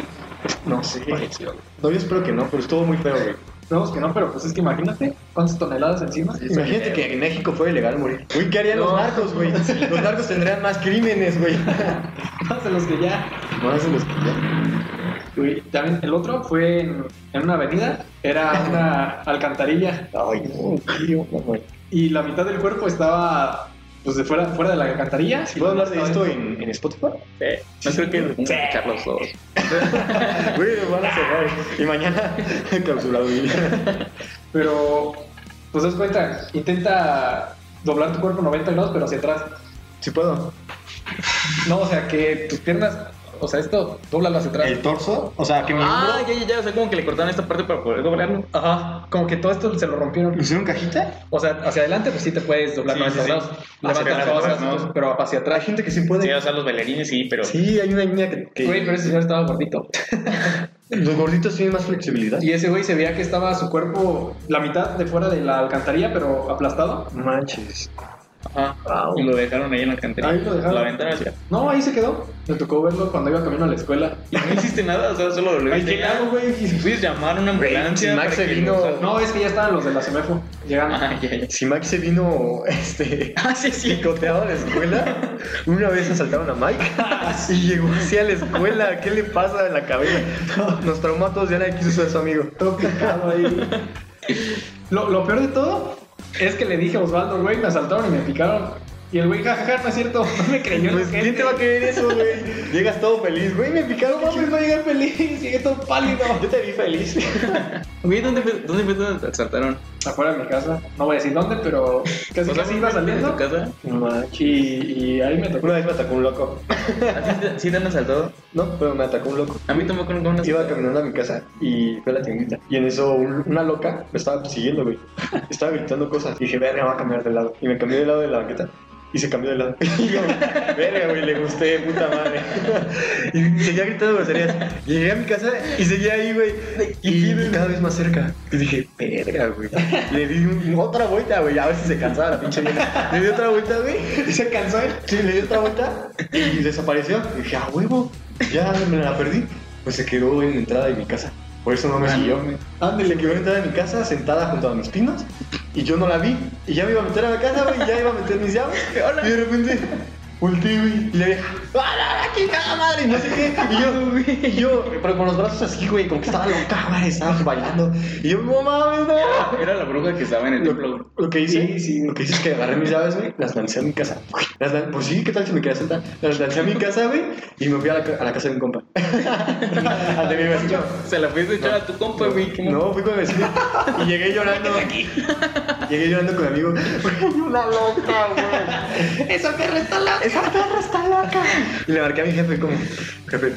Speaker 3: No sé.
Speaker 5: falleció.
Speaker 3: No, yo espero que no, pero estuvo muy feo, güey.
Speaker 5: No, es que no, pero pues es que imagínate cuántas toneladas encima.
Speaker 3: Imagínate que en México fuera ilegal morir. Uy, ¿qué harían los
Speaker 5: No.
Speaker 3: narcos, güey? Los narcos tendrían más crímenes, güey.
Speaker 5: *laughs* Más de los que ya
Speaker 3: Más de los que ya.
Speaker 5: Güey, también el otro fue en, en una avenida, era una alcantarilla
Speaker 3: Ay, no, tío, no, güey.
Speaker 5: y la mitad del cuerpo estaba pues de fuera, fuera de la alcantarilla.
Speaker 3: ¿Puedo hablar de esto en, en Spotify?
Speaker 1: Sí. Eh, No creo que lo pongan a escuchar los dos.
Speaker 3: Güey, lo van a cerrar. Y mañana, *laughs* clausurado. güey.
Speaker 5: Pero pues das cuenta, intenta doblar tu cuerpo 90 grados pero hacia atrás.
Speaker 3: Si puedo.
Speaker 5: No, o sea que tus piernas, o sea esto, doblalo hacia atrás.
Speaker 3: ¿El torso? O sea, que me
Speaker 1: Ah, ya, ya, ya. O sea, como que le cortaron esta parte para poder doblarlo.
Speaker 5: Ajá, como que todo esto se lo rompieron.
Speaker 3: ¿Hicieron cajita?
Speaker 5: O sea, hacia adelante pues sí te puedes doblar
Speaker 1: Sí,
Speaker 5: 90
Speaker 1: sí, sí.
Speaker 5: grados.
Speaker 1: Hacia
Speaker 5: Levantas
Speaker 1: atrás,
Speaker 5: cosas, pues,
Speaker 1: ¿no?
Speaker 5: pero hacia
Speaker 3: Hay
Speaker 5: atrás.
Speaker 3: gente que sí
Speaker 1: Sí,
Speaker 3: puede.
Speaker 1: o sea, los bailarines sí, pero.
Speaker 3: Sí, hay una niña que... que-
Speaker 5: Güey, pero ese señor estaba gordito.
Speaker 3: Los gorditos tienen más flexibilidad.
Speaker 5: Y ese güey se veía que estaba su cuerpo la mitad de fuera de la alcantarilla, pero aplastado.
Speaker 3: Manches.
Speaker 1: Ajá.
Speaker 3: Wow.
Speaker 1: Y lo dejaron ahí en la cantería.
Speaker 5: Ahí lo dejaron.
Speaker 1: La ventana hacia.
Speaker 5: No, ahí se quedó. Me tocó verlo cuando iba camino a la escuela.
Speaker 1: Y no hiciste nada, o sea, solo lo
Speaker 5: Ay,
Speaker 1: viste.
Speaker 5: ¿qué hago, güey? *laughs*
Speaker 1: Y Fuiste a llamar una ambulancia.
Speaker 3: si Max
Speaker 1: para
Speaker 3: se
Speaker 1: que
Speaker 3: vino-
Speaker 1: nos-
Speaker 5: No, es que ya estaban los de la CEMEFO llegando. *laughs*
Speaker 1: Ah, ya, *laughs* ya.
Speaker 3: Si Mike se vino, *laughs* este...
Speaker 1: Ah, sí, sí.
Speaker 3: picoteado a la escuela. Una vez asaltaron a *laughs* Mike y llegó así a la escuela. ¿Qué le pasa en la cabeza? Nos traumó a todos y ahora quiso ser su amigo.
Speaker 5: Todo picado ahí. Lo, lo peor de todo es que le dije a Osvaldo, güey, me asaltaron y me picaron. Y el güey, jajaja, no es cierto, *laughs* no este me creyó.
Speaker 3: Pues,
Speaker 5: la
Speaker 3: ¿Quién
Speaker 5: gente.
Speaker 3: te va a creer eso, güey? Llegas todo feliz, güey, me picaron,
Speaker 5: No
Speaker 3: mames.
Speaker 5: mames, no llegué feliz, llegué todo pálido.
Speaker 3: Yo te vi feliz.
Speaker 1: Güey, ¿dónde fue dónde fue donde te asaltaron?
Speaker 5: Afuera de mi casa, no voy a decir dónde, pero casi
Speaker 1: O sea,
Speaker 5: casi iba
Speaker 1: ¿En
Speaker 5: saliendo.
Speaker 1: tu casa?
Speaker 5: Y, y ahí me tocó.
Speaker 3: Una vez me atacó un loco.
Speaker 1: ¿Ah, sí te- ¿Sí te han asaltado?
Speaker 3: No, pero me atacó un loco.
Speaker 1: A mí tampoco nunca me han
Speaker 3: Iba
Speaker 1: asaltado.
Speaker 3: caminando a mi casa y fue a la tiendita. Y en eso un- una loca me estaba siguiendo, güey. Estaba gritando cosas. Y dije, verga, me va a cambiar de lado. Y me cambié del lado de la banqueta. Y se cambió de lado. *laughs* Y yo, verga, güey, le gusté, puta madre. *laughs* Y seguía gritando groserías. Llegué a mi casa y seguía ahí, güey. Y cada vez más cerca. Y dije, verga, güey. Le di un- otra vuelta, güey. A ver si se cansaba la pinche vieja. Le di otra vuelta, güey.
Speaker 4: Y se cansó él.
Speaker 3: Sí, le di otra vuelta y desapareció. Y dije, a huevo, ya me la perdí. Pues se quedó en la entrada de mi casa. Por eso no me siguió. Ándale, quedó en la entrada de mi casa, sentada junto a mis pinos. Y yo no la vi. Y ya me iba a meter a la casa, güey. y Ya iba a meter mis llaves. Y de repente, volteé, güey. Y la vieja, ¡ah, la, la chingada madre! Y no sé qué. Y yo,
Speaker 4: *laughs*
Speaker 3: güey. Y yo, pero con los brazos así, güey. Como que estaba loca, güey. Estaba bailando. Y yo, no mames, no.
Speaker 1: Era la bruja que estaba en el templo.
Speaker 3: Lo que hice,
Speaker 4: Sí, sí.
Speaker 3: lo que hice es que agarré mis llaves, güey, las lancé a mi casa. Las lan- Pues sí, ¿qué tal si me quedé sentada? Las lancé a mi casa, güey, y me fui a la, ca- a la casa de un
Speaker 4: *laughs*
Speaker 3: compa. *laughs* Al de mi vecino.
Speaker 1: Se la fuiste a echar a tu compa, güey. ¿cómo?
Speaker 3: No, fui con mi vecino y llegué llorando. *laughs* Llegué llorando con mi amigo. Güey, una loca, güey.
Speaker 4: Esa perra está loca.
Speaker 3: Esa perra está loca. Y le marqué a mi jefe como, jefe.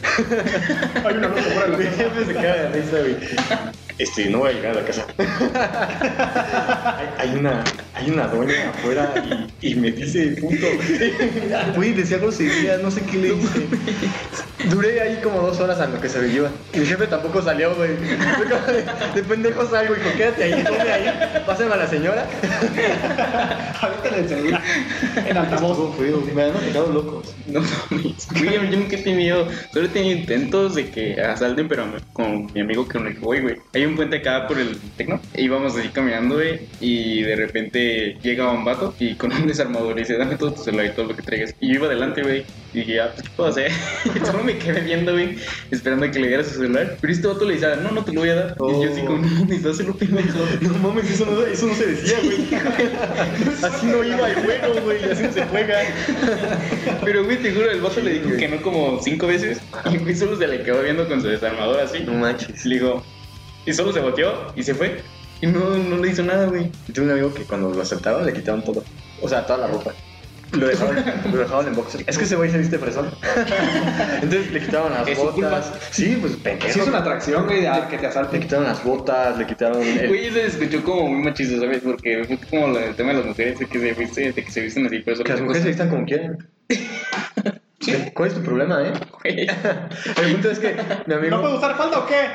Speaker 4: Hay una loca fuera de la
Speaker 3: Mi
Speaker 4: casa.
Speaker 3: jefe se caga de risa, güey. Este, no voy a llegar a la casa. hay, hay una, hay una doña afuera y, y me dice puto. *laughs* Güey, decía groserías, no sé qué le hice. Duré ahí como dos horas a lo que se me iba. Y mi jefe tampoco salió, güey. Fue como De, de pendejo salgo, hijo, quédate ahí, ponme ahí, pásame a la señora.
Speaker 4: Ahorita le seguí. En altavoz.
Speaker 3: Estuvo feo, me han quedado locos.
Speaker 1: No mames, güey, yo nunca he tenido, solo he tenido intentos de que asalten, pero con mi amigo con el que voy, güey. Hay un puente acá por el tecno, e íbamos así caminando, güey, y de repente llega un vato y con un desarmador y dice, dame todo tu celular y todo lo que traigas. Y yo iba adelante, güey, y dije, ah, pues, ¿qué puedo hacer? *laughs* Y solo me quedé viendo, güey, esperando a que le diera su celular. Pero este vato le dice, no, no te lo voy a dar. Y yo así
Speaker 3: Oh.
Speaker 1: como, no, ni dáselo, pendejo.
Speaker 3: No mames, eso no, eso no se decía, güey. Así no iba el juego, güey, así no se juega.
Speaker 1: Pero, güey, te juro, el vato le dijo que no como cinco veces *laughs* y güey solo se le quedó viendo con su desarmador así.
Speaker 3: manches.
Speaker 1: Y le digo, y solo se boteó y se fue. Y no, no le hizo nada, güey.
Speaker 3: Yo tuve un amigo que cuando lo asaltaban le quitaban todo. O sea, toda la ropa. Lo dejaban, lo dejaban en boxer. Es que ese güey se viste fresón. Entonces le quitaban las
Speaker 1: Es su culpa.
Speaker 3: botas. Sí, pues pendejo.
Speaker 4: Sí, es una atracción, güey, a que te
Speaker 3: Le
Speaker 4: asalten.
Speaker 3: quitaron las botas, le quitaron el...
Speaker 1: Güey, se escuchó como muy machista, ¿sabes? Porque fue como lo del tema de las mujeres, de que se, viste- de que se visten así, pero eso
Speaker 3: Que las mujeres se vistan como *laughs* quieran. ¿Cuál es tu problema, eh? El punto es que mi amigo...
Speaker 4: ¿No puedo usar falda o qué?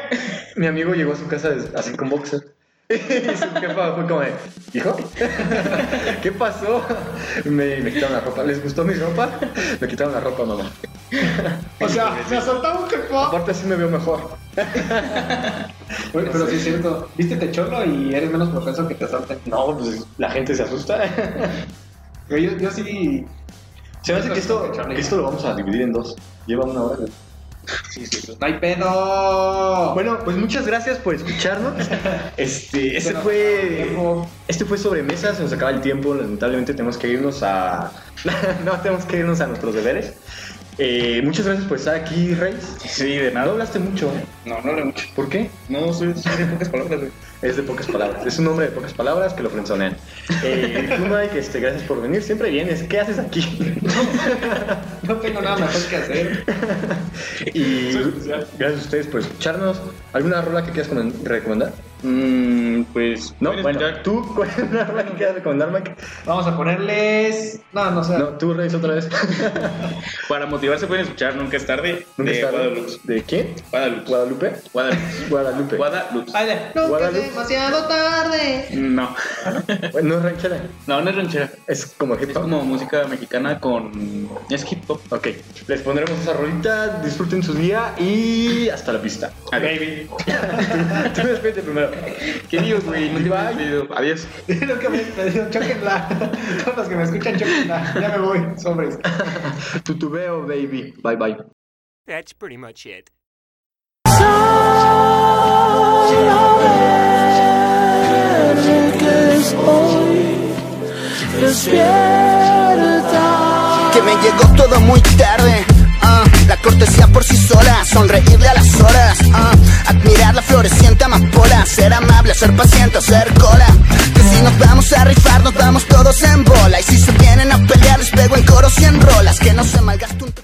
Speaker 3: Mi amigo llegó a su casa des- así con boxer. Y su jefa fue como de, hijo, *laughs* ¿qué pasó? Me, me quitaron la ropa. ¿Les gustó mi ropa? Me quitaron la ropa, mamá.
Speaker 4: O sea, me asaltaba un tipo.
Speaker 3: Aparte así me veo mejor.
Speaker 4: Güey, pero sí es cierto. Vístete cholo y eres menos propenso a que te asalten.
Speaker 3: No, pues la gente se asusta.
Speaker 4: Güey, yo, yo sí.
Speaker 3: Se me hace que esto, que esto lo vamos a dividir en dos. Lleva una hora.
Speaker 1: Sí, sí.
Speaker 4: Pues, ¡No hay pedo!
Speaker 3: Bueno, pues muchas gracias por escucharnos. Este, ese fue... Este fue sobremesa, se nos acaba el tiempo, lamentablemente tenemos que irnos a... *laughs* no, tenemos que irnos a nuestros deberes. Eh, muchas gracias por estar aquí, Reyes.
Speaker 1: *laughs* Sí, de
Speaker 3: No
Speaker 1: nada.
Speaker 3: hablaste mucho, ¿eh?
Speaker 1: No, no le mucho.
Speaker 3: ¿Por qué?
Speaker 1: No, soy, soy de pocas palabras, güey.
Speaker 3: Es de pocas palabras. Es un hombre de pocas palabras que lo frenzonean. Eh, tú, Mike, este, gracias por venir. Siempre vienes. ¿Qué haces aquí? *laughs*
Speaker 4: No tengo nada mejor que hacer.
Speaker 3: y gracias a ustedes por escucharnos. ¿Alguna rola que quieras comen- recomendar?
Speaker 1: Mm, pues.
Speaker 3: No,
Speaker 1: ¿pueden
Speaker 3: bueno,
Speaker 1: escuchar?
Speaker 3: ¿tú *laughs* cuál es una rola que quieras recomendar, Mike?
Speaker 4: Vamos a ponerles. No, no sé.
Speaker 3: No, tú, Reyes, otra
Speaker 1: *laughs*
Speaker 3: vez.
Speaker 1: Para motivarse pueden escuchar Nunca es tarde
Speaker 3: Nunca
Speaker 1: de
Speaker 3: está-
Speaker 1: Guadalupe.
Speaker 3: ¿De quién?
Speaker 1: Guadalupe.
Speaker 3: ¿Guadalupe?
Speaker 1: Guadalupe.
Speaker 3: Guadalupe.
Speaker 1: Guadalupe.
Speaker 4: Ay, de- Nunca es
Speaker 3: Guadalupe.
Speaker 4: demasiado tarde.
Speaker 1: No.
Speaker 3: Bueno, no es ranchera.
Speaker 1: No, no es ranchera.
Speaker 3: Es como hip
Speaker 1: Es
Speaker 3: hop.
Speaker 1: como música mexicana con. Es hip hop.
Speaker 3: Ok, les pondremos esa rolita. Disfruten su día y hasta la pista.
Speaker 1: Baby.
Speaker 3: *laughs* tú despídete primero.
Speaker 1: ¿Qué digo, güey? No te
Speaker 3: Bye.
Speaker 1: había entendido. Adiós.
Speaker 4: Nunca me he despedido. Chóquenla. Todos los que me escuchan, chóquenla. Ya me voy. Sobres.
Speaker 3: Tutubeo, baby. Bye, bye.
Speaker 6: That's pretty much it.
Speaker 7: que me llegó todo muy tarde. ah, la cortesía por sí sola, sonreírle a las horas.